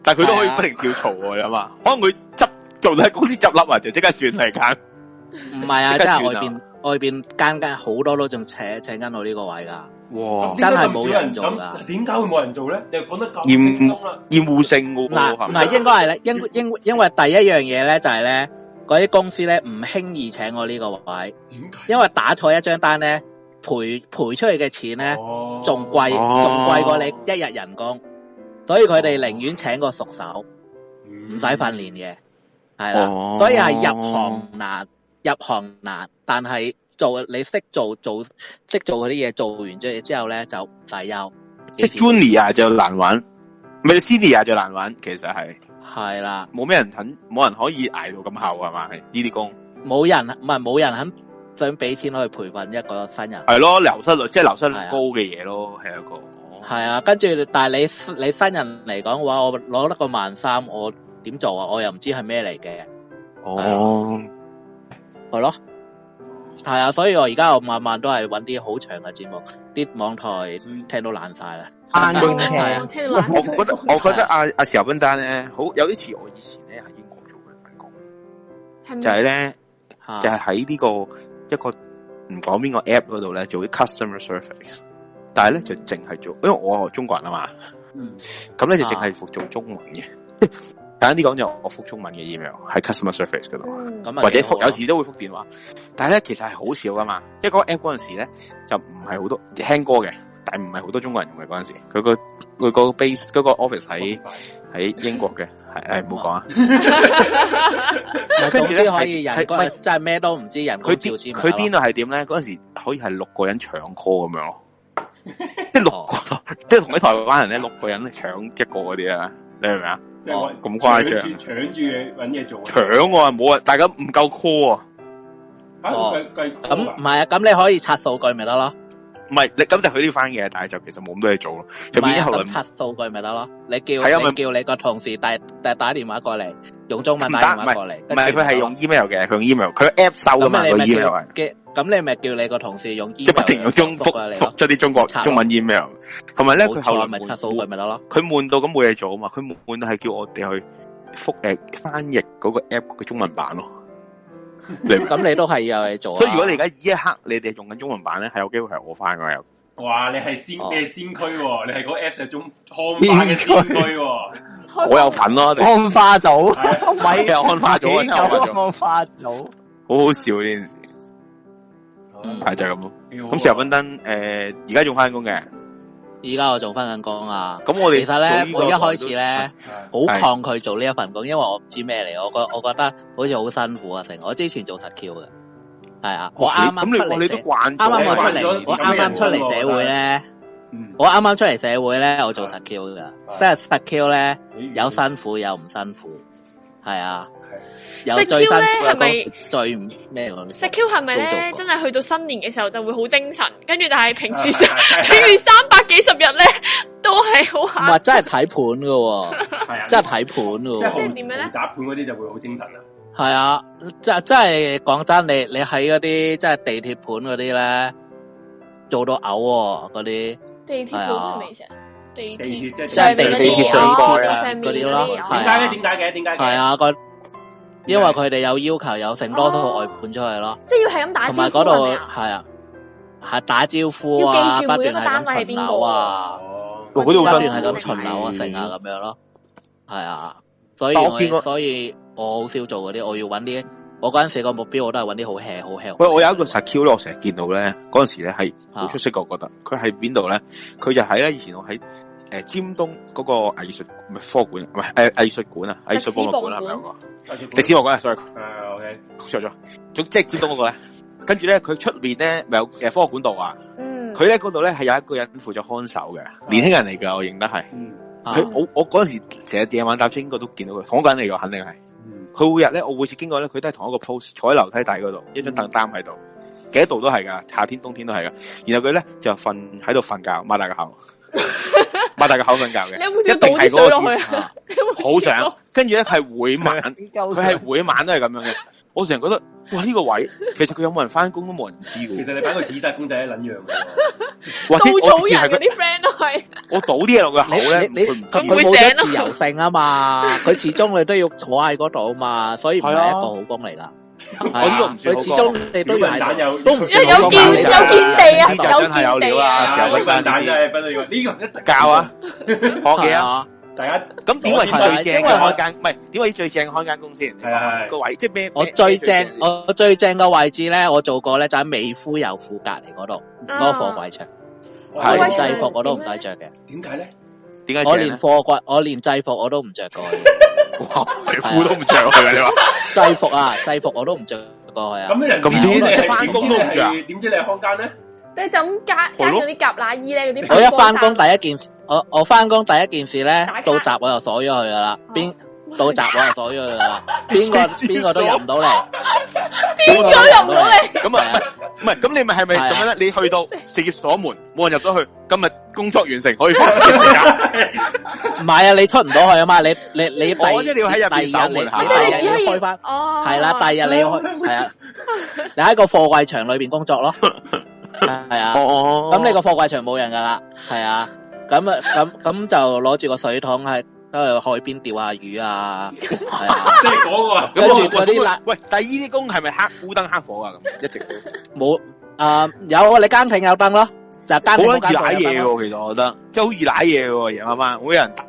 G: 但係佢都可以
I: 係啊
G: 不停跳槽喎，你嘛？可能佢執做到喺公司執笠啊，就即刻轉嚟間。
I: 唔係啊，
G: 即
I: 真
G: 刻
I: 係
G: 轉
I: 外邊外邊間間好多都仲請請緊我呢個位㗎，
G: 哇
C: 咁哦點解
I: 真係
C: 咁
I: 冇
C: 少
I: 人做㗎
C: 咁點解啊會冇人做咧？你又講
G: 哦
C: 得咁
G: 厭
C: 輕鬆啦，
G: 厭惡性嘅
I: 嗱
G: 喎，
C: 啊
G: 係
I: 唔係
G: 咪？
I: 應該係咧，因因因為第一樣嘢咧就係咧，嗰啲公司咧唔輕易請我呢個位，
C: 點解？
I: 因為打錯一張單咧，賠賠出去嘅錢咧
C: 哦
I: 仲貴仲
G: 哦
I: 貴過你一日人工，所以佢哋寧願請個熟手。唔
C: 唔
I: 使訓練嘅，係啦，
G: 嗯哦
I: 所以係入行難，入行難，但係做你識做做識做嗰啲嘢，做完咗之後咧就唔使憂。
G: 即係 junior 就難玩，唔係 senior 就難玩，其實係
I: 係啦，
G: 冇咩人肯，冇人可以捱到咁後係嘛？呢啲工。
I: 冇人唔係冇人肯想俾錢去培訓一個新人。
G: 系咯，流失率即系流失
I: 啊
G: 率高嘅嘢咯，系一个。
I: 係啊，跟住但係你你新人嚟講嘅話，我攞得個萬三，我點做啊？我又唔知係咩嚟嘅，
G: 哦，
I: 係咯。係啊，所以我而家我慢慢都係揾啲好長嘅節目，啲網台聽到爛晒啦。
F: 翻工
G: 咁
F: 車
D: 我聽到
G: 我
D: 懶
G: 覺得我覺得阿阿時候賓丹咧，好有啲似我以前咧喺英國做嘅份工，
D: 係
B: 嗯
G: 就
D: 咪
G: 係咧
I: 嚇
G: 就係喺呢個一個唔講邊個 app 嗰度咧做啲 customer service，但係咧就淨係做，因為我係中國人啊嘛，
C: 嗯
G: 咁咧就淨係服做中文嘅。 簡單啲講就我覆中文嘅 email 喺 customer service 嗰度。
D: 嗯
I: 咁啊
G: 或者
I: 幾好
G: 覆
I: 啊
G: 有時都會覆電話，但係咧其實係好少噶嘛，因為嗰個 app 嗰陣時咧就唔係好多聽歌嘅，但系唔係好多中國人用嘅嗰阵时，佢個佢個 base 嗰個 office 喺喺英國嘅，係 係唔好講啊。
I: 唔
G: 跟
I: 係，
G: 住
I: 總之
G: 呢
I: 可
G: 係
I: 以人
G: 係
I: 工
G: 喂
I: 真係咩都唔知，人工
G: 佢
I: 照
G: 癲
I: 知咪
G: 佢
I: 得咯
G: 癲到係點咧？嗰阵时可以係六個人搶 call 咁樣 咯，即係六
I: 哦
G: 個，即係同啲台灣人咧六個人搶一個嗰啲啊，你明唔明啊？
C: 即係搵
G: 咁誇張
C: 搶，住搶住嘢搵嘢做啊。
G: 搶喎冇啊，大家唔夠 call 啊！
C: 啊
I: 哦
C: 佢佢
I: 咁唔係啊，咁你可以刷數據咪得咯，
G: 唔係你咁就佢呢翻嘅，但係就其實冇咁多嘢做咯，
I: 唔
G: 就變
I: 係
G: 咗
I: 啊
G: 後來
I: 咁刷數據咪得咯，你叫
G: 係啊咪
I: 你叫你個同事打打打電話過嚟，用中文
G: 唔
I: 打
G: 得，
I: 電
G: 唔
I: 話過嚟
G: 係，唔係
I: 跟住咪
G: 佢
I: 得
G: 係
I: 咯
G: 用 email 嘅，佢用 email，佢 app 收噶嘛
I: 咁你
G: 個
I: 咪叫
G: email à. 係。
I: 嘅，咁你咪叫你個同事用 email
G: 即係不停用中
I: 嚟
G: 復
I: 覆
G: 復出啲中國
I: 拆咯
G: 中文 email，同埋咧
I: 冇
G: 佢
I: 錯
G: 後來
I: 咪刷
G: 悶
I: 數據咪得咯，
G: 佢悶到咁冇嘢做啊嘛，佢悶到係叫我哋去復誒翻譯嗰個 app 嘅中文版咯。你明
I: 咁你都係有嘢做啊。
G: 所以如果你而家呢一刻你哋用緊中文版咧，係有機會係我翻嘅又。
C: 哇！你係先
G: 哦
C: 你係先驅喎，你係嗰 apps 嘅中康巴嘅先驅喎。
G: 我有份咯，你
F: 安花組，
G: 係啊安花組啊真係安花組
F: 安花組，
G: 好好笑啊呢件事。係就係咁咯。
I: 好啊
G: 咁時候芬登誒而家仲翻工嘅，
I: 而家我仲翻緊工啊。
G: 咁我哋
I: 其實咧，
G: 做
I: 我一
G: 呢個
I: 開始咧好
G: 係
I: 抗拒做呢一份工，因為我唔知咩嚟，我覺我覺得好似好辛苦啊成。我之前做特 Q 嘅，係啊，我啱
G: 咁
I: 啱
G: 哦你
I: 出嚟
G: 你都
I: 社
G: 慣咗
I: 啱啱我出
G: 你慣咗
I: 嚟，我啱啱出嚟社會咧，
G: 嗯
I: 我啱啱出嚟社會咧，我做特 Q 嘅，即係特 Q 咧有辛苦有唔辛苦，係啊，有
L: 特 Q
I: 最辛苦
L: 呢係咪
I: 有最唔咩嗰啲
L: 食 Q 係咪
I: 都做
L: 咧？
I: 過
L: 真係去到新年嘅時候就會好精神，跟住但係平時三平時三百幾十日咧都係好
I: 唔係
L: 閒。
I: 真係睇盤
C: 啊
I: 嘅喎，真係睇盤嘅
C: 即係
I: 喎，
C: 豪
L: 點樣咧
C: 豪宅盤嗰啲就會好精神啦。
I: 系啊，真真系講真，你你喺嗰啲即係地鐵盤嗰啲咧，做到嘔喎嗰啲，
L: 地鐵
I: 係
L: 盤係
I: 啊
L: 咪意思啊？地
C: 地鐵即
L: 鐵
C: 係
I: 即係地
L: 面嗰
I: 地鐵
L: 啲
I: 上
L: 哦
I: 蓋啊
L: 上面
I: 嗰啲
L: 嗰啲
I: 咯
L: 哦
C: 點解咧？點解嘅？點解嘅？
I: 係啊個，因為佢哋有要求有成多套外判出去咯，
L: 哦即係要係咁打
I: 同埋
L: 招呼
I: 嗰
L: 係
I: 度
L: 咪啊？
I: 係啊，係打招呼啊，
L: 要記住
I: 不
L: 每一
I: 斷
L: 個
I: 係
L: 單位
I: 咁
L: 係
I: 巡
L: 邊
I: 樓
L: 個
I: 啊，
G: 哇嗰啲好
I: 不斷
G: 辛
I: 係
G: 苦
I: 咁巡樓啊，成啊咁樣咯，係啊，所以
G: 但我
I: 我
G: 見過
I: 所以我好少做嗰啲，我要揾啲，我嗰陣時個目標我都係揾啲好 hea 好 hea。
G: 喂，我有一個 secure 咧，我成日見到咧，嗰陣時咧係好出色嘅，我覺得佢喺邊度咧？佢就喺咧以前我喺誒、呃尖東嗰個藝術唔係科學館，唔係誒藝術館啊，藝術博物館係咪有個？歷史博物館啊，sorry，
C: 誒，OK，
G: 錯咗，總即係尖東嗰個咧。跟住咧，佢出面咧咪有誒科學館度啊，
L: 嗯
G: 佢咧嗰度咧係有一個人負責看守嘅，年輕人嚟㗎，我認得係。佢、
I: 啊
G: 我我嗰陣時成日夜晚搭車應該都見到佢，同一個人嚟㗎，肯定係。
L: 嗯
G: 佢每日咧，我每次經過咧，佢都係同一個 pose 坐喺樓梯底嗰度，一張凳擔喺度，幾多度都係㗎，夏天冬天都係㗎。然後佢咧就瞓喺度瞓覺，擘大 個口，擘大個口瞓覺嘅。
L: 你有冇試
G: 一
L: 過
G: 定
L: 倒啲
G: 係
L: 水
G: 嗰個
L: 落
G: 姿
L: 去
G: 勢
L: 啊？
G: 好想，跟住咧佢係 每晚，佢係每晚都係咁樣嘅。我成日覺得，哇呢、個位其實佢有冇人翻工都冇人知
C: 其
G: 㗎
C: 實你擺個紙紮公仔一撚樣嘅喎。
G: 喎，或者
L: 稻
G: 我
L: 草
G: 直接
L: 人
G: 係
L: 嗰
G: 佢，
L: 啲 friend 都係。
G: 我倒啲嘢落佢口咧，
I: 你
G: 佢唔
I: 佢
L: 唔
I: 冇
L: 會
I: 咗
L: 醒咯
I: 自由 性啊嘛，佢始終你都要坐喺嗰度啊嘛，所以唔係一個好工嚟噶。
C: Ờ,
G: 我呢個唔算
I: 佢
G: 好
I: 始
G: 工
I: 終你都要
C: 小笨蛋
I: 喺
C: 有
I: 度，都唔
L: 因為有見有見地啊，有見地啊，
G: 時候
C: 呢
G: 搵
C: 份
G: 返
C: 蛋
G: 呢啲
C: 真係分到呢個，呢個人一定
G: 教啊， 學嘢啊。！
C: 大家
G: 咁點為之最正
I: 係啊因為
G: 嘅開間？唔係點為之最正嘅開間公司？
C: 係啊係
G: 個位即係咩？
I: 我
G: 咩
I: 最正，我最正嘅位置咧，我做過咧就喺美孚油庫隔離嗰度嗰個貨櫃場，我連制服我都唔使着嘅，
C: 點解咧？
G: 點解
I: 我
G: 正
I: 連
G: 咧？
I: 貨櫃我連制服我都唔着過去，
G: 哇連褲都唔着佢啊！你話
I: 制服啊制服我都唔着過去啊。
C: 咁人
G: 咁
C: 點
G: 癲啊
C: 知你
G: 即係
C: 係
G: 返工都唔着啊
C: 點知你係看更咧？
L: 你就咁加加咗啲夾乸衣咧，嗰啲
I: 我一翻
L: 翻
I: 工第一件事，我我翻工第一件事咧
L: 打卡，
I: 到閘我就鎖咗佢噶啦，邊到閘我就鎖咗佢噶 啦，邊個
G: 直接
I: 邊個都入唔到嚟，
L: 邊個入唔到嚟？
G: 咁啊，唔係咁你咪係咪咁樣咧？你去到直接鎖門，冇人入到去，今日工作完成可以放工
I: 唔係啊，你出唔到去啊嘛，你你你第
G: 我即係你要喺入邊
I: 第二日
G: 守
I: 你
G: 門口
L: 即係你
I: 第
L: 只可
I: 二日
L: 以
I: 要 開翻，
L: 哦，
I: 係啦，第二日你要 開，係啊，你喺個貨櫃場裏邊工 作咯，係啊。
G: 哦
I: 咁你個貨櫃場冇人噶啦，係啊，咁啊咁咁就攞住個水桶喺喺海邊釣下魚啊，係啊，
C: 即係嗰個啊
I: 跟住嗰啲辣
G: 喂，但係呢啲工係咪黑烏燈黑火啊？咁一直都
I: 冇啊、有啊你間艇有燈咯，就間艇
G: 好撚
I: 冇
G: 易
I: 間
G: 賴
I: 艇有燈
G: 嘢
I: 咯。
G: 喎，其實我覺得即係好易賴嘢喎，夜晚晚會有人打。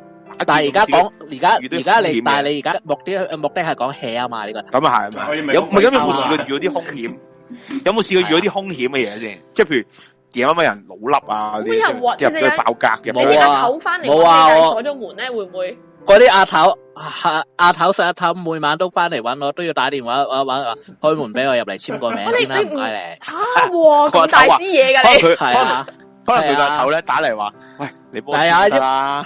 I: 但係而家講，而家
G: 遇到
I: 而家你
G: 風險嘅
I: 但係你而家目的目的係講 hea 啊嘛呢個題。
G: 咁啊係 咪？有唔係咁有冇試過遇到啲風險？有冇試過遇到啲風險嘅嘢先？即係譬如夜晚晚有人老笠啊，
D: 會有人暈
G: 啲啲人
D: 其實
G: 都爆格嘅，
D: 你哋阿口翻嚟，
I: 冇啊
D: 我哋
I: 我
D: 係鎖咗門咧，會唔會？
I: 嗰啲阿頭阿阿頭細阿頭每晚都翻嚟揾我，都要打電話揾揾開門俾我入嚟簽個名先啦，唔該
D: 吓，哇，咁大
L: 啊
D: 支嘢㗎
I: 你。
D: 你，
I: 係啊，
G: 可能佢個頭咧打嚟話：，喂，你幫我
I: 係啊
G: 簽得啦，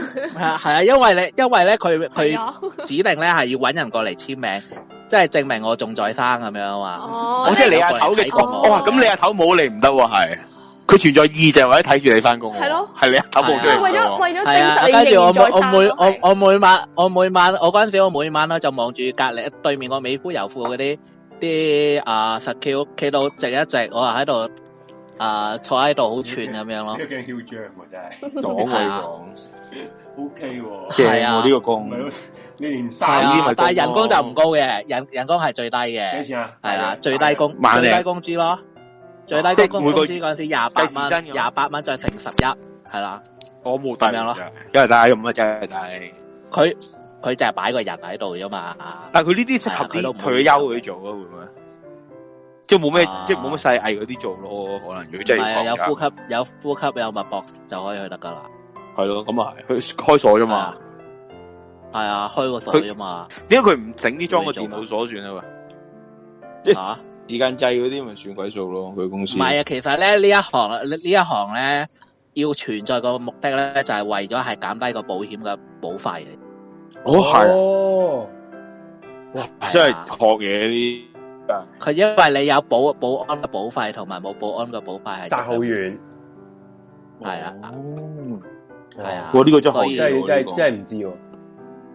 I: 係啊係啊，因 為你因為咧佢
L: 係啊
I: 佢指定咧係要揾人過嚟簽名，即係證明我仲在生咁樣啊嘛。
L: 哦
G: 我即係你阿頭嘅角，我話咁你阿頭冇你唔得喎，係佢存在意義就係為咗睇住你翻工喎，
I: 係咯
G: 係你阿頭冇
I: 係啊
G: 咗你
I: 為
G: 唔得
I: 咗
G: 喎，
D: 為咗
I: 係
D: 證
I: 啊，
D: 實你
I: 跟住
D: 仍
I: 我
D: 然
I: 每
D: 在
I: 我
D: 生
I: 每我我每晚我每晚我嗰陣時我每晚咧就望住隔離對面個美孚油庫嗰啲啲啊實 Q 企到直一直，我話喺度啊坐喺度好串咁樣咯
C: 呢。個幾囂張喎，真係
G: 講我要
C: O K 喎，
G: 講，正喎呢個工
C: 咪，咯你連三
I: 係
C: 呢咪
I: 啊
C: 高，
I: 但係人工就
C: 咯
I: 唔高嘅，人人工係最低
C: 幾多
I: 嘅，
C: 錢啊？
I: 係啦，最低工
G: 萬零
I: 最低工資咯，最低工
G: 即係每
I: 工
G: 個
I: 資嗰陣時廿
G: 計
I: 八
G: 時薪咁
I: 蚊，廿八蚊再乘十一，係啦，
G: 我冇
I: 咁
G: 帶
I: 樣咯。
G: 因為帶咁啊，真係帶。
I: 佢佢就係擺個人喺度啫嘛，
G: 但係佢呢啲適合
I: 係啊佢都唔
G: 啲
I: 會
G: 退休嗰啲做咯，會唔會？即係冇咩
I: 啊，
G: 即係冇乜細藝嗰啲做咯，可能如果真
I: 係
G: 係
I: 啊，
G: 要
I: 有
G: 講
I: 呼吸有呼吸有脈搏就可以去得噶啦。
G: 係咯，咁啊係，佢開鎖啫
I: 係
G: 嘛
I: 啊。系啊，开个鎖啫嘛。
G: 點解佢唔整啲裝個電腦鎖算啊？喂，
I: 吓
G: 時間制嗰啲咪算鬼數咯，佢公
I: 唔
G: 司。
I: 係啊，其實咧呢一行呢一行咧，要存在個目的咧，就係為咗係減低個保險嘅保費。
G: 哦係，
C: 哦，
I: 係啊
G: 真係學嘢呢啲啊，
I: 佢因為你有保保安嘅保費同埋冇保安嘅保費係
C: 扎好遠，
I: 係啊係
G: 哦
I: 啊。
G: 哇呢個真係
I: 所
G: 學
I: 以
G: 嘢
C: 哦真
G: 喎
C: 係真
G: 呢個
C: 係真係唔知喎。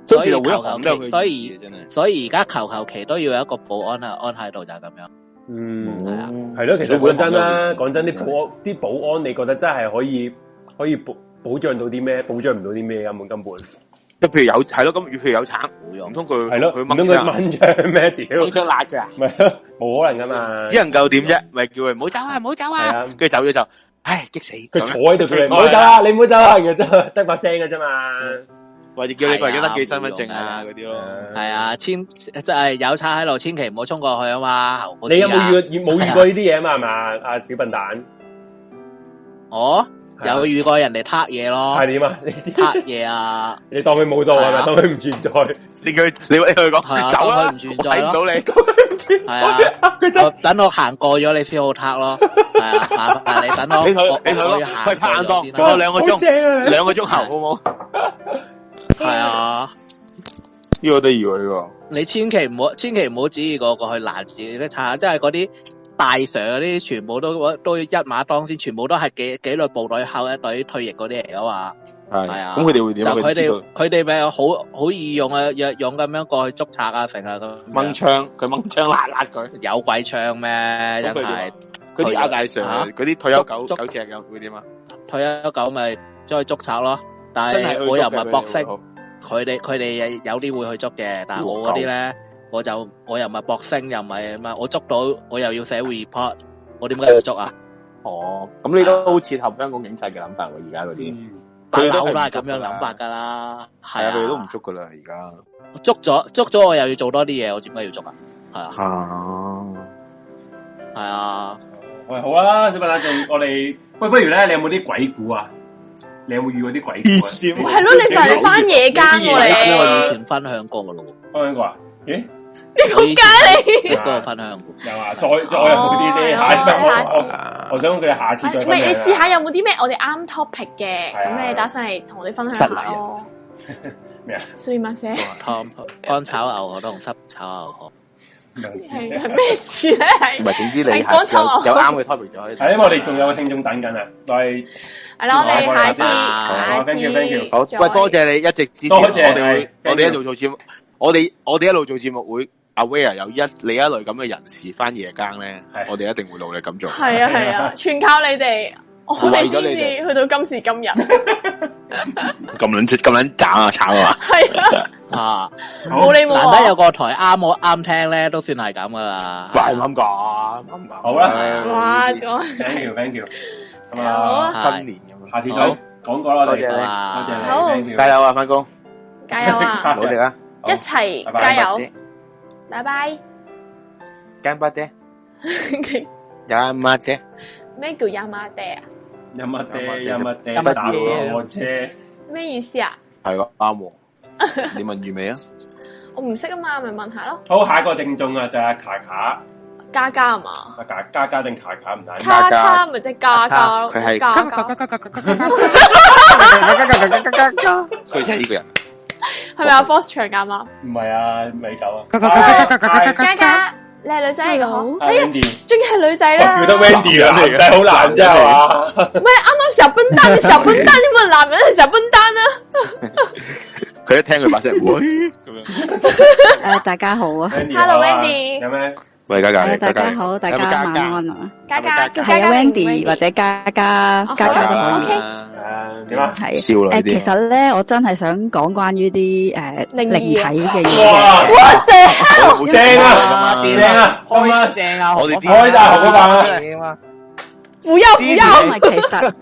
G: 所
I: 所
G: 以
I: 以
G: 其實每
I: 求
G: 一
I: 求
G: 行都有佢嘅
I: 其所
G: 意義
I: 以
G: 真係
I: 所以而家求求其都要有一個保安啊安喺度就係咁樣。
C: 嗯，
I: 係啊，
C: 係咯，其實講真啦，
G: 所以
C: 講真啲
G: 嗯
C: 保啲保安，你覺得真係可以可以保保障到啲咩？保障唔到啲咩根本根本
G: 即係譬如有係咯，咁譬如有橙，唔通佢
C: 係咯，
G: 佢
C: 唔通佢掹槍咩？屌，
G: 掹槍辣㗎啊？
C: 咪咯，冇可能噶嘛！
G: 只能夠點啫？咪叫佢唔好走啊，唔好走
C: 係啊
G: 啊！跟住走咗就，唉，激死
C: 佢坐喺度，佢唔
G: 唔
C: 好
G: 好
C: 走啦，你唔好走啦，然後得得把聲嘅啫嘛。
G: 或者叫你個人
I: 係啊
G: 登記身份證啊
I: 冇
G: 嗰啲咯。
I: 係啊，千即係有差喺度，千祈唔好衝過去啊嘛。啊
C: 你有冇遇
I: 遇？
C: 遇冇遇過呢啲嘢啊嘛？係嘛？阿小笨蛋
I: 我
C: 係啊
I: 哦有遇過人哋挞嘢咯。
C: 係 點啊？你
I: 黑嘢啊，
C: 你當佢冇到係
I: 係
C: 咪？
I: 啊
C: 當佢唔存在，
G: 你叫佢，你你同佢
I: 係
G: 講
I: 啊
G: 走啦，
I: 當佢唔存在
G: 睇唔
I: 咯
G: 到你。
I: 系啊，我等我行過咗你先好挞咯，係啊，麻煩你等我，
G: 你同
I: 我
G: 佢你同佢
I: 我要
G: 講，喂，拍
I: 行
G: 眼
I: 過
G: 檔，
I: 咗
G: 仲有
I: 先啦，
G: 兩個
C: 好
G: 鐘，
C: 正啊！
G: 兩個鐘頭好唔好？
I: 系啊，
G: 呢個得意喎，呢個。
I: 你千祈唔好，千祈唔好旨意個個去攔住啲賊，即係嗰啲大 Sir 嗰啲，全部都都一馬當先，全部都係紀紀律部隊後一隊退役嗰啲嚟噶嘛，
G: 係
I: 係啊，
G: 咁佢哋會點啊？
I: 就佢
G: 佢哋知道
I: 哋佢哋咪好好易用啊，弱勇咁樣過去捉賊啊，成啊咁
G: 掹
I: 樣，
G: 槍，佢掹槍辣辣佢。
I: 有鬼唱咩？
G: 咁
I: 真
G: 佢點
I: 係
G: 啊。嗰啲亞大
I: 啊
G: Sir，嗰啲退休
I: 捉
G: 狗
I: 捉
G: 狗隻咁會點啊？
I: 退休狗咪再去捉賊咯。但
G: 真係
I: 係
G: 去
I: 我
G: 捉
I: 又唔係
G: 嘅
I: 搏
G: 佢
I: 色
G: 哋，會
I: 佢哋佢哋有啲會去捉嘅，但係我
G: 戇
I: 嗰
G: 鳩
I: 啲咧，我就我又唔係搏星，又唔係乜，我捉到我又要寫 report，我點解要捉啊？
G: 哦，咁你都好似合香港警察嘅諗法喎，而家嗰啲。
I: 大
G: 佢哋都
I: 佬
G: 係
I: 啦，
G: 唔捉
I: 咁
G: 㗎
I: 樣
G: 啦
I: 諗法㗎啦，係
G: 係啊，佢哋都唔
I: 啊，
G: 捉噶啦，而家。
I: 捉咗捉咗，我又要做多啲嘢，我點解要捉啊？係啊，
G: 啊。
I: 係啊，
C: 喂，好啊，小笨蛋，仲我哋喂，不如咧，你有冇啲鬼故啊？你有冇遇過啲鬼故啊？
G: 黐線
C: 你
L: 係咯，你快啲翻夜更
I: 呢個以
L: 喎
I: 前分享過㗎咯，
C: 我聽過啊？咦，
L: 你，你仆街你。
I: 呢個
C: Dạ.
I: 分享過。
C: 有啊，再再有冇啲先，下一集
L: 哦下一次
C: 我我我想佢哋下次再
L: 唔
C: 分
L: 係你試
C: 享啊
L: 下有冇啲咩我哋啱 topic 嘅，
C: 係啊
L: 咁你打上嚟同我哋分享下咯。
C: 咩啊？
L: 蘇利曼寫
I: 湯乾炒牛河同濕炒牛河，
L: 係係咩事咧？
G: 唔
L: 係
G: 係，總之
L: 係
G: 你 下次
L: 講
G: 有
L: 錯
G: 有啱嘅 topic 就可以。
C: 係因為我哋仲有個聽眾等緊啊，我係
L: 係啦，我哋下次
C: 好
I: 啊
L: 下次
C: thank you，thank you
G: 好，喂，多謝你一直支持我
C: 多謝
G: 我哋會，
C: 係
G: 我哋一路做節目，我哋我哋一路做節目會 aware 有一你一類咁嘅人士翻夜更咧
C: 係，
G: 我哋一定會努力咁做。
L: 係啊係啊，全靠你哋，我哋先至去到今時今日。
G: 咁撚咁撚渣啊，慘啊！
L: 係啊，
I: 啊！
L: 冇你冇
I: 難得
L: 我。
I: 有個台啱我啱聽咧，都算係咁噶啦。
G: 喂，啱講，啱講。
C: 啊好啦
G: 啊
L: 哇，咁
C: thank you，thank you，
L: 好
C: 咁啊
L: 啊，
G: 今年咁樣，
C: 下次再
I: 好
C: 講過啦，我哋
G: 多謝
C: 多
G: 你
C: 謝你
L: 好
C: ，thank you，
G: 加油啊，翻工，
L: 加 油啊！
G: 努力啊，
L: 一齊
C: 拜拜
L: 加油，拜拜。
G: 干巴爹，干巴爹。
D: 咩叫亚麻爹啊？
C: 有乜
G: 嘢
C: 嘢？有乜
G: 有
C: 嘢？
G: 乜嘢
C: 打我車
D: 咩意思啊？
G: 系咯，啱喎。你問完未啊？
D: 我唔識啊嘛，咪問下咯。
C: 好，下一個定中啊，就係卡卡，
D: 嘉嘉啊嘛，
C: 啊卡加加定卡卡唔睇。
D: 卡卡咪即係嘉嘉咯，
C: 佢係
D: 嘉嘉，
G: 佢就係呢個人。
D: 係咪阿 Force 唱㗎嘛？
C: 唔係啊，美狗啊。
D: 哎嘉嘉，你係女仔嚟嘅嗬？哎呀，
C: Wendy，
D: 仲要係女仔
C: 我
D: 啦，
C: 叫得 Wendy
G: 哎
C: 啊，男仔好難啫係嘛？
D: 唔係啱啱小笨蛋嘅小笨蛋，你咪男人係小笨蛋啊！
G: 佢一聽佢把聲， 喂咁樣。
M: 诶，大家好啊
D: Hello Wendy，
C: 有咩？
G: 喂，家
M: 係啊
G: 家，
M: 大家
G: 家
M: 好，大家
G: 家
M: 晚安啊！
D: 嘉嘉叫
M: 系
D: 嘉嘉定
M: Wendy 或者嘉嘉，嘉嘉都可以。
C: 誒點啊？
M: 係
G: 笑
M: 誒
G: 啦呢
M: 其
G: 啲。
M: 實咧，我真係想講關於啲誒靈體嘅嘢。
C: 哇
M: 哇！
G: 好
C: 正啊，正啊，
F: 開正啊，
G: 我哋啲
C: 開大紅啊！
D: 不要
M: 因為其實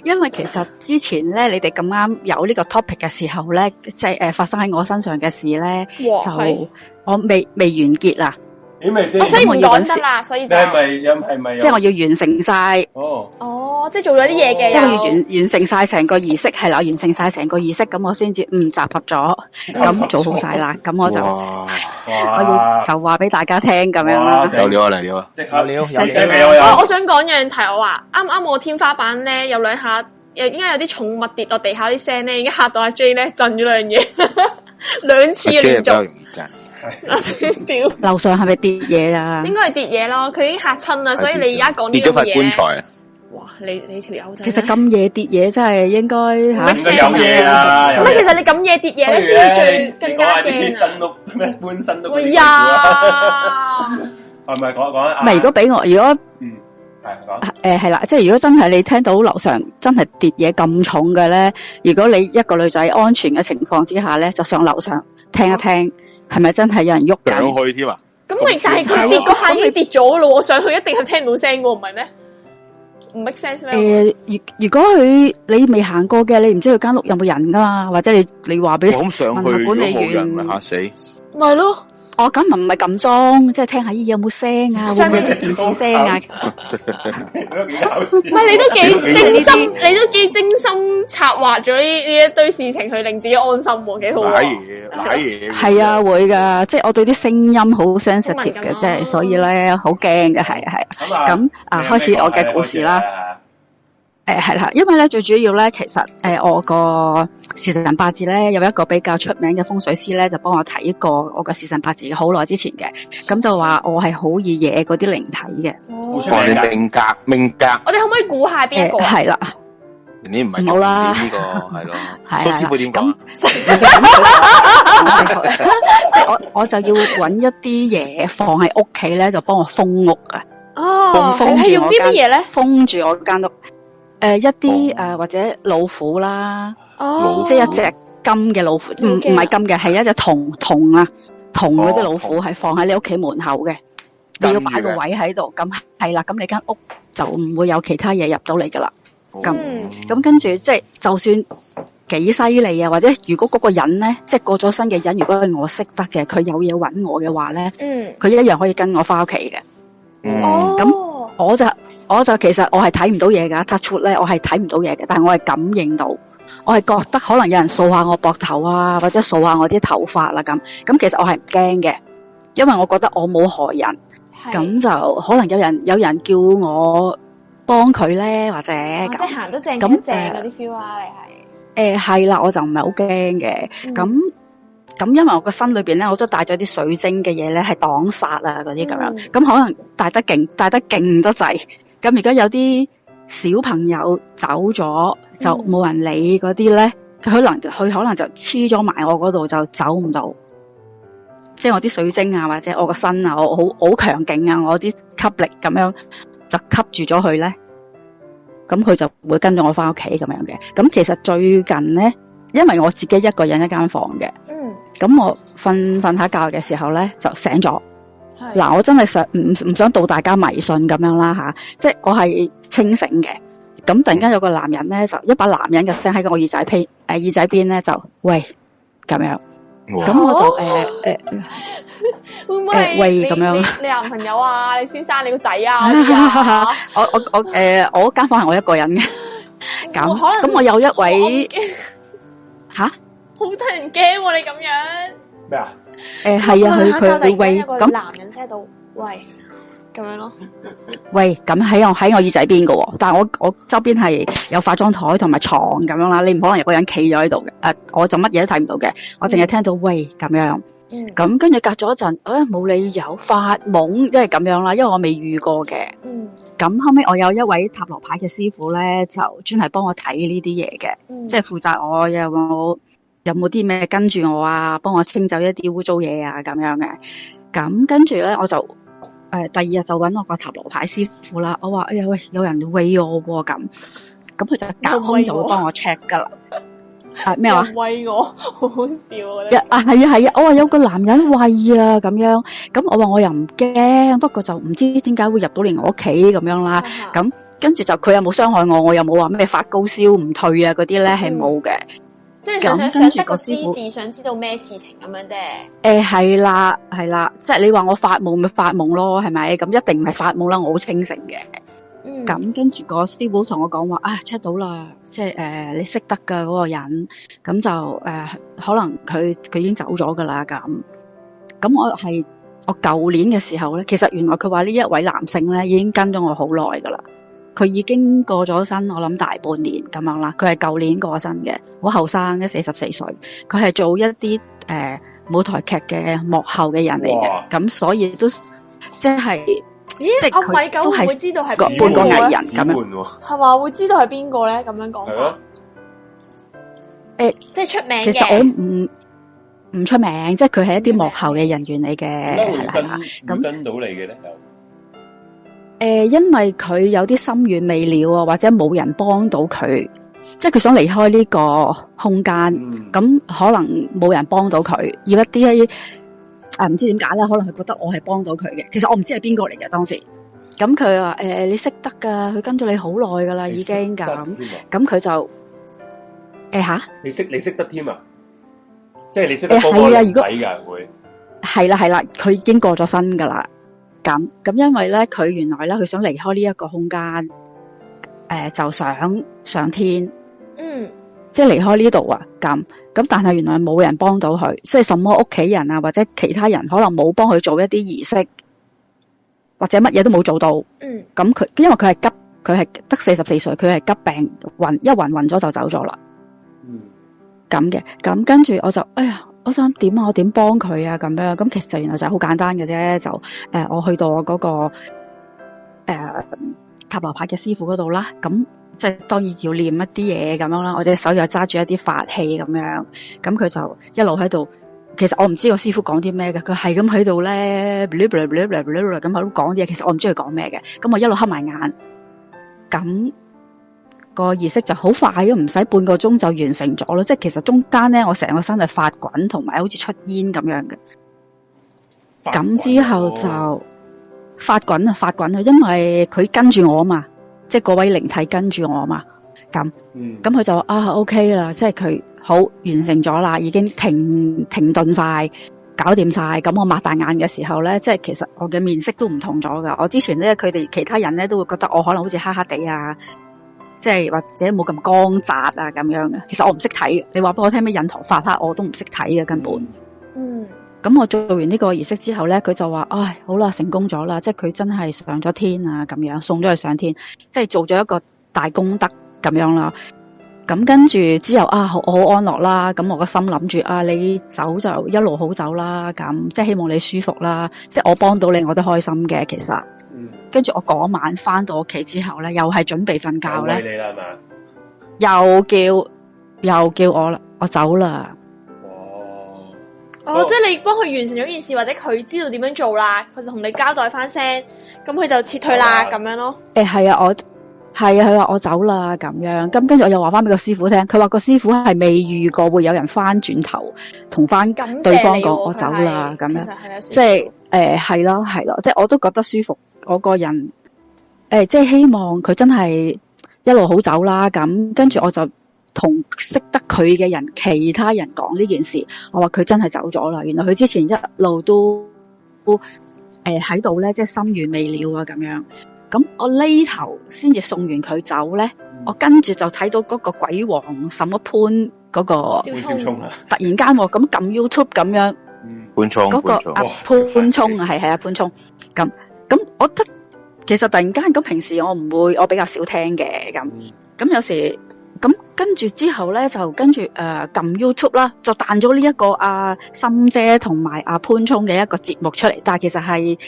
M: 因為其實之前咧，你哋咁啱有呢個 topic 嘅時候咧，即係誒發生喺我身上嘅事咧，
D: 哇
M: 就
D: 係
M: 我未未完結啦，
C: 咦咪先？
D: 我所以唔
M: 我要
D: 講
M: 搵
D: 得
M: 先
D: 啦，所以
C: 你
D: 就
C: 係咪有係咪有？
M: 即係我要完成晒。
C: 哦，
D: 哦，即係做咗啲嘢嘅，
M: 即係我要
D: 又
M: 完完成晒成個儀式，係啦，完成晒成個儀式，咁我先至嗯集合咗，咁做好晒啦，咁我就我
G: 哇！
M: 要就話俾大家聽咁樣啦。
G: 有料啊，嚟料啊！
C: 即刻料，
M: 有
C: 寫俾我有。
D: 哦我我想講樣題，我話啱啱我天花板咧有兩下，又應該有啲重物跌落地下啲聲咧，已經嚇到阿 J 咧震咗兩嘢， 兩次
G: 阿
D: 嘅
G: 姐
D: 連
G: 比較
D: 續
G: 容易震。
D: 阿 J 屌，
M: 樓上係咪跌嘢啊？
D: 應該係跌嘢咯，佢已經嚇親啦，所以你而家講呢
G: 跌
D: 啲嘢
G: 咗塊棺
D: 咧，
G: 材啊！
D: 哇！你你條友真
M: 其
D: 係
M: 實咁夜跌嘢真係應該吓，
D: make sense
C: 有嘢啦有
D: 唔
C: 嘢
D: 係，其實你咁夜跌嘢
C: 不
D: 咧
C: 如
D: 先最
C: 咧，你
D: 更
C: 講下
D: 加
C: 啲
D: 驚啊！
C: 新 屋咩搬新屋嗰
D: 喂
C: 啲故啊？
D: 呀，
C: 係咪講講啊？
M: 唔係如果俾我，如果
C: Ừ, 係講
M: 诶系啦，即係如果真係你聽到樓上真係跌嘢咁重嘅咧，如果你一個女仔安全嘅情況之下咧，就上樓上聽一聽，係咪真係有人喐
G: 上
M: 緊？
G: 去添啊！
D: 咁咪但係佢跌嗰下已經跌咗咯，我上去一定係聽唔到聲喎，唔係咩？唔 make sense 咩？
M: 诶、如如果佢你未行過嘅，你唔知佢間屋有冇人噶嘛？或者你你話俾
G: 哇咁上
M: 問
G: 去
M: 下
G: 如果
M: 管理
G: 冇人，
M: 員，
G: 咪嚇死！
D: 咪咯。
M: 哦咁咪唔係咁裝，即係聽下咦有冇聲啊，會
D: 上
M: 唔
D: 面
M: 會有電視聲啊？
C: 都幾搞笑。
D: 唔係你都幾精心，你都幾精心策劃咗呢呢一堆事情，去令自己安心喎，幾好
G: 攋
D: 喎。
G: 嘢，攋嘢。
M: 係啊，會㗎，即係我對啲聲音好 sensitive
D: 敏感
M: 嘅，
D: 啊
M: 即係所以咧好驚嘅，係啊係
C: 咁啊
M: 啊。咁啊，
C: 你有咩
M: 開始我
C: 講啊
M: 嘅故事啦。。
C: 你
M: 誒係啦，因為咧最主要咧，其實誒、呃我個時辰八字咧有一個比較出名嘅風水師咧，就幫我睇過我個時辰八字好耐之前嘅，
C: 嗯
M: 咁就話我係好易惹嗰啲靈體嘅，
C: 好出
G: 哇！
C: 名
G: 你
C: 㗎
G: 命格命格，
D: 我哋可唔可以估下邊一
M: 誒
D: 個啊？
M: 係啦，
G: 你唔係
M: 唔好啦
G: 呢個係咯。
M: 係
G: 蘇師傅點講啊？
M: 即係我我就要揾一啲嘢放喺屋企咧，就幫我封屋啊。
D: 哦，
M: 封
D: 係
M: 住
D: 用
M: 我
D: 啲乜
M: 間
D: 嘢咧？
M: 封住我間屋。诶、一啲
G: 哦
M: 诶、誒或者老虎啦，
D: 哦，
M: 即係一隻金嘅老虎，唔
D: 好
M: 唔
D: 驚啊
M: 係金嘅，係一隻銅銅啊，銅嗰啲老
G: 哦
M: 虎係放喺你屋企門口嘅，
G: 跟
M: 你要
G: 住嘅
M: 擺個位喺度，咁係啦，咁你間屋就唔會有其他嘢入到嚟噶啦。
G: 哦
M: 咁
D: 嗯
M: 咁跟住即係就算幾犀利啊，或者如果嗰個人咧，即係過咗身嘅人，如果係我識得嘅，佢有嘢揾我嘅話咧，
D: 嗯，
M: 佢一樣可以跟我翻屋企嘅。
G: 嗯，
D: 哦，
M: 我就我就其實我係睇唔到嘢㗎 touch wood 咧，我係睇唔到嘢嘅，但係我係感應到，我係覺得可能有人掃下我膊頭啊，或者掃下我啲頭髮啦、咁，咁其實我係唔驚嘅，因為我覺得我冇害人，
D: 係
M: 咁就可能有人有人叫我幫佢咧，或者
D: 哦即係
M: 咁
D: 行得正
M: 咁
D: 咁正
M: 誒
D: 嗰啲 feel 啊，你
M: 誒係啦，我就唔係好驚嘅，
D: 係
M: 咁咁因為我個身裏邊咧，我都帶咗啲水晶嘅嘢咧，係擋煞啊嗰啲咁
D: 嗯
M: 樣，咁、可能帶得勁，帶得勁得滯，咁而家有啲小朋友走咗，就
D: 嗯
M: 冇人理嗰啲咧，佢可能佢可能就黐咗埋我嗰度就走唔到。即係我啲水晶啊，或者我個身啊，我好好強勁啊，我啲吸力咁樣就吸住咗佢咧，咁佢就會跟咗我翻屋企咁樣嘅。咁其實最近咧，因為我自己一個人一間房嘅，
D: 嗯，
M: 咁我瞓瞓下覺嘅時候咧就醒咗。
D: 係
M: 嗱，我真係想唔唔想到大家迷信咁樣啦吓，即係我係清醒嘅。咁突然間有個男人咧，就一把男人嘅聲喺我耳仔邊，誒、耳仔邊咧就喂咁樣。
G: 哇
M: 咁我就
L: 哦
M: 诶诶
L: 會唔會
M: 誒
L: 係
M: 喂
L: 你
M: 咁樣
L: 你你男朋友啊，你先生，你個仔
M: à,
L: 啊？ 嗰啲啊
M: 我我我诶、我間房係我一個人嘅，咁
L: 哦可能
M: 咁我有一位吓
L: 好得人驚喎！你咁樣，
C: 咩啊？
M: 诶係啊，佢佢會喂
L: 有個
M: 咁
L: 男人喺度喂咁樣咯。
M: 喂咁喺我喺我耳仔邊嘅喎，但係我我周邊係有化妝台同埋床咁樣啦，你唔可能有個人企咗喺度嘅，诶、我就乜嘢都睇唔到嘅，我淨係聽到喂咁樣。
L: 嗯
M: 咁跟住隔咗一陣，啊冇理由發夢，即係咁樣啦，因為我未遇過嘅。
L: 嗯
M: 咁後尾我有一位塔羅牌嘅師傅咧，就專係幫我睇呢啲嘢嘅，
L: 嗯
M: 即係負責我有冇有冇啲咩跟住我啊，幫我清走一啲污糟嘢啊咁樣嘅。咁跟住咧，我就誒、呃第二日就揾我個塔羅牌師傅啦。我話：哎呀喂，有人餵我喎、咁。咁佢就隔空就會幫我 check 噶啦。係啊咩話？
L: 又喂我， 好好笑啊！我覺
M: 一
L: 得
M: 啊係啊係啊，我話有個男人喂啊咁樣，咁我話我又唔驚，不過就唔知點解會入到嚟我屋企咁樣啦。咁跟住就佢又冇傷害我，我又冇話咩發高燒唔退啊嗰啲咧係冇嘅。
L: 即係想
M: 咁
L: 想
M: 跟
L: 得
M: 住
L: 個
M: 個
L: 知
M: 師傅
L: 字，想知道咩事情咁樣啫。
M: 誒係啦係啦，即係你話我發夢咪發夢咯，係咪？咁一定唔係發夢啦，我好清醒嘅。
L: 嗯
M: 咁跟住個師傅同我講話啊 check 到啦，即係誒、呃你識得㗎嗰、個人，咁就誒、呃可能佢佢已經走咗㗎啦咁。咁我係我舊年嘅時候咧，其實原來佢話呢一位男性咧已經跟咗我好耐㗎啦，佢已經過咗身，我諗大半年咁樣啦。佢係舊年過身嘅，好後生嘅四十四歲，佢係做一啲誒、呃舞台劇嘅幕後嘅人嚟
L: 哇
M: 嘅，咁所以都即係。即係
L: 咦，阿
M: 佢
L: 米狗
M: 都
L: 會
M: 係
L: 唔會知道係
M: 個
L: 邊個
M: 半個藝人
L: 咧
M: 咁樣
L: 係嘛？會知道係邊個咧？咁樣講法，
M: 誒，
L: 即係出名
M: 其實
L: 嘅
M: 我唔唔出名，即係佢係一啲幕後嘅人員嚟
C: 點解
M: 嘅，
C: 會
M: 係啦。
C: 跟會跟到你嘅咧？
M: 诶、因為佢有啲心願未了啊，或者冇人幫到佢，即係佢想離開呢個空間，咁、可能冇人幫到佢，要一啲啊唔知點解啦，可能佢覺得我係幫到佢嘅，其實我唔知係邊個嚟嘅當時。咁佢話诶，誒你識得噶，佢跟咗你好耐噶啦，已經咁，咁佢就诶吓。
C: 你識你識得添啊？即係你識得嗰
M: 誒
C: 個
M: 係啊
C: 女
M: 如
C: 仔
M: 果
C: 㗎會。
M: 系啦系啦，佢已經過咗身噶啦。咁咁，因為咧，佢原來咧，佢想離開呢一個空間，诶、就想上天，
L: 嗯，
M: 即係離開呢度啊。咁咁，但係原來冇人幫到佢，即係什麼屋企人啊，或者其他人可能冇幫佢做一啲儀式，或者乜嘢都冇做到。咁
L: 嗯
M: 佢因為佢係急，佢係得四十四歲，佢係急病暈，一暈暈咗就走咗啦。咁嘅，咁跟住我就，哎呀，我想點啊，我點幫佢啊，咁樣，咁其實原來就係好簡單嘅啫，就誒、呃我去到我嗰、個、呃、塔羅牌嘅師傅嗰度啦，咁即係當然要念一啲嘢咁樣啦，我隻手又揸住一啲法器咁樣，咁佢就一路喺度。其實我唔知個師傅講啲咩嘅，佢係咁喺度咧，咁喺度講啲嘢。其實我唔知佢講咩嘅，咁我一路黑埋眼，咁個儀式就好快咁，唔使半個鐘就完成咗咯。即係其實中間咧，我成個身係發滾，同埋好似出煙咁樣嘅。咁之後就發滾啊，發滾啊，因為佢跟住我啊嘛，即係嗰位靈體跟住我啊嘛。咁
C: 嗯
M: 咁佢就話啊 OK 啦，即係佢好完成咗啦，已經停停頓晒，搞掂晒。咁我擘大眼嘅時候咧，即係其實我嘅面色都唔同咗噶。我之前咧，佢哋其他人咧都會覺得我可能好似黑黑地啊。即係或者冇咁光澤啊咁樣嘅，其實我唔識睇嘅。你話俾我聽咩印堂發黑，我都唔識睇嘅根本。
L: 嗯
M: 咁我做完呢個儀式之後咧，佢就話：唉，好啦，成功咗啦！即係佢真係上咗天啊，咁樣送咗佢上天，即係做咗一個大功德咁樣啦。咁跟住之後啊，好好安樂啦。咁我個心諗住啊，你走就一路好走啦。咁即係希望你舒服啦。即係我幫到你，我都開心嘅。其實，
C: Ừ.
M: 跟住我嗰晚翻到屋企之後咧，又係準備瞓
C: 教
M: 覺
C: 咧
M: 咧。
C: 你啦係嘛？
M: 又叫又叫我啦，我走啦。
L: 哦，即係你幫佢完成咗件事，或者佢知道點樣做啦，佢就同你交代翻聲，咁佢就撤退啦，咁樣咯。
M: 诶、係系啊，我係啊，佢話我走啦咁樣。咁跟住我又話翻俾個師傅聽，佢話個師傅係未遇過會有人翻轉頭同翻
L: 謝
M: 對方
L: 你
M: 講
L: 喎佢
M: 我走啦
L: 係
M: 咁樣
L: 其實係有，
M: 即係诶係咯係咯，即係我都覺得舒服。我個人诶、誒即係希望佢真係一路好走啦。咁跟住我就同識得佢嘅人，其他人講呢件事，我話佢真係走咗啦。原來佢之前一路都誒呃喺度咧，即係心願未了啊咁樣。咁我呢頭先至送完佢走咧，
C: 嗯
M: 我跟住就睇到嗰個鬼王什麼潘嗰、個
C: 潘少聰啊
M: 突然間喎咁撳 YouTube 咁樣。
G: 半冲
M: 嗰個
G: 半冲
M: 阿，潘聰啊，係係啊潘聰咁咁，我覺得其實突然間咁，平時我唔會，我比較少聽嘅咁咁有時咁跟住之後咧，就跟住誒撳 YouTube 啦，就彈咗呢一個阿、心姐同埋阿潘聰嘅一個節目出嚟，但係其實係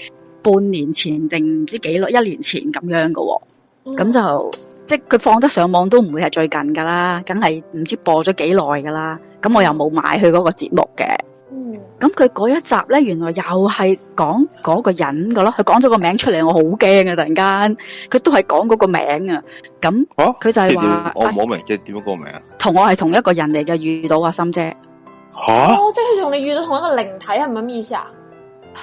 M: 半年前定唔知幾耐，一年前咁樣嘅喎、
D: 嗯
M: 咁就即係佢放得上網都唔會係最近㗎啦，梗係唔知播咗幾耐㗎啦。咁我又冇買佢嗰個節目嘅。
D: 嗯
M: 咁佢嗰一集咧，原來又係講嗰個人噶咯，佢講咗個名出嚟，我好驚啊！突然間，佢都係講嗰個名啊。咁佢就係話
G: 我唔
M: 啊
G: 好明，即系点樣個名啊？
M: 同我係同一個人嚟嘅，遇到阿心姐，啊
G: 吓，
D: 哦，即係同你遇到同一個靈體，係咪咁意思啊？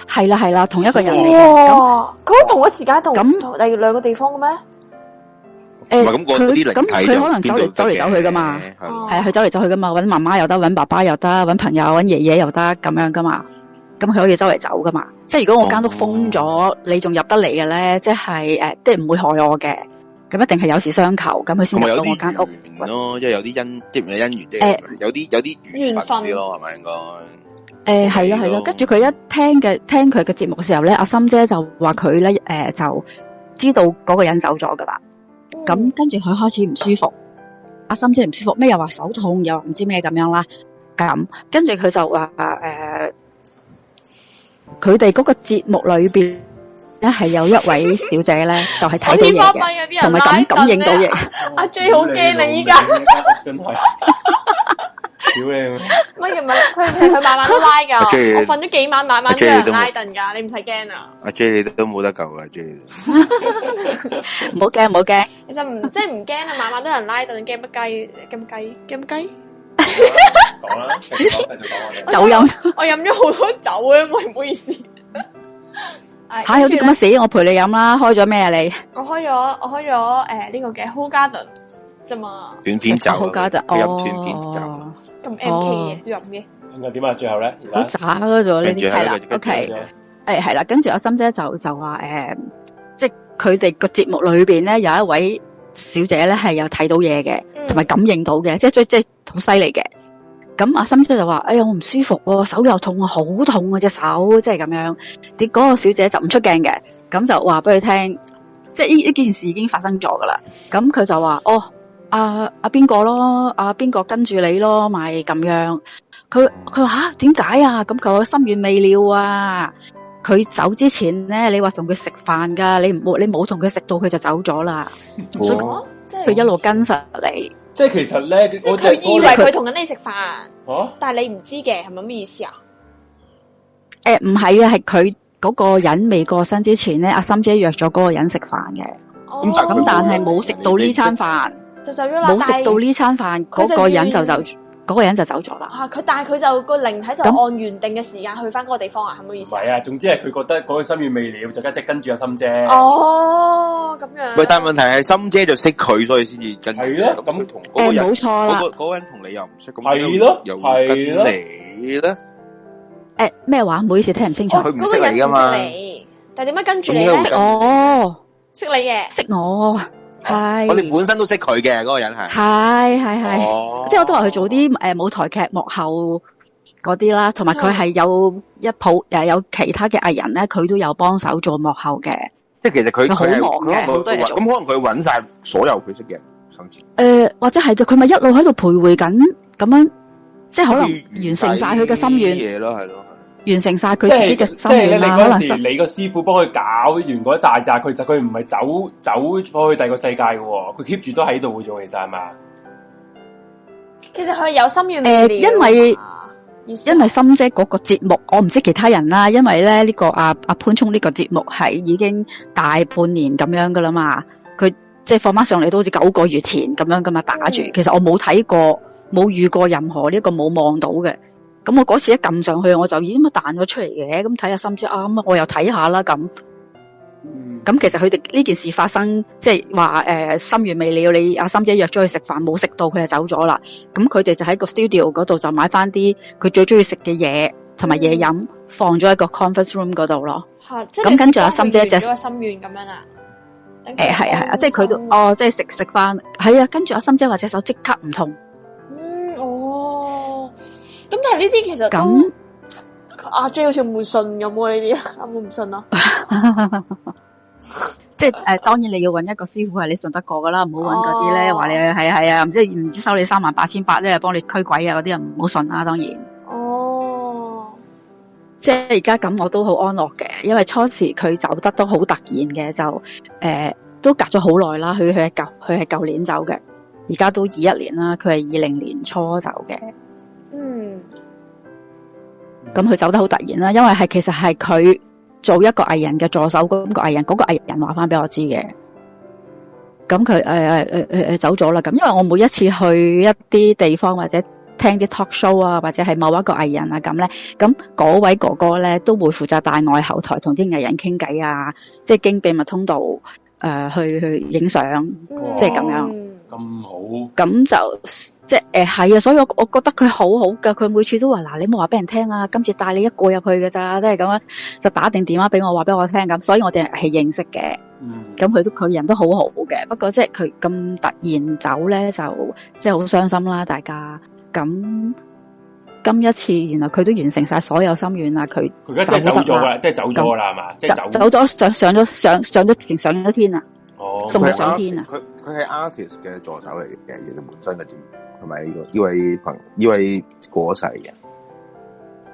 M: 係啦係啦，同一個人嚟嘅。咁
D: 哇！佢同一時間同同第兩個地方嘅咩？
M: 誒
G: 唔係咁嗰啲靈
M: 佢咁
G: 體
M: 佢
G: 就
M: 可能走
G: 邊度
M: 嚟走嚟
G: 得嘅
M: 走去噶嘛，
G: 係
M: 係啊，佢走嚟走去噶嘛，揾媽媽又得，揾爸爸又得，揾朋友揾爺爺又得咁樣噶嘛，咁佢可以周圍走噶嘛。即係如果我間屋封咗，
G: 哦
M: 你仲入得嚟嘅咧，即係誒、呃即係唔會害我嘅，咁一定係有事相求，咁佢先
G: 同埋
M: 入
G: 有
M: 到我
G: 啲
M: 間屋。
G: 緣咯，即係有啲因，即係唔係姻緣，即
M: 誒
G: 係有啲有啲緣分啲咯，係咪應該？
M: 誒係啦係啦，跟住佢一聽嘅聽佢嘅節目嘅時候咧，阿心姐就話佢咧誒就知道嗰個人走咗噶啦，咁跟住佢開始唔舒服，阿心姐唔舒服，咩又話手痛，又話唔知咩咁樣啦，咁跟住佢就話誒，佢哋嗰個節目裏邊咧係有一位小姐 咧就係
D: 我
M: 睇
D: 巴閉
M: 到
D: 啊！
M: 嘢
D: 啲人
M: 嘅，同埋
D: 拉
M: 感感應
D: 凳
M: 到
D: 咧
M: 嘢，
D: 阿 J 好驚啊！依家
C: 真係，屌你！
D: 唔係唔係，佢佢佢晚晚都拉㗎。
G: 阿 J，
D: 我瞓咗幾晚，晚晚都有
G: 阿 J，
D: 人
G: 你都冇
D: 拉凳㗎，你唔使驚 啊！
G: 阿 J 你都冇得救啦，J 啊
M: 唔好驚唔好驚。
D: 你就唔即係唔驚啊！晚晚都有人拉凳，驚乜雞？驚乜雞？驚乜雞？
C: 講啦，繼續講，繼續講我哋。
M: 酒飲
D: 我飲咗好多酒啊！我唔好 意思。唉
M: 嚇有啲咁嘅事，我陪你飲啦，開咗咩啊你？
D: 我開咗我開咗誒呢個嘅 Whole Garden 啫嘛，
G: 短片酒啊，
M: 好加得
G: 佢飲
M: 哦
G: 短片酒。
D: 咁 M K 嘅都飲嘅。
C: 咁又點啊？最後咧，
M: 好渣嗰咗呢
G: 跟住
M: 啲係啦
G: 係啦
M: ，OK，誒係啦，跟住阿心姐就就話誒、即係佢哋個節目裏邊咧有一位小姐咧係有睇到嘢嘅，同埋感應到嘅，即係最即係好犀利嘅。咁阿心姐就話：哎呀，我唔舒服喎、手又痛啊，好痛啊隻手，即係咁樣。啲、嗰個小姐就唔出鏡嘅，咁就話俾佢聽，即係呢呢件事已經發生咗噶啦。咁佢就話：哦，阿阿邊個咯，阿、邊個跟住你咯，咪咁樣。佢佢話嚇點解啊？咁佢話心願未了啊！佢走之前咧，你話同佢食飯㗎，你唔冇你冇同佢食到，佢就走咗啦。所以
D: 哦
M: 佢一路跟實你。
C: 即係其實咧，我
D: 佢以為佢同緊你食飯，
C: 嚇。
D: 但係你唔知嘅，係咪咁嘅意思啊？
M: 誒唔係啊，係佢嗰個人未過身之前咧，阿心姐約咗嗰個人食飯嘅。
D: 咁
M: 但係冇食到呢餐飯，
D: 就走咗啦，
M: 冇食到
D: 呢。
M: 呢餐飯，
D: 佢就
M: 嗰個人就走，
D: 願
M: 嗰個人就走咗啦。
D: 啊！佢但係佢就個靈體就
C: 咁
D: 按原定嘅時間去翻嗰個地方啊，係咪咁意
C: 唔
D: 思啊？
C: 係啊，總之係佢覺得嗰個心願未了，就一直跟住阿心姐。
G: 啊
D: 哦，咁樣。
G: 喂，但係問題係心姐就識佢，所以先至跟。
C: 係咯，咁
G: 同嗰個人
M: 誒冇錯啦
G: 嗰個嗰個人同你又唔識，咁
C: 係咯
G: 又
C: 係
G: 跟
C: 咯
G: 你咧，
M: 誒咩話？唔好意思，聽唔清
D: 哦
M: 楚。
G: 佢唔識你噶嘛？
D: 你，但係點解跟住你
G: 咁
D: 咧？
G: 應該會
D: 識
G: 跟
M: 哦，
D: 識你嘅，
M: 識我係
G: 我哋哦本身都識佢嘅嗰個人係。
M: 係係
G: 哦
M: 係，即係我都話佢做啲诶舞台劇幕後嗰啲啦，同埋
D: 嗯
M: 佢係有一抱诶有其他嘅藝人咧，佢都有幫手做幕後嘅。
G: 即係其實佢
M: 佢好
G: 佢係
M: 忙嘅
G: 佢可能
M: 好多嘢
G: 佢
M: 做
G: 咁可能佢揾晒所有佢識嘅人，甚至
M: 诶、呃或者係嘅，佢咪一路喺度徘徊緊咁樣，即係可能完成晒佢嘅心願，
G: 嘢咯，係咯。
M: 完成晒
C: 即
M: 佢自己
C: 係
M: 嘅
C: 即
M: 心
C: 係咧，
M: 願
C: 你
M: 啦。
C: 嗰
M: 可能
C: 陣時，你個師傅幫佢搞完嗰一大扎，其實佢唔係走走咗去第二個世界嘅喎，佢 keep 住都喺度嘅啫，其實係嘛？
D: 其實佢係有心願
M: 诶、
D: 未了
M: 呃因為因為心姐嗰個節目，我唔知其他人啦。因為咧呢、個阿阿潘聰呢個節目係已經大半年咁樣噶啦嘛，佢即係放翻上嚟都好似九個月前咁樣噶嘛，打住。其實我冇睇過，冇遇過任何呢、個冇望到嘅。咁我嗰次一撳上去，我就咦乜彈咗出嚟嘅，咁睇下心姐啊，咁我又睇下啦咁。咁其實佢哋呢件事發生，即係話誒心願未了，你阿心姐約咗佢食飯，冇食到佢就走咗啦。咁佢哋就喺個 studio 嗰度就買翻啲佢最中意食嘅嘢同埋嘢飲，放咗喺個 conference room 嗰度咯。
D: 吓，即係
M: 咁跟住阿心姐就
D: 你先幫佢完咗個心願咁樣啊。等佢
M: 誒係啊係啊，即係佢都哦，即係食食翻係啊。跟住阿心姐話隻手即刻唔痛，
D: 嗯哦，咁但係呢啲其實
M: 咁
D: 都阿 J 好似唔會信咁喎，呢啲阿妹唔信啊。
M: 即係誒、呃，當然你要揾一個師傅係你信得過噶啦，唔好揾嗰啲咧
D: 哦
M: 話你係啊係啊，唔知唔知收你三萬八千八咧，幫你驅鬼啊嗰啲人唔好信啦，當然。
D: 哦，
M: 即係而家咁，我都好安樂嘅，因為初時佢走得都好突然嘅，就誒、呃都隔咗好耐啦。佢佢係舊佢係舊年走嘅，而家都二一年啦，佢係二零年初走嘅。
D: 嗯，
M: 咁佢走得好突然啦，因為係其實係佢做一個藝人嘅助手，咁、個藝人嗰、個藝人話翻俾我知嘅。咁佢誒誒誒誒誒走咗啦，咁因為我每一次去一啲地方或者聽啲 talk show 啊，或者係某一個藝人啊咁咧，咁嗰位哥哥咧都會負責帶我喺後台同啲藝人傾偈啊，即係經秘密通道誒、呃去去影相，即係咁樣。
C: 咁好。
M: 咁就即係誒係啊，所以我我覺得佢好好噶，佢每次都話嗱，你冇話俾人聽啊，今次帶你一個入去嘅咋，即係咁樣就打定電話俾我，話俾我聽咁，所以我哋係認識嘅。
N: 嗯
M: 咁佢都佢人都好好嘅，不過即係佢咁突然走咧，就即係好傷心啦，大家。咁今一次原來佢都完成晒所有心願啦，佢
C: 佢而家真係走咗
M: 得
C: 啦，即係走咗啦，係嘛？即係
M: 咁
C: 走
M: 走咗上上咗上上咗上咗天啦。
C: 哦
M: 送佢上天啊
G: 佢佢係 artist 嘅助手嚟嘅，其實本身嘅知係咪呢個呢位朋呢位過世嘅？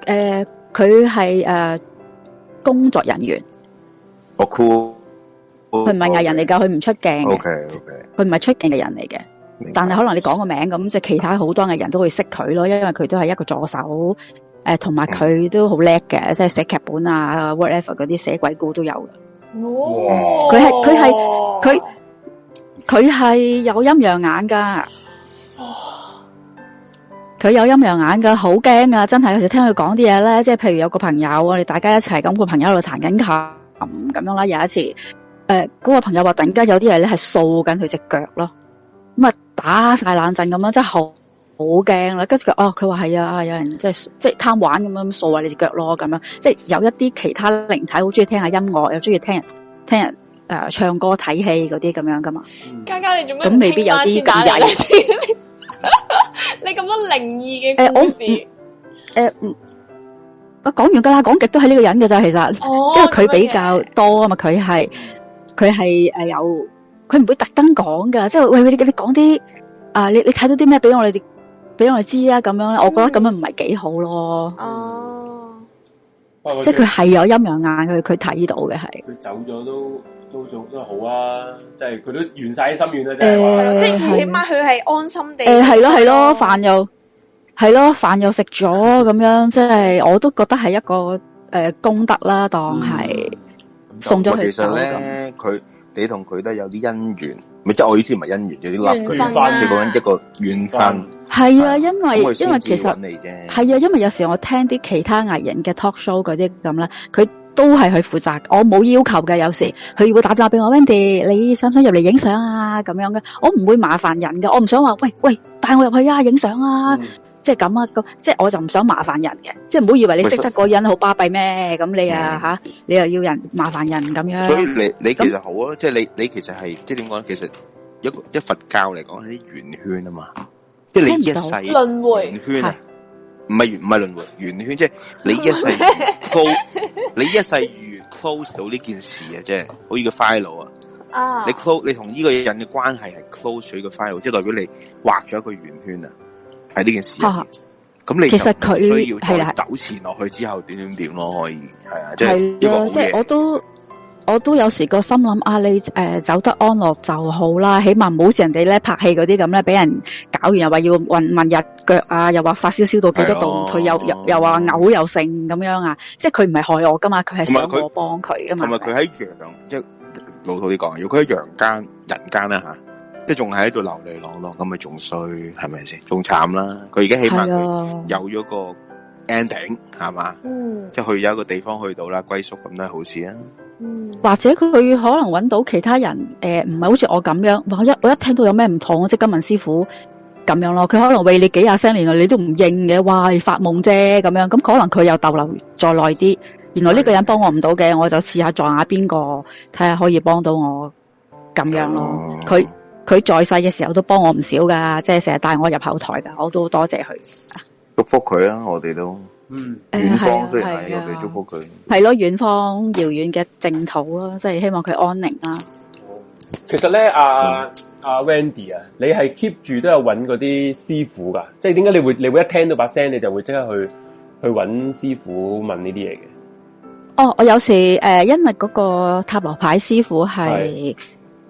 M: 誒，佢係誒工作人員。
G: 我 cool，
M: 佢唔係藝人嚟㗎，佢唔出鏡嘅
G: 哦 OK OK，
M: 佢唔係出鏡嘅人嚟嘅。但係可能你講個名咁，即係其他好多藝人都會識佢咯，因為佢都係一個助手，誒同埋佢都好叻嘅，即係寫劇本啊、whatever 嗰啲寫鬼故都有嘅。
D: 哦，
M: 佢係佢係佢佢係有陰陽眼㗎，
D: 哦
M: 佢有陰陽眼㗎，好驚啊！真係有時聽佢講啲嘢咧，即係譬如有個朋友，我哋大家一齊咁，個朋友喺度彈緊琴咁樣啦。有一次，誒、嗰、個朋友話突然間有啲嘢咧係掃緊佢只腳咯，咁啊打晒冷震咁樣，真係好好驚啦。跟住佢哦，佢話係啊，有人即係即係貪玩咁樣掃下你只腳咯，咁樣即係有一啲其他靈體好中意聽下音樂，又中意聽人聽人誒、呃唱歌睇戲嗰啲咁樣噶嘛。
D: 嘉嘉你做咩唔
M: 咁未必有啲
D: 傾翻先打嚟
M: 咁
D: 咧 你咁多靈異嘅
M: 誒我
D: 故
M: 唔
D: 事，
M: 誒、嗯，我講完噶啦，講極都係呢個人嘅咋，其實，
D: 哦
M: 嗯因為佢比較多啊嘛，佢係佢係誒有，佢唔會特登講噶，即係喂喂你你講啲啊，你你睇到啲咩俾我哋俾我哋知啊，咁樣我覺得咁樣唔係幾好咯，即係佢係有陰陽眼，佢佢睇到嘅係。
C: 佢走咗都都做都好啊！即係佢都完晒心願啦，即係話。
M: 誒
D: 即係起碼佢係安心地。
M: 誒，呃係咯係咯，飯又係咯，飯又食咗咁樣，即係我都覺得係一個誒、呃功德啦，當係、送咗佢
G: 其
M: 走
G: 實
M: 咁。
G: 咧，佢你同佢都有啲姻緣，咪即係我意思唔係姻緣，有啲立佢
M: 緣分啊
G: 你講緊一個緣分。
M: 係啊，因為
G: 咁佢先
M: 因為其
G: 至
M: 實
G: 揾你啫
M: 係啊，因為有時我聽啲其他藝人嘅 talk show 嗰啲咁啦，佢都係去負責，我冇要求嘅。有時佢會打電話俾我，Wendy，你想唔想入嚟影相啊？咁樣嘅，我唔會麻煩人嘅，我唔想話喂喂帶我入去啊影相啊，
G: 嗯
M: 即係咁啊咁，即係我就唔想麻煩人嘅，即係唔好以為你
G: 喂嗯
M: 識得嗰個人好巴閉咩？咁你啊吓、你又要人麻煩人咁樣。
G: 所以你你其實好啊，即係你你其實係即係點講咧？其實一個一佛教嚟講係啲圓圈啊嘛，即係你一世
D: 輪迴
G: 圓圈啊，唔係圓唔係輪迴圓圈，即係你一世 close，你一世越 close 到呢件事啊，即係好似個 file 啊，
D: 啊
G: 你 close 你同呢個人嘅關係係 close 咗呢個 file，即係代表你畫咗一個圓圈啊，喺呢件事入面。咁你
M: 其實佢
G: 就唔需要
M: 係啦
G: 再糾纏落去之後點點點咯，可以係啊，即係
M: 係
G: 呢個好
M: 咯，即係
G: 嘢
M: 我都我都有時個心諗啊，你誒、呃走得安樂就好啦，起碼唔好好似人哋咧拍戲嗰啲咁咧，俾人搞完又話要問問日腳啊，又話發燒燒到幾多
G: 啊
M: 度，佢又又又話嘔又剩咁樣啊，即係佢唔係害我噶嘛，佢係想
G: 同埋佢
M: 我幫佢噶嘛
G: 同。埋佢喺陽，即係老土啲講，如果佢喺陽間、人間啦吓，即係仲係喺度流淚朗朗，咁咪仲衰，係咪先？仲慘啦！佢而家起
M: 係
G: 碼佢
M: 啊
G: 有咗個 ending，係嘛？
D: 嗯
G: 即係去有一個地方去到啦，歸宿咁都係好事啊！
M: 或者佢可能揾到其他人，诶、唔係好似我咁樣，哇我一我一聽到有咩唔妥，我即刻問師傅咁樣咯。佢可能喂你幾廿聲，原來你都唔應嘅，哇，發夢啫咁樣。咁可能佢又逗留再耐啲，原來呢個人幫我唔到嘅，我就試下撞下邊個，睇下可以幫到我咁樣咯。佢佢在世嘅時候都幫我唔少噶，即係成日帶我入後台噶，我都好多謝佢。
G: 祝福佢啊！我哋都
E: 嗯，
G: 远
M: 係啊
G: 方雖然係
M: 係
G: 我
M: 啊
G: 哋祝福佢。
M: 係咯，遠方遙遠嘅淨土咯，即係希望佢安寧啦。
C: 其實咧，阿、阿、Wendy 啊，你係 keep 住都有揾嗰啲師傅噶，即係點解你會你會一聽到把聲，你就會即刻去去揾師傅問呢啲嘢嘅？
M: 哦，我有時诶、呃因為嗰個塔羅牌師傅係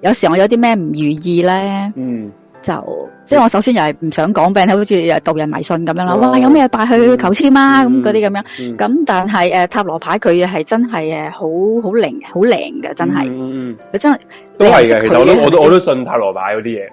M: 有時我有啲咩唔如意咧，
C: 嗯，
M: 就即係我首先又係唔想講俾人聽，好似導人迷信咁樣啦。
B: 哦
M: 哇，有咩拜
C: 嗯
M: 去求簽啊？咁嗰啲咁樣。
B: 嗯
M: 咁、但係诶、呃塔羅牌佢係真係诶好好靈好靈嘅，真係
C: 嗯，嗯
M: 佢真係
C: 都係
M: 你
C: 嘅。其
M: 又唔識佢
C: 實我都
M: 嘅
C: 我都我都信塔羅牌嗰啲嘢。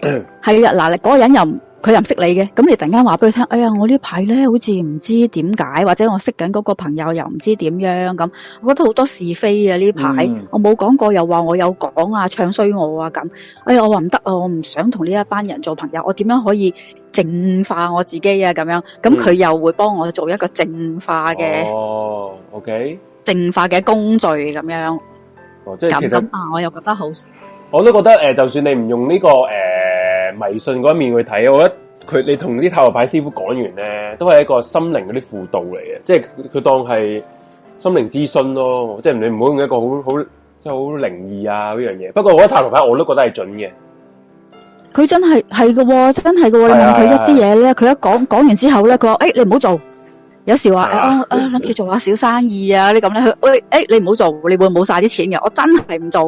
M: 係啊，嗱，你嗰個人又唔佢又唔識你嘅，咁你突然間話俾佢聽，哎呀，我呢排咧好似唔知點解，或者我識緊嗰個朋友又唔知點樣咁，我覺得好多是非啊呢排，
B: 嗯
M: 我冇講過又話我有講啊，唱衰我啊咁，哎呀，我話唔得啊，我唔想同呢一班人做朋友，我點樣可以淨化我自己啊咁樣，咁佢
C: 嗯
M: 又會幫我做一個淨化嘅、
C: 哦，OK，
M: 淨化嘅工序咁樣，
C: 哦，即係其
M: 咁
C: 實
M: 咁。啊，我又覺得好。
C: 我都覺得誒、呃就算你唔用呢、個呃迷信嗰一面去睇，我覺得佢你同啲塔羅牌師傅講完咧，都係一個心靈嗰啲輔導嚟嘅，即係佢當係心靈諮詢咯，即係你唔好用一個好好即係好靈異啊呢樣嘢。不過我覺得塔羅牌我都覺得係準嘅，
M: 佢真係係嘅喎，真係嘅啊喎。你問佢一啲嘢咧，佢一講講完之後咧，佢話：，誒、你唔好做。有時話誒，啊啊諗住做下小生意啊，你咁咧，佢喂誒、你唔好做，你會冇晒啲錢嘅。我真係唔 做。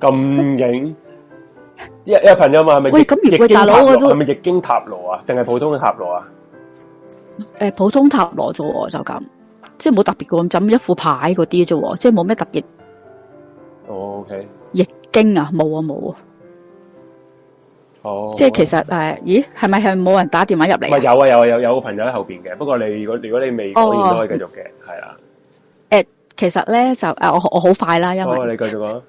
C: 咁型。一一朋友問係咪
M: 喂
C: 易
M: 咁如
C: 易
M: 喂
C: 經
M: 大佬
C: 塔羅啊
M: 我都
C: 係咪易經塔羅啊？定係普通嘅塔羅啊？
M: 誒、普通塔羅啫喎，就咁，即係冇特別嘅喎，就咁一副牌嗰啲啫喎，即係冇咩特別
C: 哦，OK，
M: 易經啊，冇啊冇啊。
C: 哦，
M: 即係其實誒、咦，係咪係冇人打電話入
C: 唔係
M: 嚟啊？
C: 有啊有啊有有個朋友喺後邊嘅，不過你如果如果你未講完都可以繼續嘅，係啦。
M: 誒、其實咧就誒、我我好快啦，因為。
C: 哦，你繼續講。
M: 誒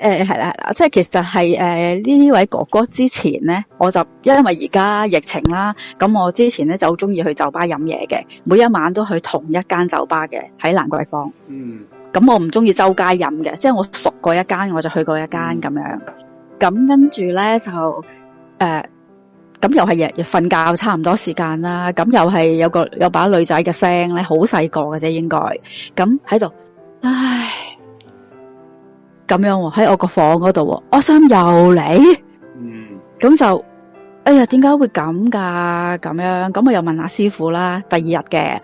M: 呃係啦係啦，即係其實係誒呢呢位哥哥之前咧，我就因為而家疫情啦，咁我之前咧就好中意去酒吧飲嘢嘅，每一晚都去同一間酒吧嘅喺蘭桂坊。
C: 嗯。
M: 咁我唔中意周街飲嘅，即係我熟過一間我就去過一間咁樣。咁跟住咧就誒，呃咁、又係日日瞓覺差唔多時間啦。咁又係有個有把女仔嘅聲咧，好細個嘅啫應該。咁喺度，唉。咁樣喎，喺我個房嗰度喎，我心又嚟，
C: 嗯，
M: 咁就，哎呀，點解會咁噶？咁樣，咁我又問下師傅啦，第二日嘅，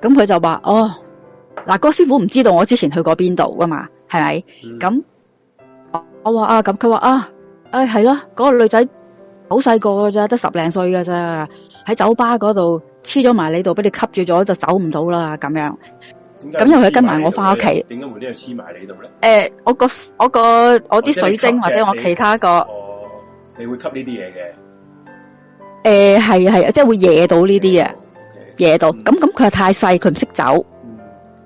M: 咁佢就話，哦，嗱，嗰個師傅唔知道我之前去過邊度噶嘛，係咪？
C: 嗯
M: 咁、我我話啊，咁佢話啊，誒係啦，嗰、個女仔好細個㗎咋，得十零歲㗎咋，喺酒吧嗰度黐咗埋你度，俾你吸住咗就走唔到啦，咁樣。咁又佢跟埋我返屋企
C: 點解會呢度黐埋你度咧？
M: 誒、我個我個我
C: 哦即係你
M: 啲水
C: 吸
M: 晶
C: 嘅
M: 或者我
C: 你
M: 其他個。
C: 你會吸呢啲嘢嘅，
M: 诶，系係，即係會惹到呢啲嘢，惹到。咁咁佢又太細，佢唔識走，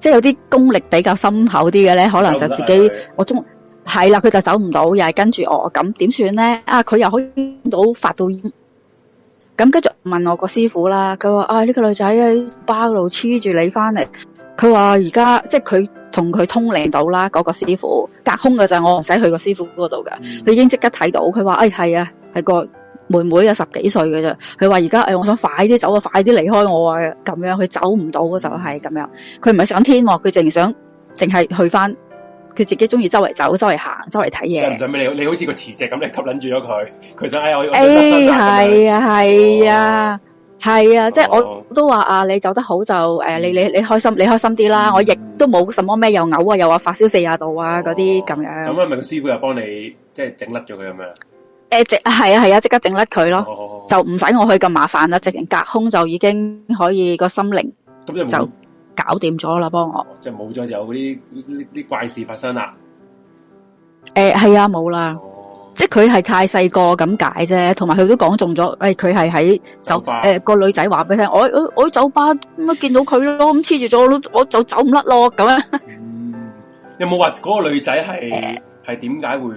M: 即係有啲功力比較深厚啲嘅咧，可能就自
B: 走唔得
M: 己
B: 啊
M: 我中係啦，佢就走唔到，又係跟住我，咁點算咧？啊，佢又可以到發到煙咁跟住問我個師傅啦，佢話：啊呢、個女仔喺巴度黐住你翻嚟，佢話而家即係佢同佢通靈到啦，嗰、個師傅隔空嘅就我唔使去個師傅嗰度噶，佢已經即刻睇到，佢話：哎係啊，係個妹妹啊，十幾歲嘅啫。佢話而家誒，我想快啲走啊，快啲離開我啊，咁樣佢走唔到就係咁樣，佢唔係上天喎，佢淨係想淨係去翻。佢自己中意周圍走、周圍行、周圍睇
C: 即係唔
M: 嘢。
C: 想俾你，你好似個磁石咁，你吸撚住咗佢，佢想哎 我我想得
M: 诶，
C: 身啊咁
M: 係
C: 樣
M: 啊，係啊，係啊，即係
C: 哦
M: 我都話啊，你走得好就诶，你你你开心，你開心啲啦。我亦都冇什麼咩又嘔啊，又話發燒四廿度啊嗰啲咁
C: 咁
M: 樣。
C: 係咪個師傅又幫你即係整甩咗佢咁樣？
M: 诶，即係啊係啊，即刻整甩佢
C: 咯，
M: 就唔使我去咁麻煩啦，直情隔空就已經可以個心靈
C: 咁就冇
M: 就搞掂咗啦，幫我。
C: 即係冇咗有啲呢啲怪事發生啦。
M: 诶，係啊，冇啦。即係佢係太細個咁解啫，同埋佢都講中咗，诶、佢係喺酒
B: 吧
M: 诶個女仔話俾佢聽，我我我喺酒吧咁啊見到佢咯，咁黐住咗我都，我就走唔甩咯咁樣。
C: 有冇話嗰個女仔係係點解會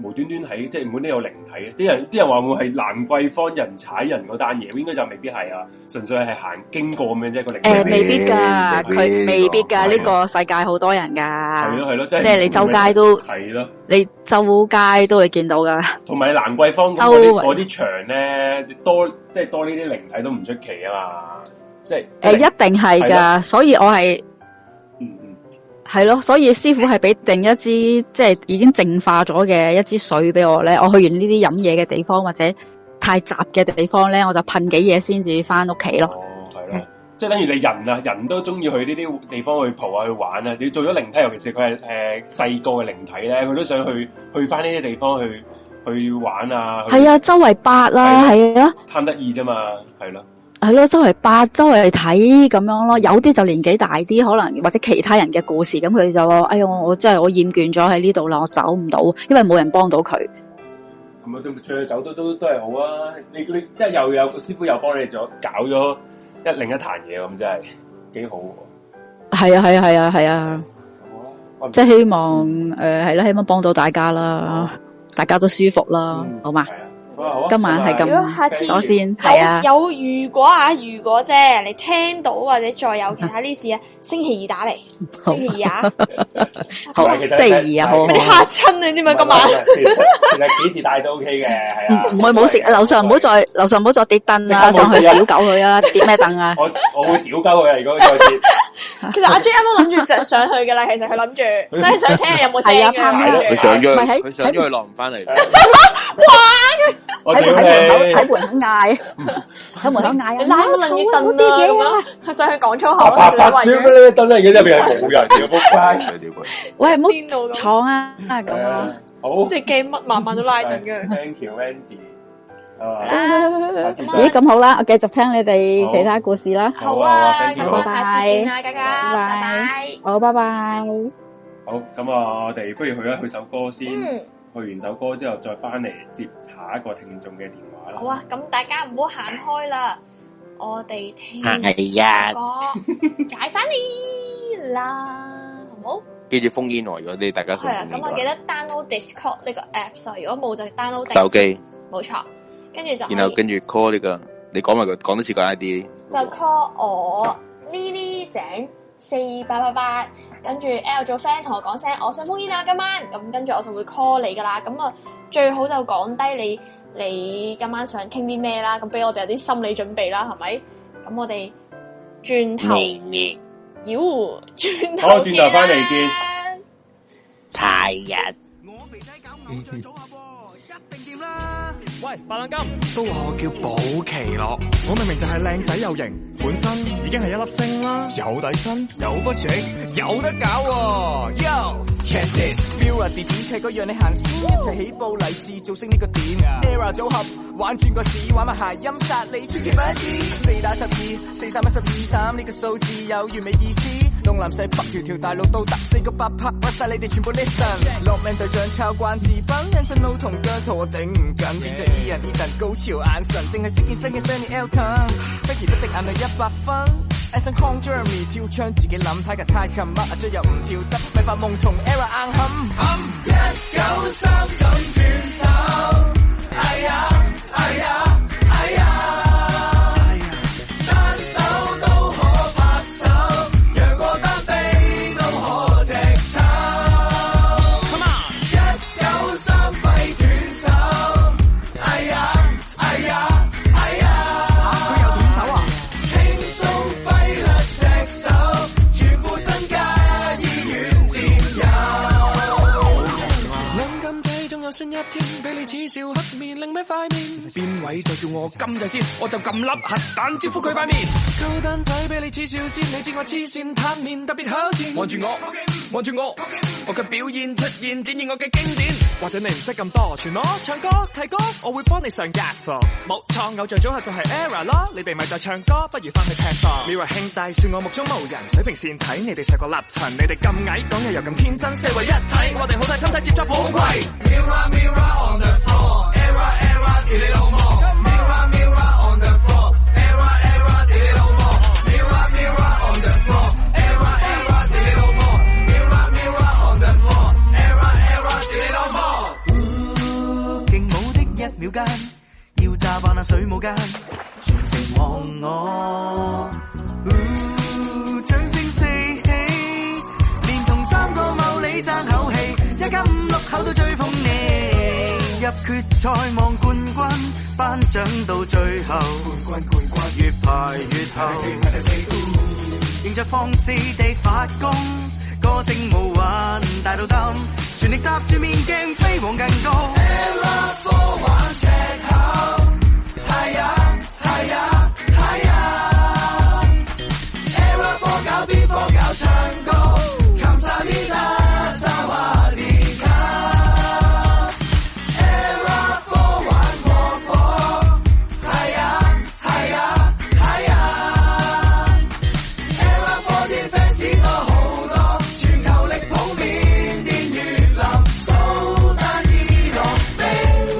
C: 無端端喺即係唔會呢有靈體嘅？啲人啲人話會係蘭桂坊人踩人嗰單嘢，應該就未必係啊，純粹係行經過咁樣啫個靈體。
M: 诶，未必噶，佢未必噶，
C: 係啊
M: 呢個世界好多人噶。
C: 係
M: 係
C: 咯係咯，
M: 啊即係你周街都，
C: 係咯。
M: 你周街都會見到噶。
C: 同埋蘭桂坊咁嗰
M: 周
C: 啲
M: 圍
C: 嗰啲場咧，多即係多呢啲靈體都唔出奇啊嘛，即係
M: 诶，一定係
C: 係啦
M: 噶，所以我係
C: 嗯嗯，
M: 係咯，所以師傅係俾定一支即係已經淨化咗嘅一支水俾我咧。我去完呢啲飲嘢嘅地方或者太雜嘅地方咧，我就噴幾嘢先至翻屋企咯。
C: 哦係咯，即係等於你人啊，人都中意去呢啲地方去蒲啊，去玩啊。你做咗靈體，尤其是佢係誒細個嘅靈體咧，佢都想去去翻呢啲地方去去玩啊。去
M: 係啊，，周圍八啦，係啊。
C: 貪得意啫嘛，係咯。
M: 系咯，周圍八，周圍睇咁樣咯。有啲就年紀大啲，可能或者其他人嘅故事，咁佢就話：哎呀，我我真係我厭倦咗喺呢度啦，我走唔到，因為冇人幫到佢。
C: 咁啊，咁出去走都都都係好啊！你你即係又有師傅又幫你咗搞咗一另一壇嘢咁，真係幾好 喎。
M: 係啊，係啊，係啊，係啊，即係希望诶，系啦，希望幫到大家啦，大家都舒服啦，好嘛？今晚係
D: 如果下次
M: 咁，我先係啊。
D: 有有如果啊，如果啫，你聽到或者再有其他呢 事啊，星期二打嚟，
M: 好
D: 星期二 啊，
M: 好
C: 唔係其實
M: 星期二啊好
D: 俾你嚇親你知嘛？今晚
C: 啊其實其實幾時帶都 OK 嘅，係啊。
M: 唔會冇食，樓上唔好再，樓上唔好再跌凳啦，
C: 即刻
M: 上
C: 冇
M: 去
C: 事啊
M: 小狗佢 啊，跌咩凳啊？
C: 我我會屌鳩佢啊！如果再 跌，
D: 其實阿 J 啱啱諗住就上去噶啦，其實佢諗住，真係想聽下有冇聲
M: 係啊
D: 嘅。
M: 怕
G: 係咯，佢上咗
M: 唔係喺
G: 去，佢上咗去落唔翻嚟。
C: 我
M: 喺
C: 屌
M: 門喺門口
C: 你！
M: 喺門口嗌，喺門口嗌啊！
D: 你拉乜撚嘢凳啊？咁啊，佢想去講粗口
C: 啪
D: 啦，
C: 啪
D: 就
C: 啪！
D: 為
C: 屌
D: 咗
C: 你！等陣佢入邊係冇人嘅，仆街！
M: 喂，唔好闖啊！咁啊，
C: 好
D: 即係驚乜慢慢都拉凳嘅。
C: Thank you, Andy。啊，
M: 咦，咁好啦，我繼續聽你哋其他故事啦。
C: 好啊
M: 拜
C: 咁啊
D: 下次見啦嘉
M: 拜，
D: 嘉
M: 拜
D: 拜，
M: 好，拜拜。
C: 好咁啊！我哋不如去一去首歌先，
D: 嗯
C: 去完首歌之後再翻嚟接下一個聽眾嘅電話啦。
D: 好啊，咁大家唔好行開啦，我哋聽
G: 係啊
D: 歌解翻你啦，好唔好？
G: 記住封煙來嗰啲，大家
D: 係啊，咁我記得 download Discord 呢個 apps 啊，如果冇就 download 定
G: 手機，
D: 冇錯，跟住就可以
G: 然後跟住 call 呢個，你講埋個講多次個 ID。
D: 就 call 我 Lily 井四八八八，跟住 L 做 friend 同我講聲，我想封煙啊今晚，咁跟住我就會 call 你噶啦，咁啊最好就講低你你今晚想傾啲咩啦，咁俾我哋有啲心理準備啦，係咪？咁我哋轉頭，妖轉頭
C: 好，轉頭
D: 見
C: 翻
D: 啦
C: 嚟見。
D: 太日。
F: 喂，白冷金。
J: 都話我叫保奇樂，我明明就係靚仔又型，本身已經係一粒星啦，有底薪，有 budget，有得搞喎、
O: Yo check this Mirror 碟片劇嗰樣你行先，一齊起步勵志做升呢個點。Era 組合玩轉個市，玩埋諧音殺你出其不意。四打十二，四三一十二三呢個數字有完美意思。東南西北條條大路都達，四個八拍屈晒你哋全部 listen。落命隊長抄關智斌，人生路同姜圖我頂唔緊。DJ E 人 Eden 高潮眼神，淨係識見新嘅 Sandy Elton。Becky 一滴眼淚一百分。Anson Kong Jeremy 跳窗自己諗，睇嘅太沉默，阿 J 又唔跳得，咪發夢同 Era 硬冚冚。一九三枕斷手，哎呀哎呀哎呀，單手都可拍手，陽過單臂都可隻手。一九三廢斷手，哎呀哎呀哎呀，佢又斷手啊！輕鬆揮甩隻手，全副身家醫院佔有。
F: 兩金仔仲有酸一天，俾你恥笑黑面，另咩塊面？邊位再叫我金仔先，我就撳粒核彈招呼佢塊面。溝單仔俾你恥笑先，你知我黐線攤面特別口賤。望住我，望住我，我嘅表現出現，展現我嘅經典。
O: 或者你唔識咁多，全我唱歌睇歌，我會幫你上格課。冇錯，偶像組合就係 Era 咯，你哋咪就唱歌，不如翻去踢波。你話兄弟算我目中無人，水平線睇你哋細個立塵，你哋咁矮，講嘢又咁天真，四圍一體，我哋好睇，襟睇接觸好貴。
F: Mirror, mirror on the floor, error, error，屌你老母！Mirror, mirror on the floor, error, error，屌你老母！Mirror, mirror on the floor, error, error，屌你老母！Mirror, mirror
J: 下玩下水舞間，全城望我。Ooh，掌聲四起，連同三個茂利爭口氣，一家五六口都追捧你。入決賽望冠軍，頒獎到最後，冠軍冠軍越排越後。迎着放肆地發功，歌聲舞韻大到冧，全力搭住面鏡飛往更高。玩石口，係呀係呀係呀，Era 科搞 B 科搞唱歌，Kamsahamnida Sawadeeka，Era 科玩過火，係呀係呀係呀。Era 波啲 fans 多好多，全球力捧緬甸越南、蘇丹、伊朗、冰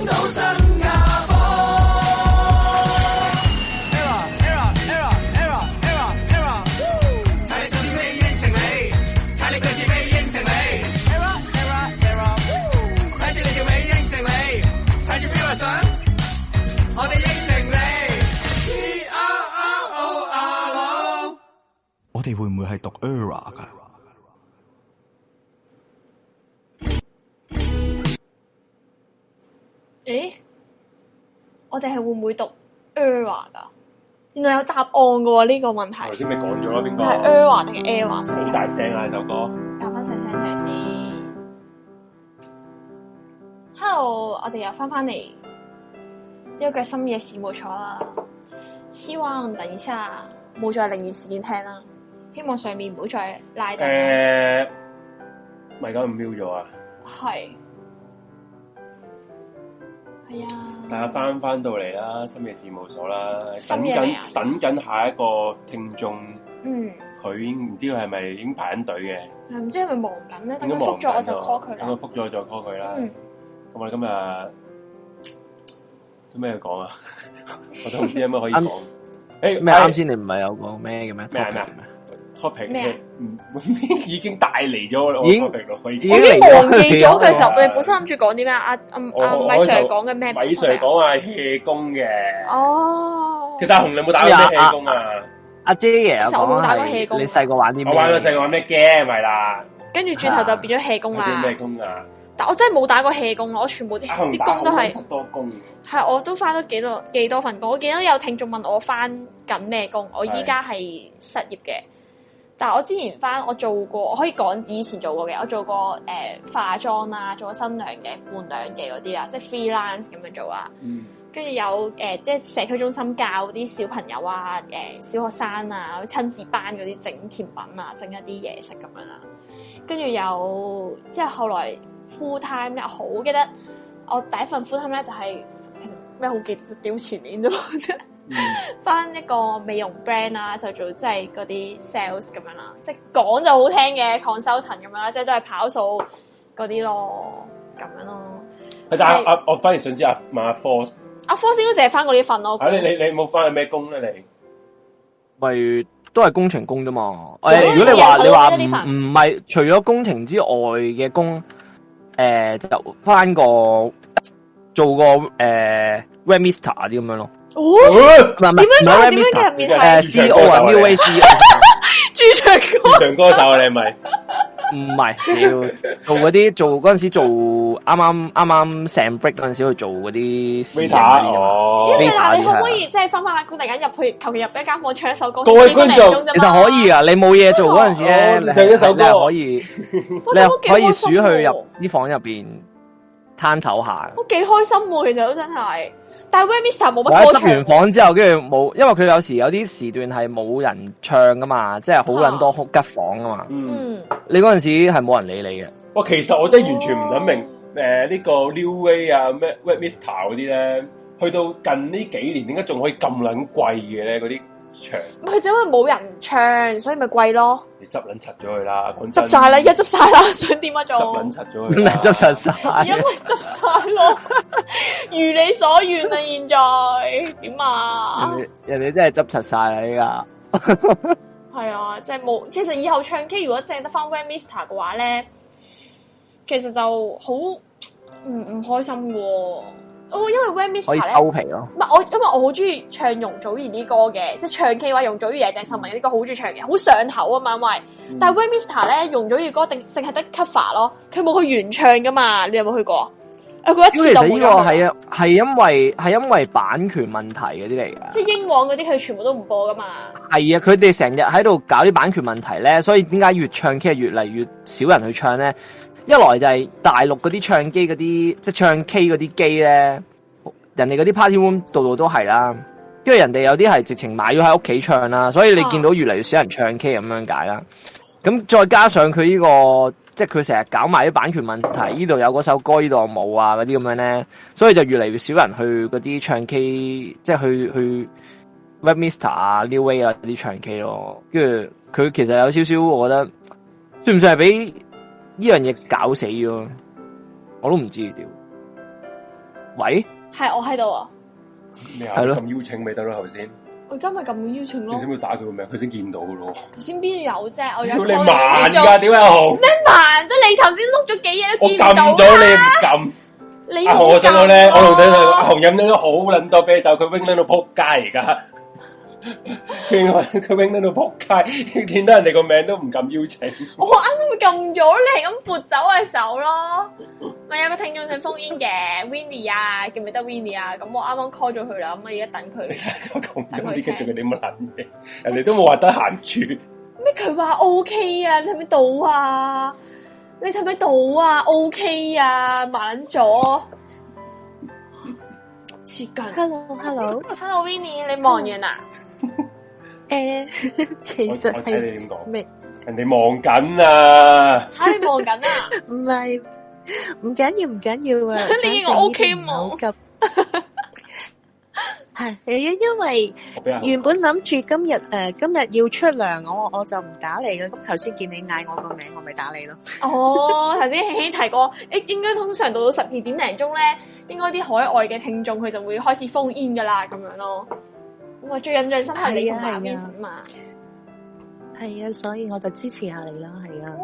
J: 島、新加坡。Era Era Era Era Era Era，睇你今次咩應承你，睇你今次咩應承你。Era Era Era，睇住你條尾應承你，睇住邊個想，我哋應承你。E R R O R O。
P: 我哋會唔會係讀 era 噶？
D: 咦，我哋係會唔會讀 era 噶？原來有答案噶喎呢個問題。
C: 頭先咪講咗咯，邊個？
D: 係 era 定係 era 先？
C: 好大聲啊！呢首歌。
D: 教翻細聲佢先。Hello，我哋又翻翻嚟呢個深夜事務所啦。希望等一下冇再靈異事件聽啦。希望上面唔好再拉低。
C: 誒，咪咁唔瞄咗啊！
D: 係係啊，
C: 大家翻翻到嚟啦，深夜事務所啦，等
D: 深夜未啊
C: 緊等緊下一個聽眾，
D: 嗯，
C: 佢已經唔知佢係咪已經排緊隊嘅，
D: 唔知係咪忙緊咧？等
C: 應
D: 佢
C: 該忙
D: 覆咗我就
C: 緊啊
D: call
C: 咯
D: 佢
C: 等
D: 啦
C: 佢。覆咗我再 call 佢啦。
D: 嗯
C: 咁我哋今日有咩講啊？我都唔知有咩可以講。誒
F: 咩？
C: 係
F: 啱先你唔係有講咩嘅咩？
C: 咩啊咩啊 topic 嘅，
D: 啊
C: 嗯，已經帶嚟咗我
F: 已經
C: topic 咯，我已
D: 我已經忘記咗嘅時 候，我哋本身諗住講啲咩啊？阿
C: 我
D: 阿
C: 啊我
D: 米
C: 我
D: Sir 講嘅咩？啊
C: 米 Sir 講話 hea 工嘅，
D: 哦，
C: 其實阿紅你有冇打過
F: 咩啊
C: 咩 hea 工啊？
F: 阿 J 爺
D: 其實我冇打過
F: 講係
D: 氣功
F: 你細個玩啲咩？
C: 我玩個細個玩咩 game 係啦，
D: 跟住轉頭就變咗氣功
C: 啊玩啲
D: 啦。
C: 咩工啊？
D: 但我真係冇打過氣功咯，我全部啲
C: 阿紅
D: 啲
C: 打
D: 工都係
C: 好多工嘅，
D: 係我都翻咗幾多幾多份工。我見到有聽眾問我翻緊咩工，我依家係失業嘅。但係我之前翻我做過，我可以講以前做過嘅，我做過誒、呃化妝啦，做過新娘嘅、伴娘嘅嗰啲啦，即係 freelance 咁樣做啊啦。
C: 嗯，
D: 跟住有誒、呃即係社區中心教啲小朋友啊、誒、小學生啊、親子班嗰啲整甜品啊、整一啲嘢食咁樣啦。跟住有即係後來 full time 咧，我好記得我第一份 full time 咧就係、其實咩好記得，屌前面啫嘛，即係
C: 嗯
D: 翻一個美容 brand 啦，就做即係嗰啲 sales 咁樣啦，即係講就好聽嘅 consultant 咁樣啦，即係都係跑數嗰啲咯，咁樣咯。
C: 但係阿我反而想知阿問阿 Force，
D: 阿 Force 應該淨係翻過呢份咯。
C: 啊你你你冇翻去咩工咧？你
F: 咪都係工程工啫嘛。
D: 哦
C: 做咗
F: 誒，如果你話
D: 嘢
F: 你話
D: 做咗
F: 唔
D: 呢份
F: 唔係除咗工程之外嘅工，誒就翻個做個誒 web mister 啲咁樣咯。
D: 哦，
F: 唔係唔係
D: 點
F: 唔
D: 樣
F: 係
D: 點樣嘅
F: web
D: 入
F: mister，
D: 面
F: 誒
D: 係
F: C O 啊 New Way C O，
D: 駐唱歌，
C: 唱歌手啊你係咪？
F: 唔係你要做嗰啲做嗰陣時做啱啱啱啱成 break 嗰陣時去做嗰啲
C: Waiter，
F: 哦
D: 因為嗱，你可唔可以即係翻翻工，突然間入去，求其入一間房唱一首歌，
F: 各位
D: 幾個
F: 觀
D: 零
F: 眾
D: 鐘啫
F: 啊其實
D: 嘛
F: 可以啊，你冇嘢做嗰陣時咧，
C: 哦
F: 你係
C: 唱一首歌
F: 你係可以，
D: 哇
F: 你
D: 都
F: 係
D: 幾
F: 可以
D: 開
F: 鼠
D: 心
F: 去
D: 喎
F: 入啲房入邊攤唞下。
D: 我幾開心喎，其實都真係。但係 Where Mister 冇乜
F: 或
D: 歌
F: 者執
D: 唱
F: 完，房之後，跟住冇，因為佢有時有啲時段係冇人唱噶嘛，即係好撚
D: 啊
F: 多空吉房噶嘛。
D: 嗯，
F: 你嗰陣時係冇人理你嘅。
C: 哇，其實我真係完全唔諗明誒呢個 New Way 啊咩 Web Mister 嗰啲咧，去到近呢幾年點解仲可以咁撚貴嘅咧？嗰啲場
D: 唔係就因為冇人唱，所以咪貴咯。
C: 你執撚柒咗佢啦，講真
D: 執晒啦，而家執晒 啦， 想點啊仲？
C: 執撚柒咗佢啦，
F: 執柒晒。
D: 因為執晒咯，如你所願啦，現在點啊？
F: 人哋人哋真係執柒晒啦！依家
D: 係啊，即係冇。其實以後唱 K 如果淨係得翻 Where Mister 嘅話咧，其實就好唔唔開心嘅喎。哦，因為 When Miss
F: 可以
D: a
F: 收皮啊咯。
D: 唔係我，因為我好中意唱容祖兒啲歌嘅，即係唱 K 嘅話，容祖兒係鄭秀啊文嗰啲歌好中意唱嘅，好上口啊嘛，因為、
F: 嗯
D: 但係 When Mister 咧，容祖兒歌定淨係得 cover 咯，佢冇去原唱噶嘛，你有冇去過？誒，佢一
F: 因
D: 次
F: 為其
D: 就
F: 實呢
D: 冇
F: 個
D: 咗
F: 係啊，係因為係因為版權問題嗰啲嚟㗎。
D: 即係英皇嗰啲，佢全部都唔播噶嘛。
F: 係啊，佢哋成日喺度搞啲版權問題咧，所以點解越唱 K 係越嚟越少人去唱咧？一來就係大陸嗰啲唱機嗰啲，即係唱 K 嗰啲機咧，人哋嗰啲 party room 度度都係啦，因為人哋有啲係直情買咗喺屋企唱啦，所以你見到越嚟越少人唱 K 咁樣解啦。咁再加上佢呢、個，即係佢成日搞埋啲版權問題，呢度有嗰首歌，呢度冇啊嗰啲咁樣咧，所以就越嚟越少人去嗰啲唱 K，即係去去 Web Mister 啊、New Way 啊嗰啲唱 K 咯。跟住佢其實有少少，我覺得算唔算係俾呢樣嘢搞死咗？我都唔知屌。喂，
D: 係我喺度啊，
C: 你
F: 係咯
C: 咁邀請咪得咯？頭先
D: 我今日咁邀請
C: 你
D: 咯
C: 使唔，要打佢個名？佢先見到嘅咯。
D: 頭先邊有啫？我有
C: 屌你
D: call
C: 慢
D: 做
C: 㗎屌阿豪
D: 咩慢得？你頭先碌咗幾嘢都
C: 我
D: 見唔
C: 撳
D: 到
C: 咗你
D: 啦
C: 唔撳。
D: 你
N: 啊
C: 阿豪，我想到咧，我同
D: 同
C: 你阿豪飲咗好撚多啤酒，佢 wing 到撲街而家， 佢佢 wing 到撲街， 見到人哋個名都唔敢邀請。
D: 我啱啱撳咗，你係咁撥走隻手咯。咪有個聽眾想封煙嘅 Winnie 啊，記唔記得 Winnie 啊？咁我啱啱 call 咗佢啦，咁我而家等佢。
C: 咁呢個仲係你乜撚嘢？人哋都冇話得閒住。
D: 咩？佢話 OK 啊？你睇唔睇到啊？你睇唔睇到啊？OK 啊？麻撚咗。黐筋。Hello，Hello，Hello，Winnie，你忙完啊啦？
N: 诶，其
C: 我我
N: 實
C: 睇
N: 係
C: 你點講，
N: 未
C: 人哋忙緊啊！
D: 吓你望緊啊？！
N: 唔係唔緊要，唔緊要啊
D: 你以為我
N: 反正
D: OK
N: 呢啲唔 好急。係，因因為
C: 俾阿豪
N: 原本諗住今日诶、呃今日要出糧，我我就唔打你嘅。咁頭先見你嗌我個名，我咪打你咯。
D: 哦，頭先希希提過，誒應該通常到到十二點零鐘咧，應該啲海外嘅聽眾佢就會開始封煙噶啦，咁樣咯。我最印象深刻係你同埋阿
N: 係啊係啊
D: Vincent 嘛，
N: 係啊，所以我就支持下你啦，係啊。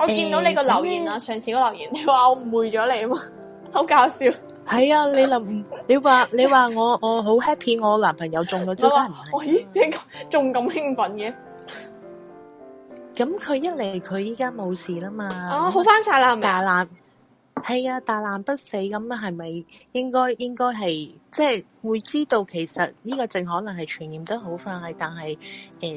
D: 我見到你個留言啊，上次嗰留言你話我誤會咗你啊嘛， 好搞笑。
N: 係啊，你諗，你話你話我我好 happy，我男朋友中咗
D: 我
N: 招，
D: 話
N: 梗係唔係
D: 我咦點解仲咁興奮嘅？
N: 咁佢一嚟佢依家冇事啦嘛，
D: 哦好返晒啦係咪
N: 大難係啊，大難不死咁啊係咪應該應該係即係會知道其實呢個症可能係傳染得好快，但係誒、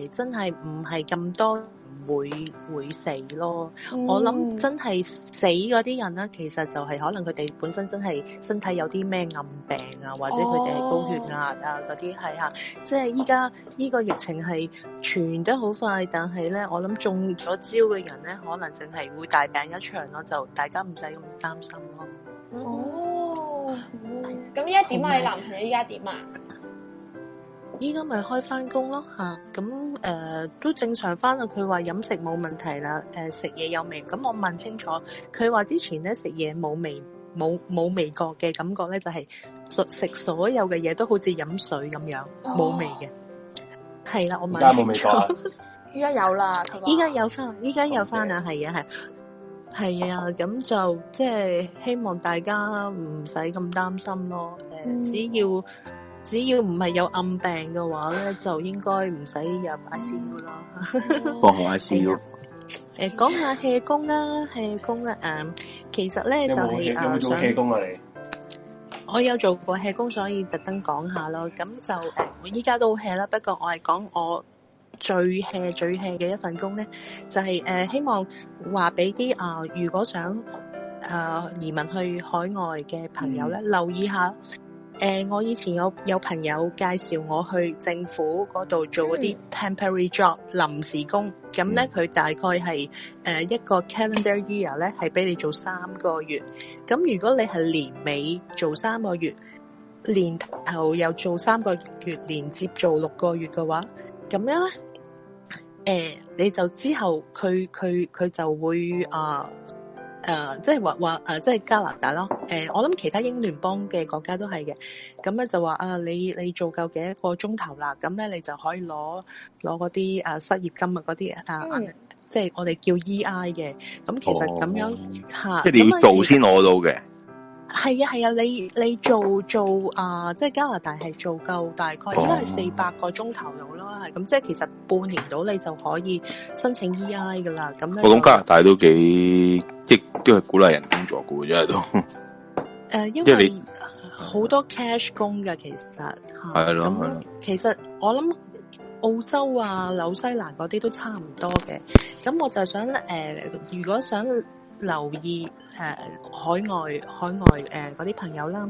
N: 呃真係唔係咁多會會死咯。
D: 嗯
N: 我諗真係死嗰啲人咧，其實就係可能佢哋本身真係身體有啲咩暗病啊，或者佢哋係高血壓啊嗰啲係啊，即係依家呢個疫情係傳得好快，但係咧我諗中咗招嘅人咧，可能淨係會大病一場咯，就大家唔使咁擔心咯。
D: 哦，咁依家點啊？你男朋友依家點啊？
N: 依家咪開翻工咯吓，咁、呃都正常翻啦。佢話飲食冇問題啦，誒、食嘢有味。咁我問清楚，佢話之前咧食嘢冇味，冇冇味覺嘅感覺咧，就係、所食所有嘅嘢都好似飲水咁樣冇味嘅。係啦，我
C: 哦而家
N: 問
C: 冇
N: 清
C: 味
N: 楚
C: 覺啊。
D: 依家有啦，
N: 依家有翻，依家有翻啊，係啊，係，係啊，咁就即係希望大家唔使咁擔心咯。誒、
D: 嗯
N: 只要只要唔係有暗病嘅話咧，就應該唔使入 ICU 啦。
G: 放學 I C U，
N: 誒，講下 hea 工啦，hea 工啦，誒、其實咧
C: 有
N: 就
C: 冇
N: 係、
C: 有冇
N: 誒
C: 做
N: 想。
C: 氣功啊？你
N: 我有做過 hea 工，所以特登講下咯。咁就誒，呃我依家都好 hea 啦，不過我係講我最 hea 最 hea 嘅一份工咧，就係、呃希望話俾啲啊，呃如果想啊、呃移民去海外嘅朋友咧，留意下。誒、呃我以前有有朋友介紹我去政府嗰度做嗰啲 temporary job 臨時工，咁咧佢大概係誒、呃一個 calendar year 咧係俾你做三個月，咁如果你係年尾做三個月，年頭又做三個月，連接做六個月嘅話，咁樣咧。誒、你就之後佢佢佢就會啊誒、即係話話誒，即係加拿大咯。誒、我諗其他英聯邦嘅國家都係嘅。咁咧就話啊，你你做夠幾多個鐘頭啦？咁咧你就可以攞攞嗰啲誒失業金啊嗰啲啊，即係 E 我哋叫 EI 嘅。咁其實咁樣嚇，
G: 哦即係你要
N: 咁啊其
G: 做先攞到嘅。
N: 係啊係啊，你你做做啊、即係加拿大係做夠大概應該係四百個鐘頭度啦，係咁即係其實半年到你就可以申請 EI 噶啦，咁樣
G: 我
N: 就
G: 哦咁加拿大都幾，即都係鼓勵人工作嘅喎，真係都
N: 誒、因
G: 因為
N: 為
G: 你
N: 好多 cash 工嘅其實嚇
G: 係咯係咯，
N: 其實我諗澳洲啊、紐西蘭嗰啲都差唔多嘅。咁我就想誒、呃如果想留意誒、呃海外海外誒嗰啲朋友啦。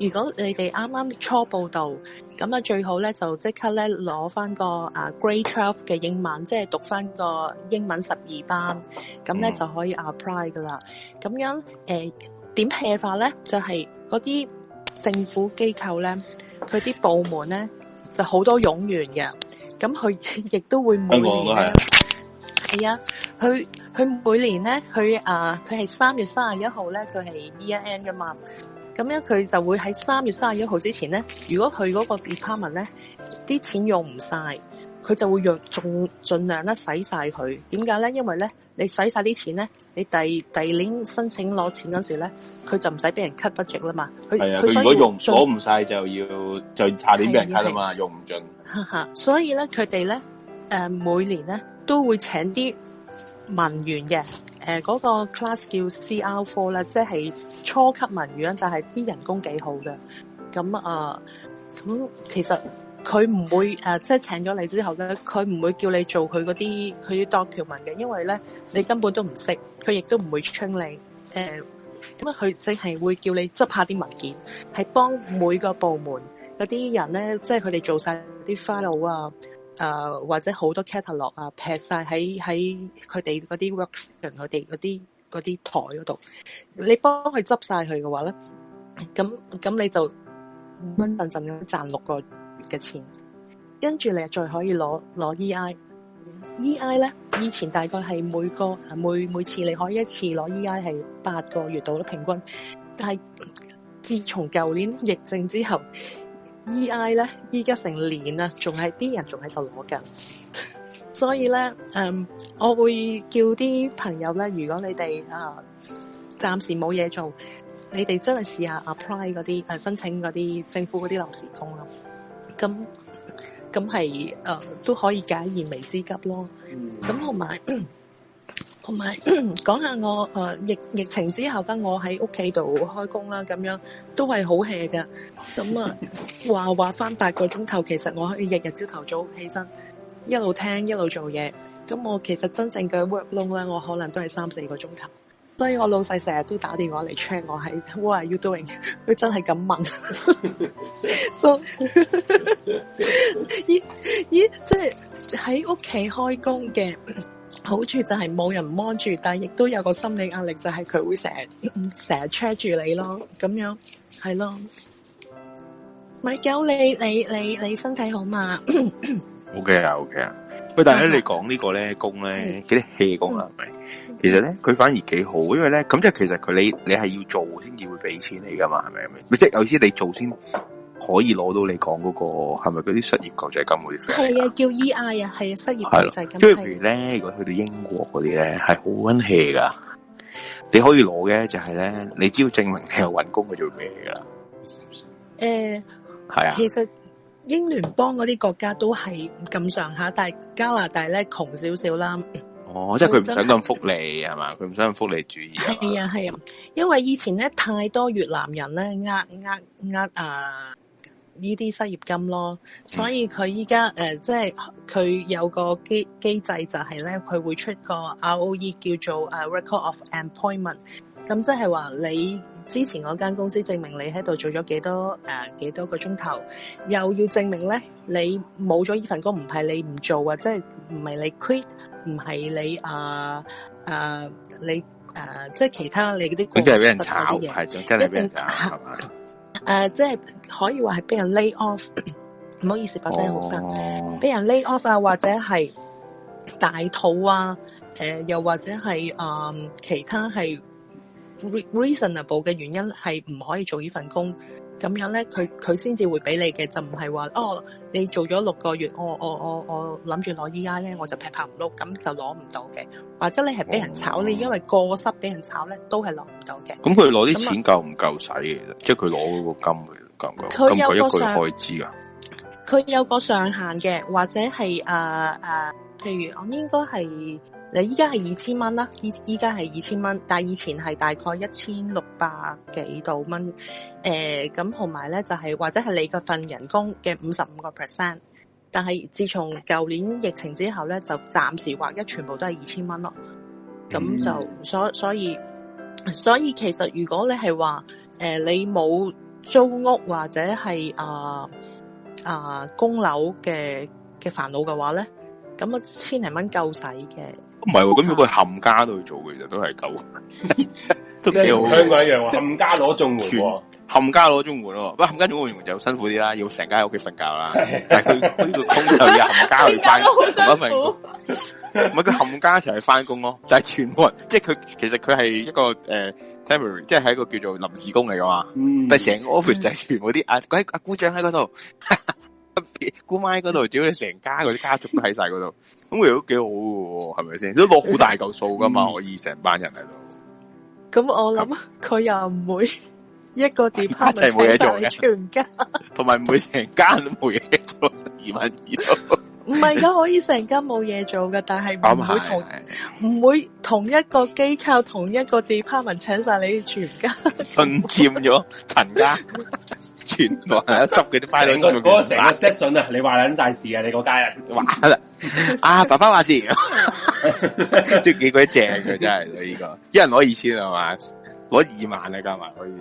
N: 如果你哋啱啱初報道，咁啊最好咧就即刻咧攞翻個啊 Grade Twelve 嘅英文，即係讀翻個英文十二班，咁咧、
L: 嗯
N: 就可以啊 apply 噶啦。咁樣誒點 hea 法咧？就係嗰啲政府機構咧，佢啲部門咧就好多冗員嘅，咁佢亦都會每
G: 香港
N: 年
G: 都
N: 咧
G: 係。啊
N: 係啊，佢佢每年咧，佢啊佢係三月三十一號咧，佢係 E N 噶嘛。咁樣佢就會喺三月三十一號之前咧，如果佢嗰個 department 咧啲錢用唔晒，佢就會用仲盡量咧使晒佢。點解咧？因為咧你使晒啲錢咧，你第第二年申請攞錢嗰時咧，佢就唔使俾人 cut budget 啦嘛。佢
G: 係啊，
N: 所
G: 佢如
N: 以
G: 果用
N: 盡
G: 攞唔晒就要就下年俾人 cut 啊嘛，
N: 係
G: 用唔盡。
N: 哈哈， 所以咧，佢哋咧，誒、呃每年咧都會請啲文員嘅，誒、呃嗰、個 class 叫 CR Four 啦，即係初級文員，但係啲人工幾好嘅。咁啊，咁、其實佢唔會誒、即係請咗你之後咧，佢唔會叫你做佢嗰啲佢啲 document 嘅，因為咧你根本都唔識，佢亦都唔會 train 你誒。咁啊，佢淨係會叫你執下啲文件，係幫每個部門嗰啲人咧，即係佢哋做晒啲 file 啊，誒、或者好多 catalog 啊，劈晒喺喺佢哋嗰啲 workstation 佢哋嗰啲嗰啲台嗰度，你幫佢執晒佢嘅話咧，咁咁你就穩陣陣咁賺六個月嘅錢，跟住你再可以攞攞 E EI。EI 咧，E 以前大概係每個啊每每次你可以一次攞 EI 係八個月度啦，平均。但係自從舊年疫症之後，EI 咧依家成年啦，仲係啲人仲喺度攞緊。所以咧，誒、我會叫啲朋友咧，如果你哋啊暫時冇嘢做，你哋真係試下 apply 嗰啲誒啊申請嗰啲政府嗰啲臨時工咯。咁咁係誒都可以解燃眉之急咯。
J: 嗯
N: 咁同 埋同埋 講下我誒、呃疫疫情之後得我喺屋企度開工啦，咁樣都係好 hea 嘅。咁啊話話翻八個鐘頭，其實我可以日日朝頭早起身，一路聽一路做嘢。咁我其實真正嘅 work long 咧，我可能都係三四個鐘頭。所以我老細成日都打電話嚟 check 我係 What are you doing？佢真係咁問。So 咦咦，即係喺屋企開工嘅嗯好處就係冇人 mon 住，但係亦都有個心理壓力，就係佢會成日嗯成日 check 住你咯，咁樣係咯。米狗，你你你你身體好 嘛？
G: O K 啊，O K 啊。喂，但係咧，你講呢個咧工
N: 嗯
G: 咧，嗰啲 hea 工啊，係咪？其實咧，佢反而幾好，因為咧，咁即係其實佢你你係要做先至會俾錢你噶嘛，係咪？咪即係有啲你做先可以攞到你講嗰個係咪嗰啲失業救濟金嗰啲 friend
N: 係啊，叫 EI 啊，係啊，失業
G: 係
N: 救濟
G: 咯，
N: 金
G: 即
N: 係
G: 係譬如咧，如果去到英國嗰啲咧，係好温 hea 噶。你可以攞嘅就係咧，你只要證明你有揾工，佢就會俾你噶啦。
N: 誒，
G: 係啊
N: 其實英聯邦嗰啲國家都係咁上下，但係加拿大咧窮少少啦。嗯
G: 哦，即係佢唔想咁福利係嘛，佢唔想咁福利主義啊。
N: 係啊係啊，因為以前咧太多越南人咧呃呃呃啊呢啲失業金咯，
G: 嗯
N: 所以佢依家誒即係佢有個機機制就係咧，佢會出個 ROE 叫做誒呃 Record of Employment，咁即係話你。之前嗰間公司證明你喺度做咗幾多誒、幾多個鐘頭，又要證明咧你冇咗呢份工，唔係你唔做啊，即係唔係你 quit，唔係你啊啊、你啊、即係其他你嗰啲
G: 佢真係俾人
N: 過失
G: 炒，
N: 嗰啲嘢
G: 係真真係俾人
N: 一定
G: 炒，係嘛？
N: 誒、呃即係可以話係俾人 lay off，唔好意思，把聲好
G: 生，
N: 俾、人 lay off 啊，或者係大肚啊，誒、又或者係誒、嗯其他係 re- reasonable 嘅原因係唔可以做呢份工，咁樣咧，佢佢先至會俾你嘅，就唔係話哦，你做咗六個月，我我我我諗住攞 E R 咧，我就劈炮唔碌，咁就攞唔到嘅。或者你係俾人炒，你因為過失俾人炒咧，都係攞唔到嘅。
G: 咁佢攞啲
N: 咁啊
G: 錢夠唔夠使嘅？其實即係佢攞嗰個金嘅夠唔夠？
N: 佢
G: 夠唔
N: 有
G: 夠一
N: 個
G: 個月
N: 上
G: 開支啊？
N: 佢有個上限嘅，或者係誒誒，譬如我應該係你依家係二千蚊啦，依依家係二千蚊，但係以前係大概一千六百幾度蚊，誒咁同埋咧就係、或者係你嗰份人工嘅五十五個 percent，但係自從舊年疫情之後咧，就暫時劃一全部都係二千蚊咯，咁就、所所以。所以其實如果你係話誒你冇租屋或者係啊啊供樓嘅嘅煩惱嘅話咧，咁啊千零蚊夠使嘅。
G: 唔係喎，咁如果佢冚家都去做嘅，其實都 係夠，都
C: 即係
G: 幾好。
C: 同香港一樣喎冚家攞綜援喎
G: 全冚家攞綜援喎，不過冚家攞綜援就辛苦啲啦，要成家喺屋企瞓覺啦。但係佢佢呢個工就要冚家去翻同一份工， 唔係佢冚家一齊去翻工咯。但係全部人，即係佢其實佢係一個誒 temporary，即係係一個叫做臨時工嚟噶嘛。但係成個 office 就係全部啲阿嗰啲阿姑丈喺嗰度。 姑媽喺嗰度，屌你成家嗰啲家族都喺晒嗰度，咁佢都幾好嘅喎，係咪先？都攞好大嚿數噶嘛，可以成班人喺度。
N: 咁我諗佢又唔 會一個 department
G: 真係冇嘢做
N: 請
G: 嘅
N: 晒你全家，
G: 同埋唔會成間都冇嘢做，二萬二度。
N: 唔係噶，可以成家冇嘢做噶，但係唔會
G: 咁
N: 同唔會同一個機構同一個 department 請晒你全家。
G: 進佔咗陳家，全部人喺度執嗰啲 file
C: 成個嗰個成個 section 啊，你話撚晒事啊，你嗰家人
G: 玩啦，啊爸爸話事， 都幾鬼正啊嘅真係呢、個，一人攞二千係嘛，攞二萬啊加埋可以。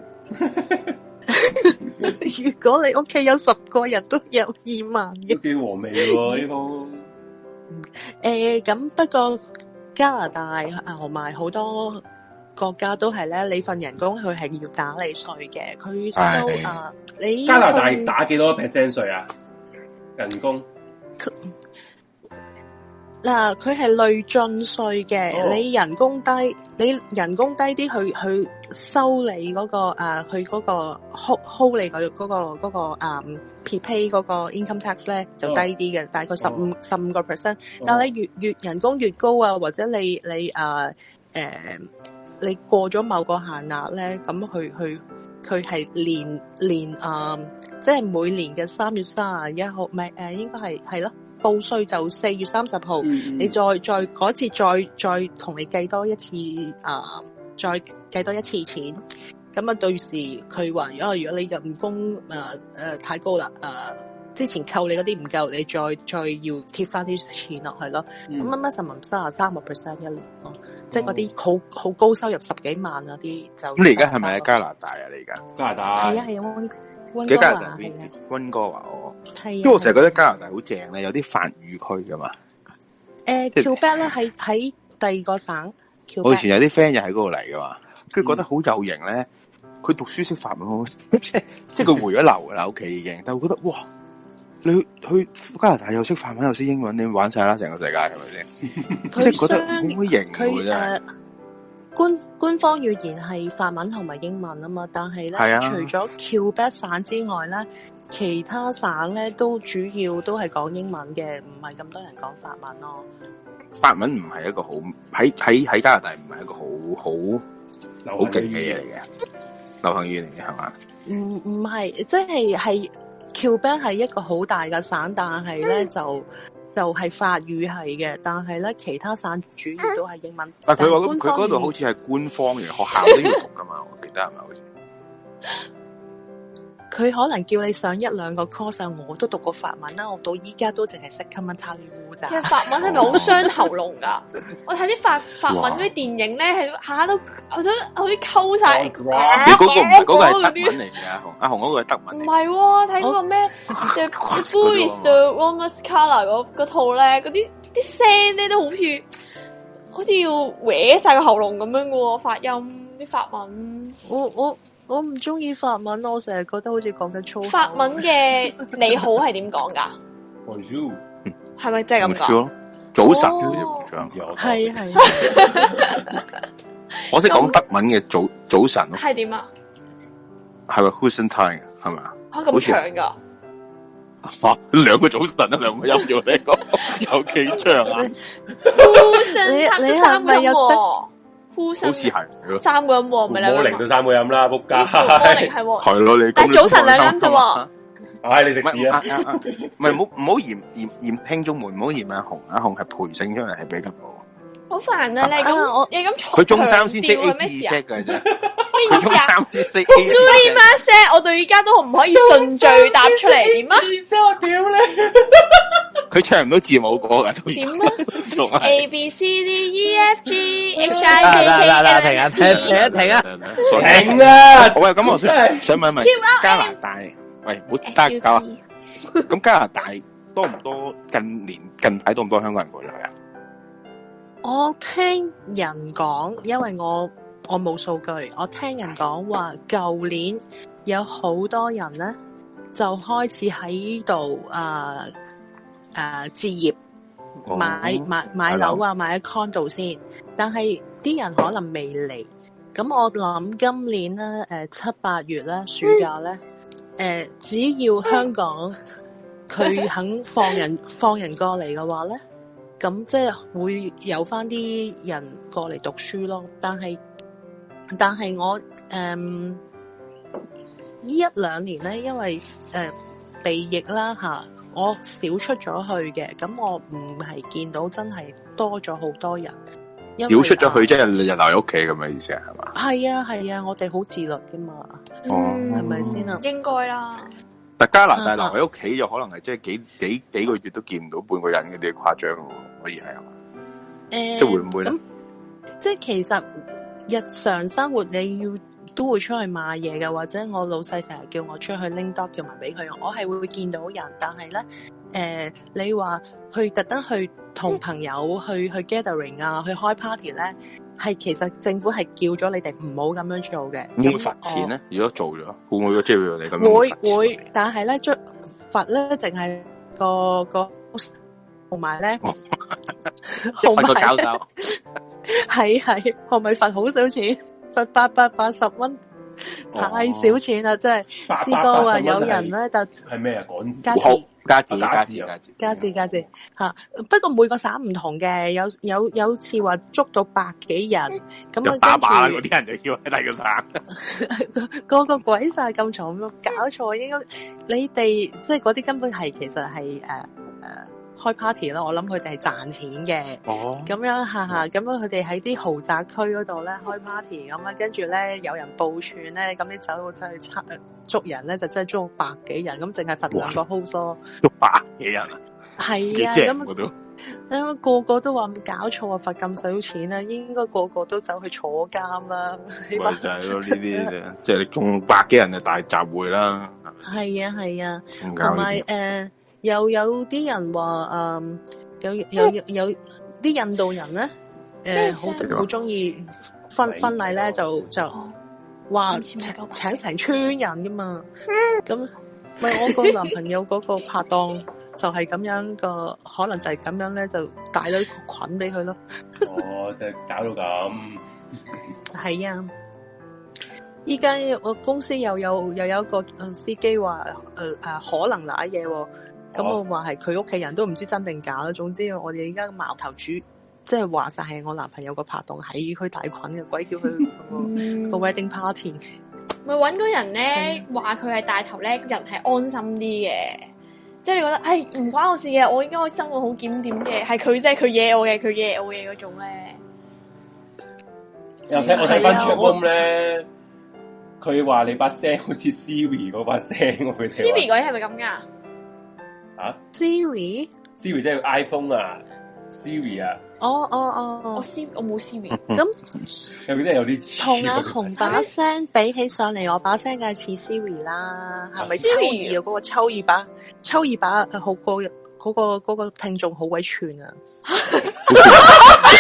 N: 如果你屋企有十個人都有二萬嘅，
C: 幾和味喎呢鋪。
N: 诶，咁不過加拿大啊同埋好多國家都係咧，你份人工佢係要打你税嘅，佢收
C: 唉
N: 啊你
C: 加拿大
N: 份
C: 打幾多 percent 税啊？人工
N: 嗱，佢係累進税嘅，
C: 哦
N: 你人工低，你人工低啲，佢佢收你嗰、個啊，佢嗰、個 hold hold 你嗰、嗰個嗰、個啊 p pay 嗰個 income tax 咧就低啲嘅，大概十五十五個 percent。但係你越越人工越高啊，或者你你啊誒、你過咗某個限額咧，咁佢佢佢係連連啊、即係每年嘅三月三十一號，唔係誒，應該係係咯。報税就四月三十號，
C: 嗯
N: 你再再嗰次再再同你計多一次啊、再計多一次錢。咁啊，到時佢話：啊，如果你人工啊誒太高啦，啊之前扣你嗰啲唔夠，你再再要貼翻啲錢落去咯。
L: 嗯
N: 咁乜乜十蚊三十三個 percent 一年咯，即係嗰啲好好高收入十幾萬嗰啲就。
G: 哦咁你而家係咪喺加拿大啊？你而家
C: 加拿大
N: 係啊
G: 哎
N: 係啊，温
G: 幾
N: 温哥
G: 加拿大
N: 華係啊
G: 温哥華哦，
N: 係啊。
G: 因為我成日覺得加拿大好正咧，有啲法語區噶嘛。
N: 誒
G: 即係
N: Quebec 咧喺喺第二個省。Quebec
G: 我以前有啲 friend 又喺嗰度嚟噶嘛，跟
N: 嗯
G: 住覺得好有型咧。佢讀書識法文好，即係即係佢回咗流噶啦屋企已經，但係我覺得哇，你去去加拿大又識法文又識英文，你玩晒啦成個世界係咪先？即係
N: 佢
G: 覺
N: 相
G: 得好鬼型
N: 佢呃
G: 喎真係
N: 誒。官官方語言係法文同埋英文啊嘛，但係咧，
G: 係啊
N: 除咗 Quebec 省之外咧，其他省咧都主要都係講英文嘅，唔係咁多人講法文咯。
G: 法文唔係一個好喺喺喺加拿大唔係一個好好好勁嘅嘢嚟嘅，流行語嚟嘅係嘛？
N: 唔唔係，即係係 Quebec 係一個好大嘅省，但係
G: 嗯
N: 咧就就係、法語係嘅，但係咧其他省主要都係英文。
G: 但啊係佢話
N: 官
G: 佢
N: 方
G: 嗰度
N: 語
G: 好似係官方嘅學校都要讀噶嘛，我記得係咪好似？
N: 佢可能叫你上一兩個 course，啊我都讀過法文啦，我到依家都淨係識 common t a l u 咋。
Q: 其實法文係咪好傷喉嚨 㗎？我睇啲法法文嗰啲電影咧，係下下都我都好似溝晒。
G: 你哦嗰個唔係嗰個係德文嚟嘅，阿紅阿紅嗰個係德文
Q: 唔係喎，睇嗰個
G: 哦
Q: 咩 The The Fool is the Warmest Color 嗰嗰套咧，嗰啲啲聲咧都好似好似要搲晒個喉嚨咁樣嘅喎，發音啲法文。
N: 我我我唔中意法文，我成日覺得好似講緊粗口。
Q: 法文 嘅你好係點講㗎？
C: Bonjour
Q: 係咪真係咁講？
G: 早
L: 哦
G: 晨好似唔知
N: 係啊係
G: 我我識講德文嘅早早晨咯，
Q: 係點啊？
G: 係咪 Hosen time？係咪啊？
D: 嚇
G: 好似
D: 咁長噶，
G: 啊 兩個早晨啊，兩個音啫喎，你講 有幾長 啊？
D: 你
L: 插咗
D: 你
L: 三個
D: 係咪
L: 音
D: 有
L: 喎，呼
G: 好
L: 聲
G: 似係
L: 三個音
D: 哦
L: 喎，唔係兩個
C: 我
L: 音
C: 零到三個音啦，仆街。
L: Morning 係 喎
G: 係咯，你
L: 但係早晨啊兩
C: 啊
L: 音啫喎，
C: 唉，你食屎啊！
G: 唔係唔好唔好嫌嫌嫌聽眾們唔好嫌阿紅，阿紅係培醒出嚟係比較好。
L: 好煩啊！你係咁你係咁
G: 佢中三先識
L: 強調
G: A
L: 啊
G: T
L: 咩事啊
G: set 嘅啫，
L: 咩
G: 佢
L: 意思
G: 中
L: 啊？
G: 三先識 A T
L: Sorry
G: set。
L: 嘛聲，我到而家都唔可以順序答出嚟，點啊？
C: 屌你！
G: 佢唱唔到字母歌嘅，都
L: 點啊
G: 仲係
L: ？A B C D E F G H
G: 哎啊
N: 啊
D: 啊
L: I J
F: 嗱
L: K
F: 嗱
L: L
F: 嗱，
L: M
F: 停啊，
L: N
F: 停啊停啊
G: 停
C: 啊！
G: 喂，咁我想想問一問
D: 啊
L: Keep up
G: 加拿大，喂，唔好得噶。咁加拿大多唔多？近年近排多唔多香港人過嚟啊？
N: 我聽人講，因為我我冇數據，我聽人講話舊年有好多人呢，就開始喺度啊啊置業，
G: 哦
N: 買買買
G: 買
N: 樓
G: 樓
N: 啊，買 condo 先，但係啲人可能未嚟。咁我諗今年呢，誒、七八月呢，暑假呢，誒、呃只要 香港佢肯放人放人過嚟嘅話呢。咁即係會有翻啲人過嚟讀書咯。但係但係我誒呢、一兩年咧，因為誒、呃避疫啦吓，我少出咗去嘅，咁我唔係見到真係多咗好多人。因
G: 少
N: 為
G: 出咗去，即係日留喺屋企咁嘅意思啊？係嘛？
N: 係啊係啊，我哋好自律噶嘛，
G: 哦
N: 係咪先啊？
L: 應該啦，
G: 但加拿大留喺屋企就可能係即係幾幾幾個月都見唔到半個人嗰啲誇張喎，可以係嘛？
N: 誒
G: 即係會唔會咧？
N: 即係其實日常生活你要都會出去買嘢嘅，或者我老細成日叫我出去拎 document 俾佢，我係會見到人，但係咧誒，你話去特登去同朋友去去 gathering 啊，去開 party 咧，係其實政府係叫咗你哋唔好咁樣做嘅。
G: 會唔會罰錢啊咧？如果做咗，會唔會即係你咁樣
N: 會
G: 會罰？
N: 會，但係咧，最罰咧淨係個個同埋咧， 同埋
G: 哦一罰個
N: 咧
G: 教授
N: 係係，同埋罰好少錢，罰八百八十蚊，
G: 哦
N: 太少錢啦！真係
C: 八
N: 試
C: 百
N: 過
C: 八
N: 話
C: 十蚊
N: 有人咧就。
C: 係咩啊？港
N: 加字
G: 加
C: 字
G: 加
C: 字啊！
N: 加字加字吓，不過每個省唔同嘅，有有有次話捉到百幾人，咁
G: 又
N: 啊
G: 打靶啦！
N: 跟
G: 嗰
N: 住
G: 啲人就要喺第二個省。
N: 個個鬼晒咁重，搞錯應該你哋即係嗰啲根本係其實係誒誒開呃 party 啦，我諗佢哋係賺錢嘅。
G: 哦
N: 咁樣下下，咁樣佢哋喺啲豪宅區嗰度咧開 party 咁啊，跟住咧有人報串咧，咁你走到去測捉人咧，就真係捉百幾人，咁淨係罰兩個 host 咯。
G: 捉百幾人啊！
N: 係
G: 幾
N: 啊，
G: 正
N: 咁
G: 我都
N: 咁個個都話搞錯啊，罰咁少錢啊，應該個個都走去坐監啦。起
G: 咪
N: 碼
G: 啊就係咯，呢啲啫即係你中百幾人就大集會啦。
N: 係啊係啊，
G: 唔
N: 同
G: 嗯搞呢啲
N: 埋誒又有啲人話誒有有有有啲印度人咧誒好
G: 咩聲
N: 好中意婚婚禮
G: 啊
N: 咧就就話請請成村人噶嘛，
G: 嗯
N: 咁咪我個男朋友嗰個拍檔就係咁樣個，可能就係咁樣咧就帶咗菌俾佢咯，
C: 哦，就係搞到咁。
N: 係啊。依家我公司又有又有一個呃司機話誒呃誒可能揦嘢喎，咁
D: 哦
N: 我話係佢屋企人都唔知真定假啦。總之我哋而家矛頭主即係話晒係我男朋友個拍檔喺佢大菌嘅，鬼叫佢
L: 嗯
N: 個個 wedding party。
D: 咪揾個人
N: 啊
D: 咧話佢係大頭咧，人係安心啲嘅。即係你覺得，唉，唔關我事嘅，我應該生活好檢點嘅，係佢啫，佢惹我嘅，佢
N: 啊
D: 惹我嘅嗰種咧。
C: 我睇我睇
D: 係
C: 翻
D: 啊
C: c h
D: 我
C: room 咧，佢話你把聲好似 Siri 嗰把聲喎，佢哋
D: Siri 嗰啲係咪咁噶？
C: 話啊
N: Siri，
C: Siri 即係 iPhone 啊，Siri 啊，
N: 哦哦哦，
D: 我 Siri 我冇 Siri，
N: 咁
C: 有啲真係有啲似
N: 同阿
C: 喎
N: 紅把聲比起上嚟，我把聲梗係似 Siri 啦，係咪
D: Siri
N: 秋二啊？嗰個秋二把秋二把呃好過嗰個嗰個聽眾好鬼串啊！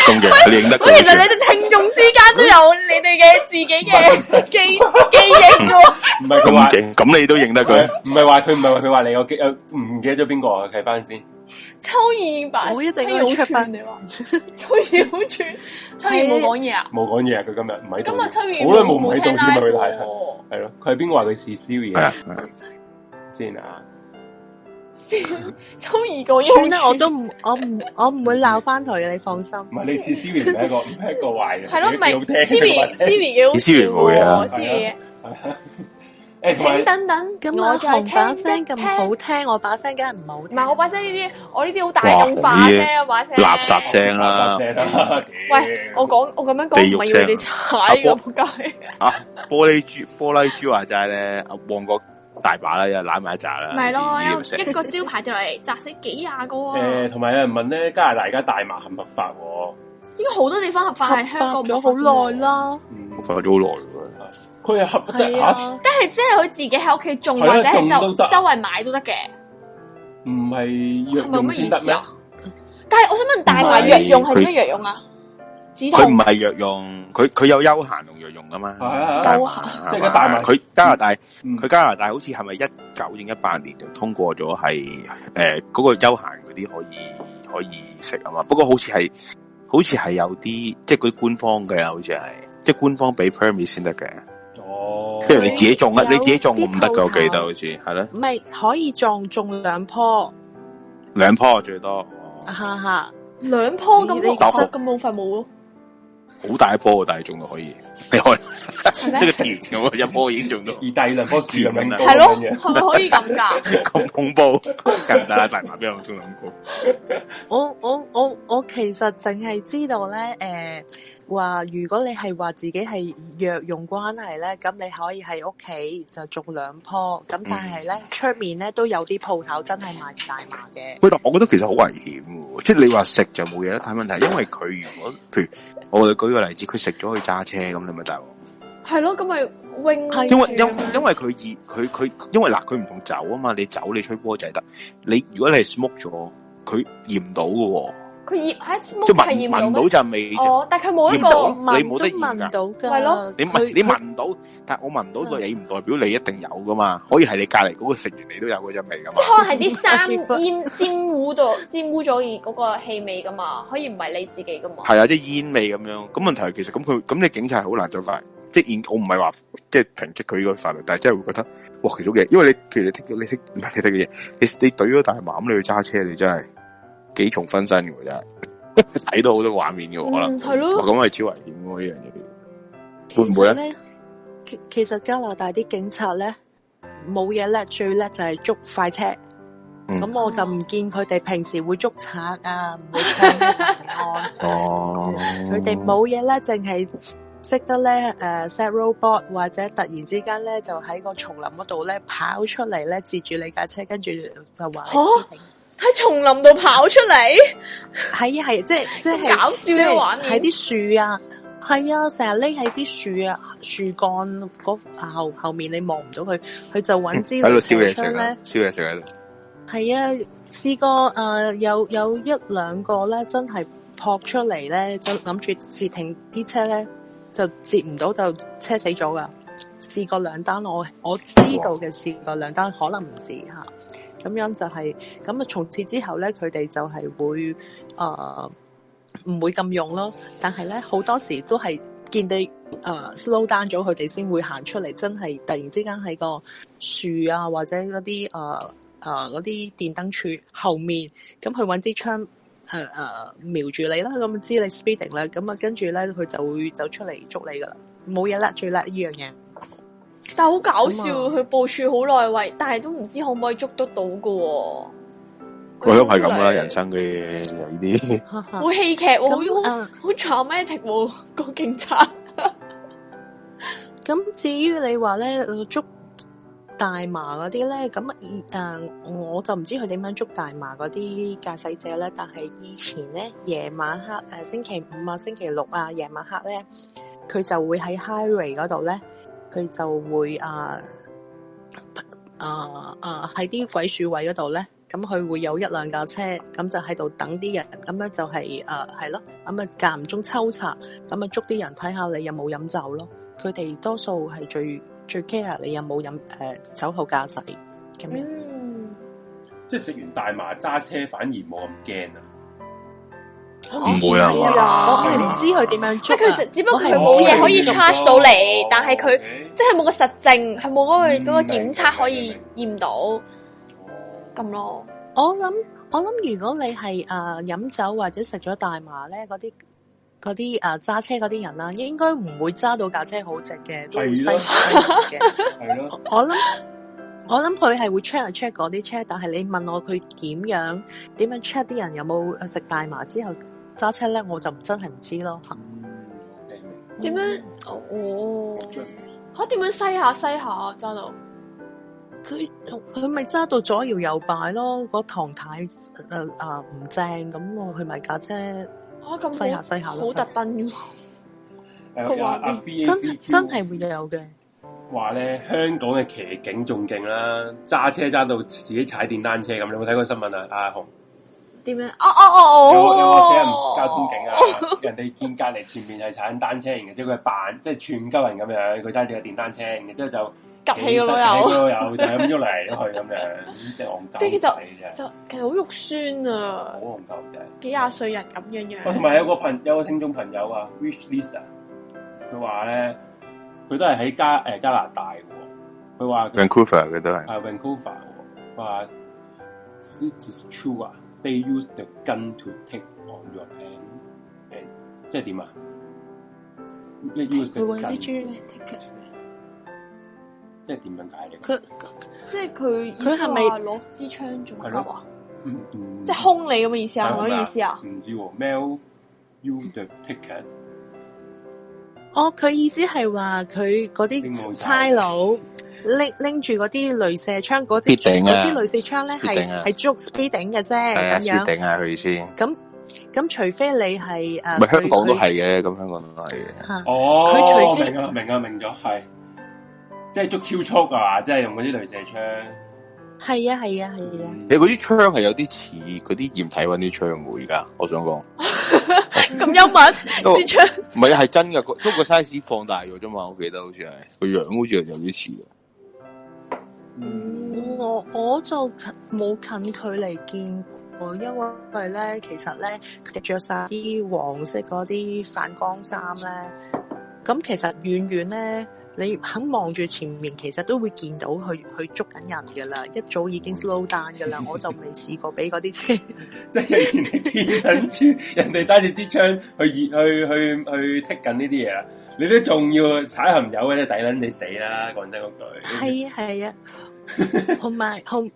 G: 中嘅，你認得
D: 喂，其實
G: 佢？
D: 你哋聽眾之間都有你哋嘅自己嘅記記憶喎。
C: 唔係佢話
G: 咁勁，咁你都認得佢？
C: 唔係話佢唔係話佢話你，我記呃唔記得咗邊個啊？睇翻先，
D: 秋葉吧，
N: 我一直
D: 秋
N: 喺度
D: 葉好
N: 出
D: 串
N: 奔
D: 你話，秋葉好串，秋葉冇講嘢啊，
C: 冇講嘢啊！佢今日唔喺度，
D: 今日秋葉
C: 好耐冇唔喺度
D: 冇聽
C: 添啊！佢
D: live
C: 係係咯，佢係邊個話佢是宵
G: 啊
C: 夜先啊？
D: 秋葉啊個
N: 算啦，我都唔，我唔，我唔會鬧翻佢嘅，你放心。
C: 唔 係你是 Siri 唔係一個唔係一個壞人，
N: 係咯
C: 幾
N: 咪
C: 幾好聽啊嘅
N: Siri-
C: 把聲
N: Siri 幾好笑喎 Siri 冇嘢啊
D: Siri
C: 啊誒同埋
N: 等等，咁我
D: 我再
N: 紅把
D: 聽
N: 聲咁好聽，我把聲梗係唔好聽。
D: 唔係我把聲呢啲，我呢啲好大
G: 哇
D: 眾化
G: 好
D: 啫，
G: 嘢
D: 我把聲。
G: 垃圾聲啦，
D: 喂，我講我咁樣講唔係要你哋
G: 啊
D: 踩
G: 地
D: 㗎
G: 獄
D: 仆街。
G: 啊！玻璃珠玻璃珠話齋咧，旺角大把啦，又攬埋一扎啦，
D: 咪咯，
G: 啊呢啲唔食
D: 一一個招牌就嚟砸死幾廿個啊！
C: 誒，同埋有人問咧，加拿大而家大麻合唔合法喎？
D: 應該好多地方合法係香港咗
N: 好耐啦，
C: 嗯
G: 我發咗好耐喎。
C: 佢係合即係
N: 啊
C: 嚇，
D: 但係即係佢自己喺屋企種，
C: 係啊
D: 或者係
C: 種
D: 就
C: 都得啊
D: 周圍買都得嘅。
C: 唔係藥
D: 係咪有
C: 用
D: 乜
C: 先
D: 意
C: 得
D: 思
C: 咩？
D: 啊？但係我想問，大麻藥用係點樣藥用啊？止
G: 佢唔
D: 痛
G: 係藥用，佢佢有休閒同藥用噶嘛？
C: 啊
G: 大
C: 休
G: 麻
C: 閒
G: 係
C: 即係
G: 嘛
C: 大麻
G: 佢加拿大，
C: 嗯
G: 佢加拿大好似係咪一九定一八年就通過咗係誒嗰個休閒嗰啲可以可以食啊嘛？不過好似係好似係有啲即係嗰啲官方嘅，好似係即係官方俾 permit 先得嘅。
C: 哦
G: 即係你自己種啊，
N: 有
G: 你自己種唔得噶，
N: 啲鋪頭
G: 我記得好似係咯，
N: 唔係可以撞中兩棵，啊
G: 兩棵最多，
N: 哈哈。
D: 兩棵咁，
G: 你
D: 我
G: 搞
D: 覺得咁冇肺冇咯。
G: 好大棵喎，但係種到 可以，你可以
D: 係咩
G: 即係田咁，一棵已經種到，
C: 而第二兩棵樹咁樣
D: 係咯，係咪可以咁㗎？
G: 咁恐怖，加拿大大麻邊有種咁高？
N: 我我我我其實淨係知道咧，誒、話如果你係話自己係藥用關係咧，咁你可以喺屋企就種兩棵，咁但係咧出面咧都有啲鋪頭真係賣大麻嘅。
G: 喂，但我覺得其實好危險喎，即係你話食就冇嘢啦，但係問題因為佢如果譬如我哋舉個例子，佢食咗去揸車咁，你咪大鑊。
D: 係咯，咁咪泳
G: 因為因因為佢以佢佢因為嗱佢唔同酒啊嘛，你酒你吹波仔得，你如果你係 smoke 咗，佢驗到嘅喎。
D: 佢驗喺
G: 即
D: smoke
G: 係聞
D: 哦係驗
G: 聞
D: 咩
G: 到陣味啫
D: 哦，但係佢冇一個
G: 驗到你冇得驗
N: 到
G: 㗎
D: 係咯，
G: 你聞你聞到，但係我聞
N: 嗯
G: 到你唔代表你一定有噶嘛，可以係你隔離嗰個食完你都有嗰陣味噶嘛
D: 即係。可能係啲 衫沾沾污到沾污咗而嗰個氣味㗎嘛，可以唔係你自己㗎嘛。
G: 係啊，即係煙味咁樣。咁問題係其實咁佢咁你警察係好難執法，即係現我唔係話即係抨擊佢呢個法律，但係真係會覺得哇其中嘅，因為你譬如你剔你剔唔係你剔嘅嘢，你你懟咗大麻咁你去揸車，你真
N: 嗯
G: 係幾重分身嘅喎真係， 睇到好多畫面嘅喎可能。
N: 嗯係咯
G: 哇咁係超危險喎呢樣嘢，會唔會咧？
N: 咧，其其實加拿大啲警察咧冇嘢叻，最叻就係捉快車。
G: 嗯
N: 咁、我就唔見佢哋平時會捉賊啊， 唔會
G: 哦，
N: 啊佢哋冇嘢咧，淨係識得咧誒 set robot 或者突然之間咧就喺個叢林嗰度咧跑出嚟咧截住你架車，跟住就話
D: 嚇喺叢林度跑出嚟，
N: 係啊係，即係即係
D: 咁搞笑
N: 即
D: 嘅
N: 係
D: 畫面
N: 喺啲樹啊，係啊，成日匿喺啲樹啊樹幹嗰啊後後面，你望唔到佢，佢就揾支
G: 喺度燒嘢食
N: 槍
G: 啊
N: 咧，，
G: 燒嘢食喺度。
N: 係啊，試過誒、呃有有一兩個咧，真係撲出嚟咧，就諗住截停啲車咧，就截唔到就車死咗噶。試過兩單，我我知道嘅試過兩單，可能唔止嚇。咁樣就係咁啊！從此之後咧，佢哋就係會誒唔、啊會咁用咯。但係咧好多時都係見你誒、呃 slow down 咗，佢哋先會行出嚟。真係突然之間喺個樹啊，或者嗰啲誒誒嗰啲電燈柱後面，咁佢揾支槍。誒誒、呃瞄住你啦，咁知你 speeding 啦，咁啊跟住咧佢就會走出嚟捉你噶啦，冇嘢啦，最叻呢樣嘢。
D: 但係好搞笑，
N: 咁
D: 佢部署好耐喂，但係都唔知可唔可以捉得到㗎喎。
G: 我諗係咁啦，人生嘅有呢啲。
D: 好戲劇喎，好好好 dramatic 喎，個警察。
N: 咁至於你話咧呃捉大麻嗰啲咧，咁誒、呃我就唔知佢點樣捉大麻嗰啲駕駛者咧。但係以前咧夜晚黑誒、呃星期五啊、星期六啊夜晚黑咧，佢就會喺 highway 嗰度咧，佢就會啊啊啊喺啲鬼樹位嗰度咧，咁佢會有一輛架車，咁就喺度等啲人，咁咧就係誒係咯，咁啊間唔中抽查，咁啊捉啲人睇下你有冇飲酒咯。佢哋多數係最最 care 你有冇飲誒酒後駕駛咁樣。
D: 嗯，
C: 即係食完大麻揸車反而冇咁驚啊？
D: 哦
G: 唔會啊
C: 嘛
L: 哦
N: 我係唔知佢點樣
L: 即
N: 捉
L: 係佢
N: 啊
L: 只，只不過
N: 我係
L: 佢
N: 唔
L: 冇
N: 知
L: 嘢
N: 佢
L: 可以
N: 點捉
L: charge 到你，但係
C: 哦
L: 佢即係冇個實證，佢冇嗰個
C: 嗯
L: 嗰個檢測可以驗到咁咯。
N: 我諗我諗，如果你係啊飲酒或者食咗大麻咧，嗰啲嗰啲啊揸車嗰啲人啦，應該唔會揸到架車好直嘅，都唔
C: 係
N: 犀
C: 咯
N: 利嘅。
C: 係咯，
N: 我諗我諗佢係會 check 嚟 check 嗰啲 check，但係你問我佢點樣點樣 check 啲人有冇食大麻之後揸車咧，我就真係唔知咯。
L: 點樣？哦，嚇點樣西下西下揸到？
N: 佢佢咪揸到左搖右擺咯，嗰唐太誒誒唔正咁，我佢咪架車
L: 啊咁
N: 西下西下
L: 好
N: 咯，
L: 特登嘅喎。
C: 誒有阿阿 V
N: 真真係會有嘅。
C: 話咧香港嘅騎警仲勁啦，揸車揸到自己踩電單車咁，你有冇睇過新聞啊？阿紅
L: 點樣？哦哦
C: 有個有個死人
L: 哦
C: 交通警啊，人哋見隔離前面係踩緊單車，然之後佢係扮即係串鳩人咁樣，佢揸住個電單車，然之後就
L: 夾起個
C: 夾起個
L: 老友
C: 老友就咁喐嚟喐去咁樣，即係戇鳩
L: 即係其
C: 仔
L: 實
C: 啫，
L: 就其實好肉酸啊！
C: 好戇鳩仔。
L: 幾廿歲人咁樣樣。
C: 我同埋有個朋有個聽眾朋友啊，Rich Lisa，佢話咧，佢都係喺加誒、加拿大喎。佢話
G: Vancouver 佢都係
C: 啊 Vancouver 喎，佢話 It is true 啊，They use the gun to take on your hand，誒、即係點啊？They use the
N: 佢揾
C: gun，
N: 啲豬
C: 即係點樣解呢？啊
N: 佢
L: 即係佢
N: 佢係咪
L: 意思話攞支槍做乜鳩啊？
C: 嗯嗯
L: 即係兇你咁嘅意思啊？係咪咁嘅意思啊？
C: 唔知喎，mail you the ticket，
N: 哦，佢意思係話佢嗰
C: 拎冇
N: 啲
C: 曬
N: 差佬拎拎住嗰啲雷射槍，嗰
G: 必
N: 啲
G: 定
N: 嗰
G: 啊
N: 啲雷射槍咧
G: 必定啊
N: 係係捉 speeding 嘅啫，
G: 係啊，
N: 咁
G: 輸
N: 樣
G: 頂啊，佢意思。唔
N: 咁咁除非你係誒，
G: 係香港都
N: 佢
G: 係嘅，咁香港都係嘅。
N: 嚇
C: 哦，
N: 佢除非
C: 明啊，明啊，明咗，係，即係捉超速啊嘛，即係用嗰啲雷射槍。
N: 係啊係啊係啊，
G: 你嗰啲槍係有啲似嗰啲驗體溫啲槍喎，而家我想講，
L: 咁幽
G: 哦
L: 默支槍
G: 唔係係真嘅，個不過 size 放大咗啫嘛，我記得好似係個樣好似有啲似嘅。
N: 嗯我我就冇近距離見過，因為咧其實咧佢哋着晒啲黃色嗰啲反光衫咧，咁其實遠遠咧你肯望住前面，其實都會見到佢佢捉緊人㗎啦，一早已經 slow down 㗎啦，我就未試過俾嗰啲車。
C: 即係人哋見緊住，人哋揸住支槍去熱去去去剔緊呢啲嘢啦，你都仲要踩含油嘅，你抵撚你死啦！講真嗰句，
N: 係啊係啊，同埋同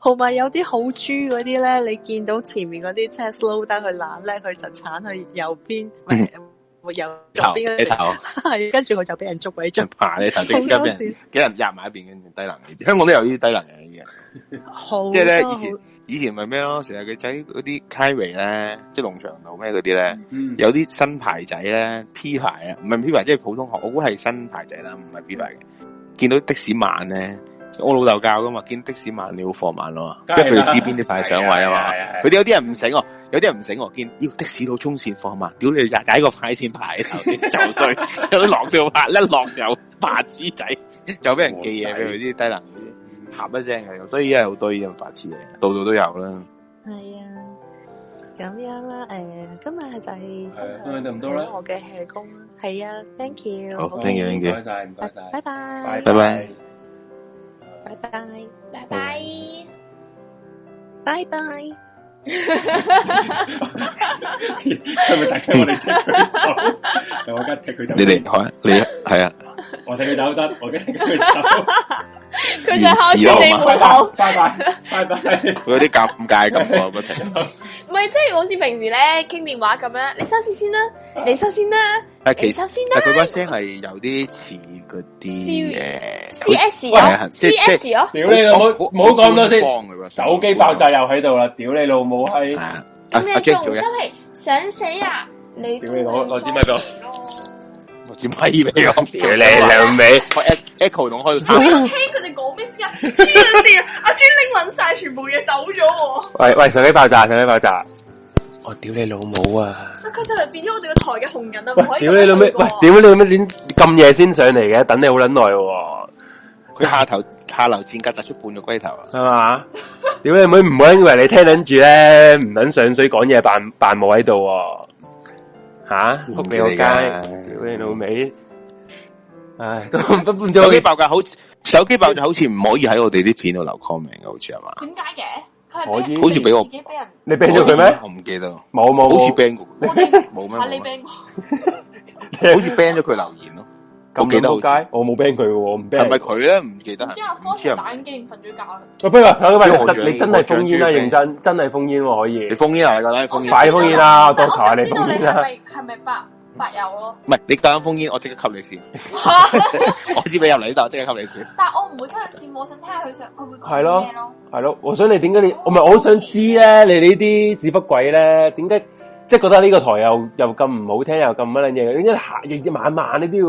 N: 同埋有啲好豬嗰啲咧，你見到前面嗰啲車 slow 得佢懶咧，佢就鏟去右邊，唔係右左邊嗰
G: 你嗯頭
N: 啲，係跟住佢就俾人捉鬼 咗。
G: 爬啊你頭即刻俾人俾人入埋一邊，跟住低能嘅。香港都有呢啲低能嘅嘢。
N: 哦好
G: 即系咧，
N: 多
G: 以前以前咪咩咯，成日佢仔嗰啲 highway 咧，即系農場路咩嗰啲咧，
C: 嗯
G: 有啲新牌仔咧 P 牌啊，唔係 P 牌，即係普通學，我估係新牌仔啦，唔係 P 牌嘅。見到的士慢咧，我老豆教噶嘛，見的士慢你要放慢咯，因
C: 梗係啦
G: 為佢哋知邊啲快上位
C: 係啊
G: 啊嘛
C: 係啊係啊。
G: 佢哋有啲人唔醒喎，有啲人唔醒喎，見要的士佬中線放慢，屌你日踩個快線排頭先就 衰，有啲落到拍一落又白痴仔，又俾人寄嘢俾佢啲低能嘅。啪一聲嘅，所以依家係好多呢啲咁白痴嘢，度度都有啦。
N: 係啊，咁樣啦，诶，今日就係
C: 係啊今日就咁多啦
N: 我嘅氣功啦，係啊，thank you，
G: 好，thank you，thank you
C: 唔該晒，唔該晒，
N: 拜拜，
G: 拜拜。
N: 拜拜，
L: 拜拜，
N: 拜拜。
C: 係咪大家我哋踢佢走？ 我而家踢佢走，
G: 你離開，你係啊，
C: 我踢佢走得，我而家踢佢走，
L: 佢就敲住你門口。
C: 拜拜，拜拜。
G: 會有啲尷尬感覺不停。
L: 唔係即係好似平時咧傾電話咁樣，你收線先啦，
C: 啊
L: 你收線啦，
G: 但係
L: 你
G: 啊其
L: 收
G: 實
L: 線，
G: 但係佢把
L: 啦。
G: 聲係有啲似嗰啲誒
L: CS
G: 係啊
L: 咯
G: 即係
L: CS 咯
C: 屌你老母，唔好講咁多先
G: 好官方嘅喎，
C: 手機爆炸又喺度啦，屌你老母閪！
G: 啊
L: 咁你仲唔收皮？想死啊！你
C: 屌你攞攞支咪俾我，
G: 我支咪俾我，
C: 屌你兩
G: 尾，我 echo 同開到
L: 我要
G: 三
L: 聽。佢哋講咩先啊？黐撚線啊！阿 J 拎撚晒全部嘢走咗喎，啊
C: 喂喂，手機爆炸，手機爆炸！我屌你老母啊！
L: 啊佢就嚟變咗我哋個台嘅紅人啊！唔可以
C: 屌你老
L: 咁
C: 味，
L: 樣講
C: 喂
L: 喎！
C: 屌你老味，點咁夜先上嚟嘅？等你好撚耐喎！
G: 佢下頭下流戰格突出半個龜頭啊！
C: 系嘛？屌你妹，唔好以為你聽撚住咧，唔撚上水講嘢，扮扮冇喺度喎。吓，扑你個街！屌你老味！
G: À,
C: 唉，都都唔知
G: 手機爆格好，手機爆就好似唔可以喺我哋啲片度留 comment 嘅，好似係嘛？
D: 點解嘅？佢係俾人
G: 好似俾我
D: 自己俾人，
C: 你 ban 咗佢咩？
G: 我唔記得，
C: 冇冇，
G: 好似 ban 過佢，冇
D: 嚇
G: 咩
D: 你？俾我
G: 好似 ban 咗佢留言咯。
C: 咁
G: 我記得好
C: 撚
G: 似
C: 仆街，我冇 ban 佢嘅喎，我唔 ban。
G: 係咪佢咧？唔記得
D: 之後
G: 係。
D: 科
G: 知啊
D: 哦士打緊機唔瞓咗覺啦。
C: 喂，不如話喂
G: 因為我
C: 喂，
G: 長
C: 你真係封煙啦，
G: 我長
C: 認真真係封煙喎，可以。你
G: 封煙啊，你講
D: 哦
G: 封煙
C: 快封煙啦，
D: 但係我
C: 多頭啊，
D: 想
C: 你
D: 知道
C: 封
D: 你
C: 煙
D: 係
C: 啦。
D: 咪係咪
L: 啊
D: 白白友咯？
G: 唔係你夠膽封煙，我即刻吸你先。 我知俾入嚟，但我即刻吸你先。
D: 但我唔會跟佢試，我想聽下佢想佢會講
C: 係
D: 啲
C: 咯
D: 咩咯。，
C: 係咯，我想你點解你，我咪我好想知咧，你呢啲屎忽鬼咧，點解即係覺得呢個台又又咁唔好聽，又咁乜撚嘢？點解下日晚晚你都要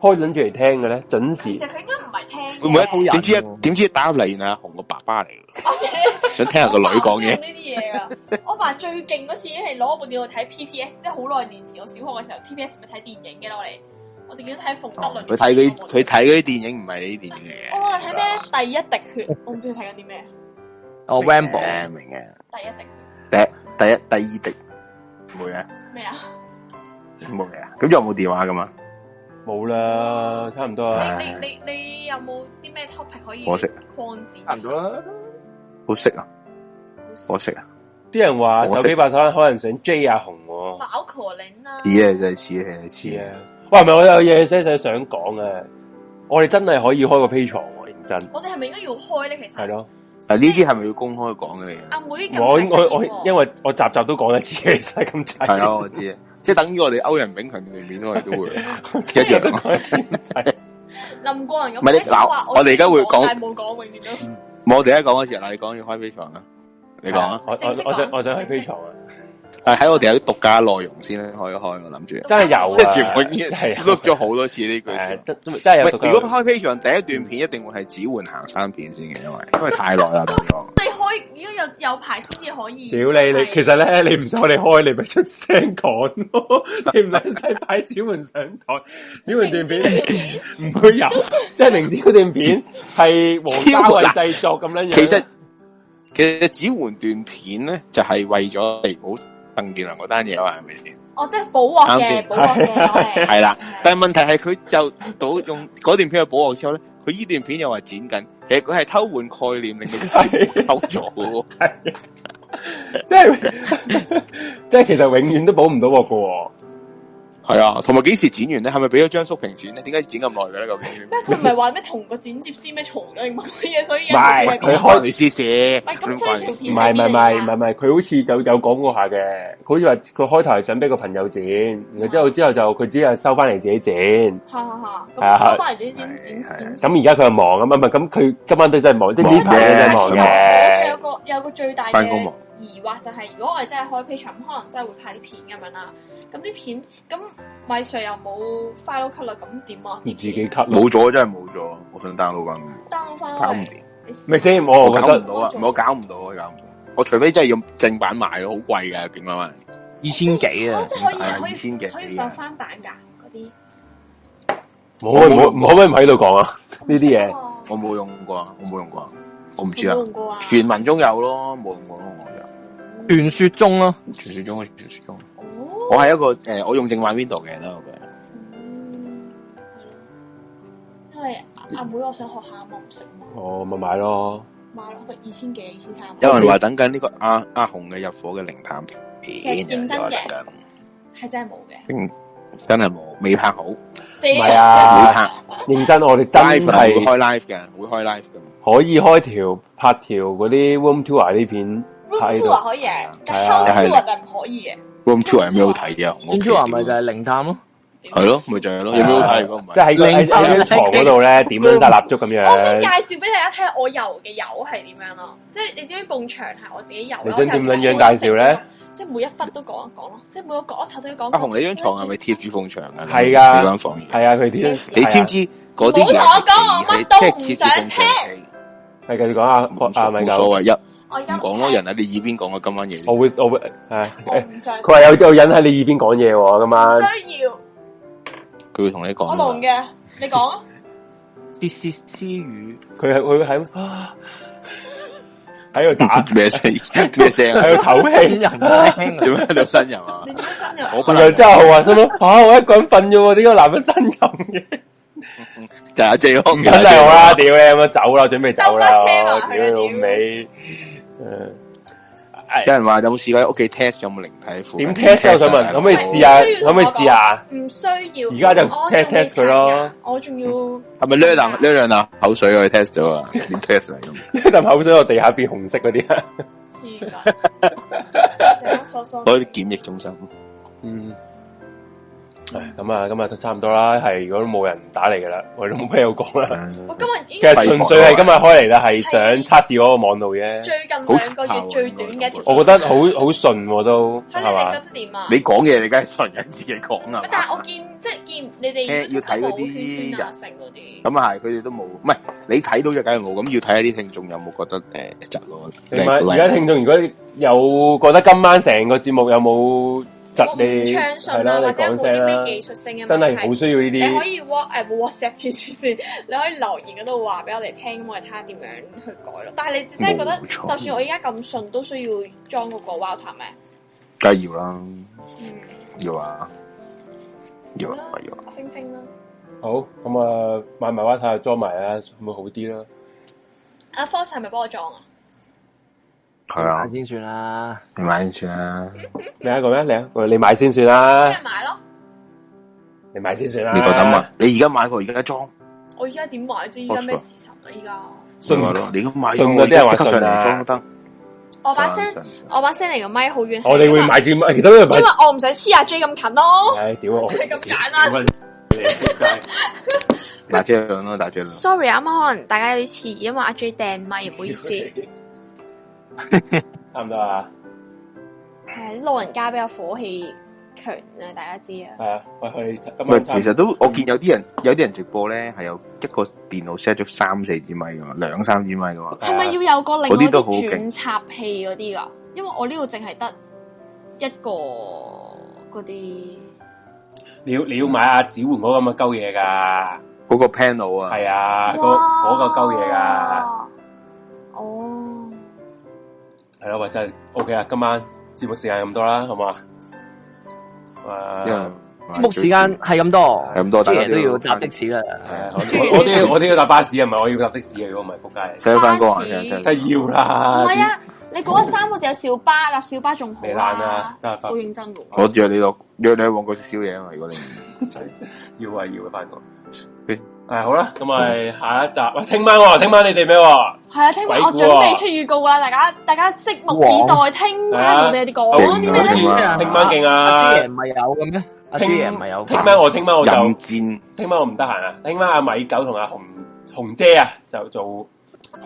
C: 開撚住嚟聽嘅咧？準時
D: 其實佢應該唔係聽
G: 佢每一點知一點知打入嚟，原來阿紅個爸爸嚟嘅，想聽下個女講嘢
D: 呢。啲嘢 噶。我爸最勁嗰次係攞部電腦睇 PPS，即係好耐年前，我小學嘅時候 PPS 咪睇電影嘅咯，我哋我哋見到睇馮德倫嘅。
G: 佢睇嗰啲佢睇嗰啲電影唔係呢啲電影嚟
D: 我話睇咩咧？第一滴血，我唔知佢睇緊啲咩。
F: 哦
G: ，Rambo 明嘅。
D: 第一滴
G: 第一第一第二滴冇嘢
D: 咩啊？
G: 冇嘢啊，咁有冇電話噶嘛？
C: 冇啦，差唔多啊
D: 你你你你有冇啲咩 topic 可以
G: 可惜
D: 擴展？
C: 差唔多啦。
G: 好識啊，好識啊，
C: 啲人話
G: 我
C: 手
G: 識
C: 機白手可能想 J 阿紅喎。
D: 冇 calling 啊！
G: 似啊真係似啊似
C: 啊！喂，唔係我有嘢寫寫想講啊！我哋真係可以開個 P 床喎，認真
D: 我哋係咪應該要開咧？其實
C: 係咯。
G: 啊，呢啲係咪要公開講嘅嘢？
D: 阿妹咁
C: 我
D: 大
C: 我
D: 聲
C: 我，因為我集集都講一次，其實啊咁滯。
G: 係啊，我知啊，即係等於我哋歐人炳強對面，我哋都會一樣啊。
D: 林過人咁，
G: 唔係你
D: 你成日話
G: 嗱我哋而家會講
D: 但係冇講，永遠都
G: 我哋而家講嗰時，嗱，你講要開飛床啊，你講啊，
C: 我我我想我想去 P 床啊！
G: 但係喺我哋有啲獨家內容先可以開，我諗住
C: 真係有啊
G: 即係全部已經
C: 真係有
G: look 咗好多次呢句說話
C: 係真真係有
G: 喂
C: 獨家內容
G: 如果開飛場第一段片一定會係指換行山片先嘅，因為因為太耐啦，等咗。
D: 你開，如果有有排先至可以。
C: 屌你！你其實咧，你唔想我哋開，你咪出聲講咯。 你唔撚使擺子桓上台，子桓段片唔會有，即係明知嗰段片係
G: 子
C: 黃家
G: 桓
C: 衞
G: 嗱
C: 製作咁樣樣。
G: 其實其實指換段片咧，就係為咗彌補鄧健良嗰單嘢嘛，係咪先？
D: 哦，即係補鑊嘅，
G: 啱先
D: 補 鑊嘅我哋。
G: 係啦，但係問題係佢就到用嗰段片去補鑊之後咧，佢呢段片又話剪緊，其實佢係偷換概念，令到啲 事偷咗嘅
D: 啊
G: 喎。
C: 即係即係其實永遠都補唔到鑊嘅
G: 係啊，同埋幾時剪完咧？係咪俾咗張叔平剪咧？點解剪咁耐嘅咧？究竟？
D: 咩？佢唔係話咩同個剪接師咩嘈咗乜嘢，啊所以
C: 唔係佢開你
G: 試試，
D: 喂咁所以條
C: 喎。
D: 片
C: 唔係
D: 係哎
C: 唔
D: 邊嚟㗎
C: 係唔係唔係唔係，佢好似有有講過下嘅，佢好似話佢開頭係想俾個朋友剪，然後之
D: 啊
C: 後之後就佢只係收翻嚟自己剪。
D: 嚇嚇
C: 係
D: 嚇！
C: 啊
D: 咁收翻嚟啲剪剪剪。
C: 咁而家佢又忙啊嘛，唔係咁佢今晚都真係忙，即係呢排都真係忙啊
D: 我仲
C: 嘅
D: 有。個有個最大
C: 返工忙
D: 嘅疑惑就係，如果我哋真係開 P 場，咁可能真係會拍啲片咁樣啦。咁啲片咁米 Sir 又冇 file cut 啦，咁點啊
C: 自己 cut
G: 冇咗真係冇咗，我想 download 翻。
D: ？down 翻
G: 搞唔
D: 嚟
G: 掂，
C: 咪先，我
G: 搞
C: 覺
G: 唔
C: 得
G: 到啊，我搞唔到啊，搞唔到。我除非真係用正版買咯，好貴噶，勁啦嘛，二
F: 千幾
C: 啊
D: 哦，即係可以
G: 二
D: 可
G: 千幾
D: 以可以放翻版㗎嗰啲。
C: 唔可唔可唔可唔可以唔喺度講啊？呢啲嘢
G: 我冇用過，我冇用過，我唔知
D: 我
G: 啊
D: 冇用過啊。
G: 傳聞中有咯，冇用過咯，我就
F: 傳說中咯，
G: 傳說中，傳說中。我係一個誒，我用正版 Window 嘅人啦，我嘅。
D: 因為阿阿妹，我想學下，我唔識嘛，
C: 我咪買咯。
D: 買咯，咪二千幾、二千三。
G: 有人話等緊呢個阿阿紅嘅入伙嘅靈探片，
D: 係認真
G: 有人
D: 嘅
G: 等緊
D: 係真係冇嘅。
G: 嗯真係冇，未拍好，唔
D: 唔
C: 係啊
G: 未拍。
C: 認真，我哋真
G: live 啊會開
C: 係
G: live 嘅，會開 live 嘅。
C: 可以開條拍條嗰啲 room tour 啲片
D: Room
C: 喺
D: tour
C: 度。
D: 可以嘅，
C: 係
D: 但
C: 啊
D: house tour 就唔可以嘅。
G: Room tour 有咩好睇啊？
F: Room tour 咪就係靈探咯，
G: 係咯，咪就係咯，有咩好睇？如果唔係，
C: 即係喺個喺喺張床嗰度咧，點樣晒蠟燭咁
D: 我想介
C: 樣？
D: 紹俾大家睇我遊嘅遊係點樣咯，即係你知唔知埲牆係我自己遊啦？
C: 你想點
D: 我
C: 撚
D: 有時候
C: 樣介紹咧？
D: 即係每一忽都講一講咯，即係每個角落頭都要講。
G: 阿紅，你張床係咪貼住埲牆啊？
C: 係㗎
G: 你間房
C: 係啊，佢啲
G: 你知唔知嗰啲
D: 冇同我
G: 嘢
D: 講，我乜都唔想聽。
C: 係繼續講啊，阿米
G: 冇
C: 狗
G: 所謂一
D: 我而
G: 唔
D: 家
G: 講咯？人喺你耳邊講啊，今晚嘢
C: 我會我會係
D: 唔想
C: 佢話有有人喺你耳邊講嘢喎，今晚
D: 需要
G: 佢會同你講
D: 我。聾嘅，你講啊。
F: 竊竊私語，
C: 佢係佢喺啊喺度打
G: 咩聲？咩聲 啊？
C: 喺度唞氣
F: 新人
C: 啊
F: 聲嚟
G: 點解喺度新人啊？
C: 我份量真係好啊！心諗啊，我一個人瞓啫喎，點解男人身任嘅？
G: 就係阿 J 康
C: 真係好啦，屌你咁樣走啦，準備走啦，
G: 兜架車
C: 我
G: 埋去啊
C: 屌老尾！
G: 有人話有冇試過喺屋企 test 有冇靈體附近？
C: 點 test 啊我想問可唔可以試下可唔可以試下
D: 唔需要。
G: 而家就
D: 我仲
G: test test 佢咯
D: 我仲要
G: 係咪掠啖掠兩啖口水去 test 咗啊？點 test 嚟咁？
C: 一啖口水落地下變紅色嗰啲啊！
D: 黐線，啊成班傻傻地
G: 啊嗰啲檢疫中心。
C: 嗯，唉，咁啊，今日都差唔多啦。係如果都冇人打嚟噶啦，我哋都冇咩好講啦。
G: 嗯
D: 我今日已經
C: 其實純粹係今日開嚟啦，係想測試嗰個網路啫。
D: 最近兩個
G: 啊
D: 月最短嘅一條。
C: 啊我覺得好好順喎都
D: 係
C: 係
D: 你
C: 嘛
D: 哋覺？得點啊？
G: 你講嘢，你梗係信人自己講啊
D: 喂。但係我見即係見你 哋
G: 誒要睇
D: YouTube
G: 嗰啲
D: 都冇圈圈啊，成嗰啲。
G: 咁啊係，佢哋都冇，唔係你睇到就梗係冇，咁要睇下啲聽眾有冇覺得誒窒咯。
C: 你咪而家聽眾如果有覺得今晚成個節目有冇窒
D: 唔
C: 你
D: 暢
C: 係
D: 順啊，
C: 啦，你
D: 或者有
C: 講
D: 冇
C: 聲
D: 啲
C: 啦
D: 咩技術性嘅問題
C: 真係好需要呢啲
D: 你可以 What 誒 WhatsApp 黐線先，你可以留言嗰度話俾我哋聽，咁我哋睇下點樣去改咯。但係你真係覺得，
G: 冇錯
D: 就算我而家咁順，都需要裝嗰個 WiFi 咩？
G: 梗係要啦，
D: 嗯，
G: 要啊，要啊，要啊。
D: 星星啦。
C: 好，咁啊買埋 WiFi 就裝埋啦，會唔會好啲啦？
D: 阿 Force 係咪幫我裝啊？
G: 係啊，
F: 先算啦，
G: 你買先算啦。
C: 另一個咩？你你買先算啦，
D: 買咯，
C: 你買先算啦。
G: 你覺得嘛？你而家買過，而家裝，
D: 我而家點買啫？而家咩事實啊？而家
G: 信咯。你咁買咗，
C: 信嗰啲人話信啊
G: 即刻上嚟裝都得。
D: 我把聲，我把聲離個咪好遠。
C: 我哦哋會買支咪，其實
D: 因
C: 都係
D: 為
C: 買。
D: 我唔想黐阿 J 咁近咯。
C: 唉，屌
D: 就
C: 我！
D: 哦係咁簡單
C: 屌你仆 街
G: 大隻兩咯，大隻兩。
D: Sorry，啱啱可能大家有啲遲疑，因為阿 J 掟咪，唔好意 思。
C: 差唔多啊，
D: 係老人家比較火氣強啊，大家知啊。
C: 係啊，喂，我哋今
G: 唔係，
C: 晚
G: 其實都我見有啲人有啲人直播咧，係有一個電腦 set 咗三四支咪噶嘛，兩三支咪噶嘛。
C: 啊
D: 係咪要有個另
G: 嗰
D: 外
G: 啲都好
D: 啲轉
G: 勁？
D: 插器嗰啲㗎？因為我呢度淨係得一個嗰啲。
C: 你要你要買阿子桓嗰個咁嘅鳩嘢㗎，
G: 嗰個 panel 啊，
C: 係啊，嗰嗰個鳩嘢㗎。
D: 哦，
C: 系咯，喂，真系 OK 啦，今晚節目時間咁多啦，好嘛？啊，
F: 節目時間係咁多，
C: 係咁多大家都要啊
F: 都要搭的士啦。
C: 我我都要我都要搭巴士啊，唔係我要搭的士啊，如果唔係仆街嚟。
G: 想翻工啊
C: 梗係要啦。
D: 唔係啊！你嗰三個字有小巴，搭小巴仲好
G: 你懶
D: 啊
G: 啊，得啊
D: 好認真㗎喎。
G: 我約你落約你去旺角食宵夜啊嘛，如 果你唔
C: 要啊要啊翻工。诶，好啦，咁咪下一集，喂，聽晚喎，聽晚你哋咩喎？
D: 係啊，聽晚我
C: 鬼故
D: 準
C: 啊
D: 備出預告啦，大家大家拭目以待，聽
C: À,
D: 晚我哋有啲
C: 啊
D: 講哦啲咩咧？
C: 聽晚勁啊！
F: 阿朱爺唔係有嘅咩？阿朱爺唔係有嘅咩。
C: 聽晚我聽晚我就
G: 任戰
C: 聽晚我唔得閒啊，聽晚阿米九同阿紅紅姐啊就做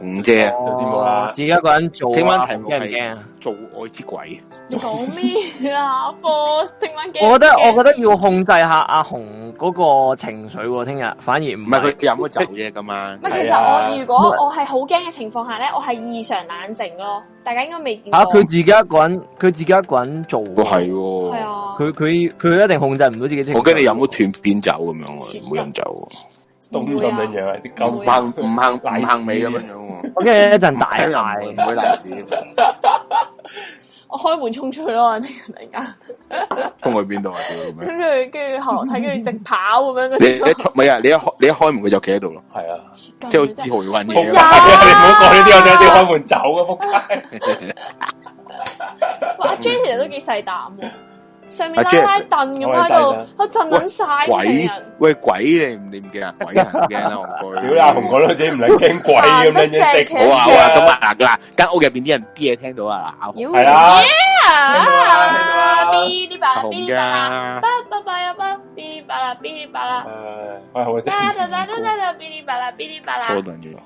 G: 紅姐啊
C: 做節目啦
F: 哦，自己一個人做啊。
G: 聽晚題目
F: 驚唔驚
G: 係做愛之鬼，
D: 你講咩啊？科聽晚幾？
F: 我覺得我覺得要控制下阿紅嗰個情緒喎，聽日反而唔
G: 唔係佢飲咗酒啫，今晚
D: 唔。係，其啊
F: 啊
D: 實我如果我係好驚嘅情況下咧，我係異常冷靜咯。大家應該未見過
F: 吓佢自己一個人，佢自己一個人做喎，
G: 係喎，
D: 係啊，
F: 佢佢佢一定控制唔到自己情緒。
G: 我驚你飲咗斷片酒咁樣喎，唔好飲酒喎，
C: 凍咁樣樣啊，啲
G: 唔坑唔坑唔坑尾咁樣樣喎，
F: 我驚一陣大
G: 嗌， 唔會賴屎，
D: 我開門衝出去咯，突然間，
G: 衝去邊度啊？屌咁樣
D: 跟住跟住後樓梯，跟住直跑咁樣嗰
G: 你
D: 啲咯
G: 一。出唔係啊！你一開你一開門佢就企喺度咯，
C: 係啊，
G: 即係好似自豪揾
C: 仆街
G: 嘢
C: 啊！
G: 咁。
C: 你唔好講呢啲，我哋一定要開門走啊，仆街！
D: 哇阿 J 其實都幾細膽喎，上面
G: 阿
D: 拉
G: J
D: 拉凳咁
G: 我
D: 喺
G: 係細膽
D: 度，我震緊晒成
G: 鬼
D: 人。
G: 喂鬼你唔你唔驚啊？鬼人唔驚啦，我哥。
C: 屌你阿紅講到自己唔撚驚鬼咁樣樣識
G: 好啊好啊，咁啊嗱嗱，間屋入邊啲人啲嘢聽到啊，嗱阿紅
C: 係啊
D: 啊！嗶哩吧啦，嗶哩吧啦，
G: 阿紅㗎
D: 巴巴巴呀巴，嗩哩吧啦，嗶哩吧啦，
C: 诶，喂，好先，
D: 哒哒哒哒哒哒，嗶哩吧啦，嗶哩吧
G: 疏
D: 啦。
G: 撚咗，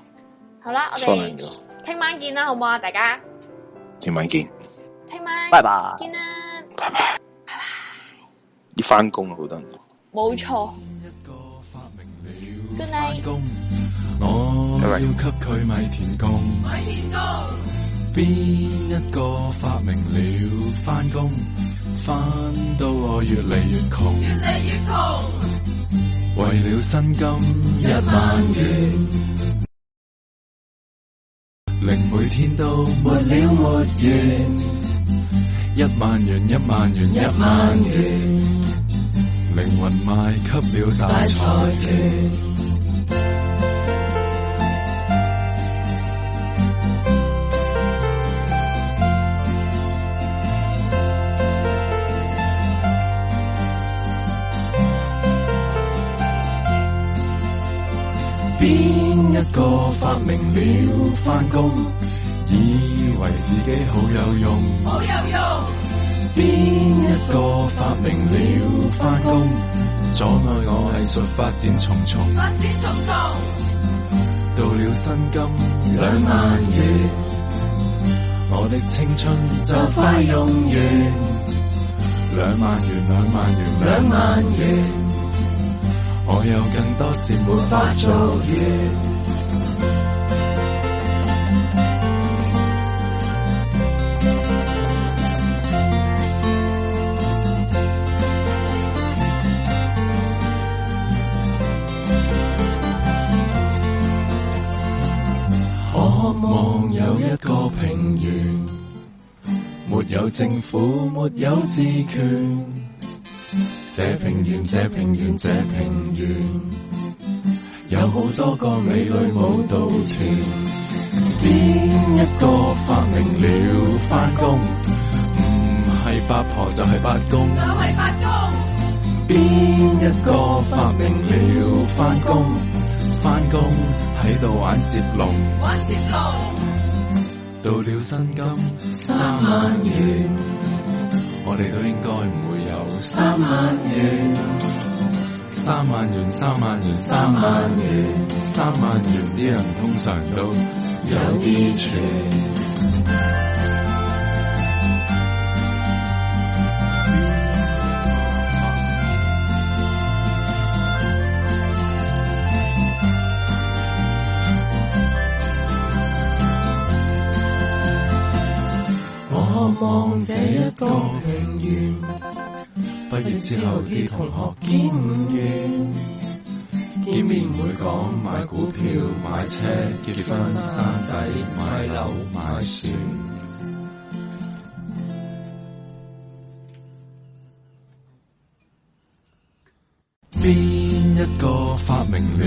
D: 好啦，我
G: 疏撚
D: 哋
G: 咗，
D: 聽晚見啦，好唔好啊？大家
G: 聽晚見，
D: 聽晚
G: 拜拜
D: 見啦，
G: 要翻工啊啦，好多人。
D: 冇錯。Good night。
J: 我要給佢米田共，邊一個發明了翻工，翻到我越嚟越窮，
B: 越嚟越窮。
J: 為為了薪金一萬元，令每天都沒了沒完。一萬元，一萬元，一萬元，靈魂賣給了大財團。邊一個發明了返工，以為自己好有用？好有用。邊一個發明了返工，阻礙我藝術發展重重？
P: 發展重重，
J: 到了薪金兩萬元，我的青春就快用完。兩萬元，兩萬元，兩萬元，我有更多事沒法做完。可渴望有一個平原，沒有政府，沒有治權。這平原，這平原，這平原，有好多個美女舞蹈團。邊一個發明了返工？唔係八婆就係八公。
P: 就係發工。
J: 邊一個發明了返工？返工喺度玩接龍，
P: 玩接龍，
J: 到了薪金三萬元，我哋都應該唔會有三萬元。三萬元，三萬元，三萬元，三萬元啲人通常都有啲存。我渴望這一個平原，畢業之後啲同學見面，見面會講買股票、買車、結婚、生仔、買樓、買船。邊一個發明了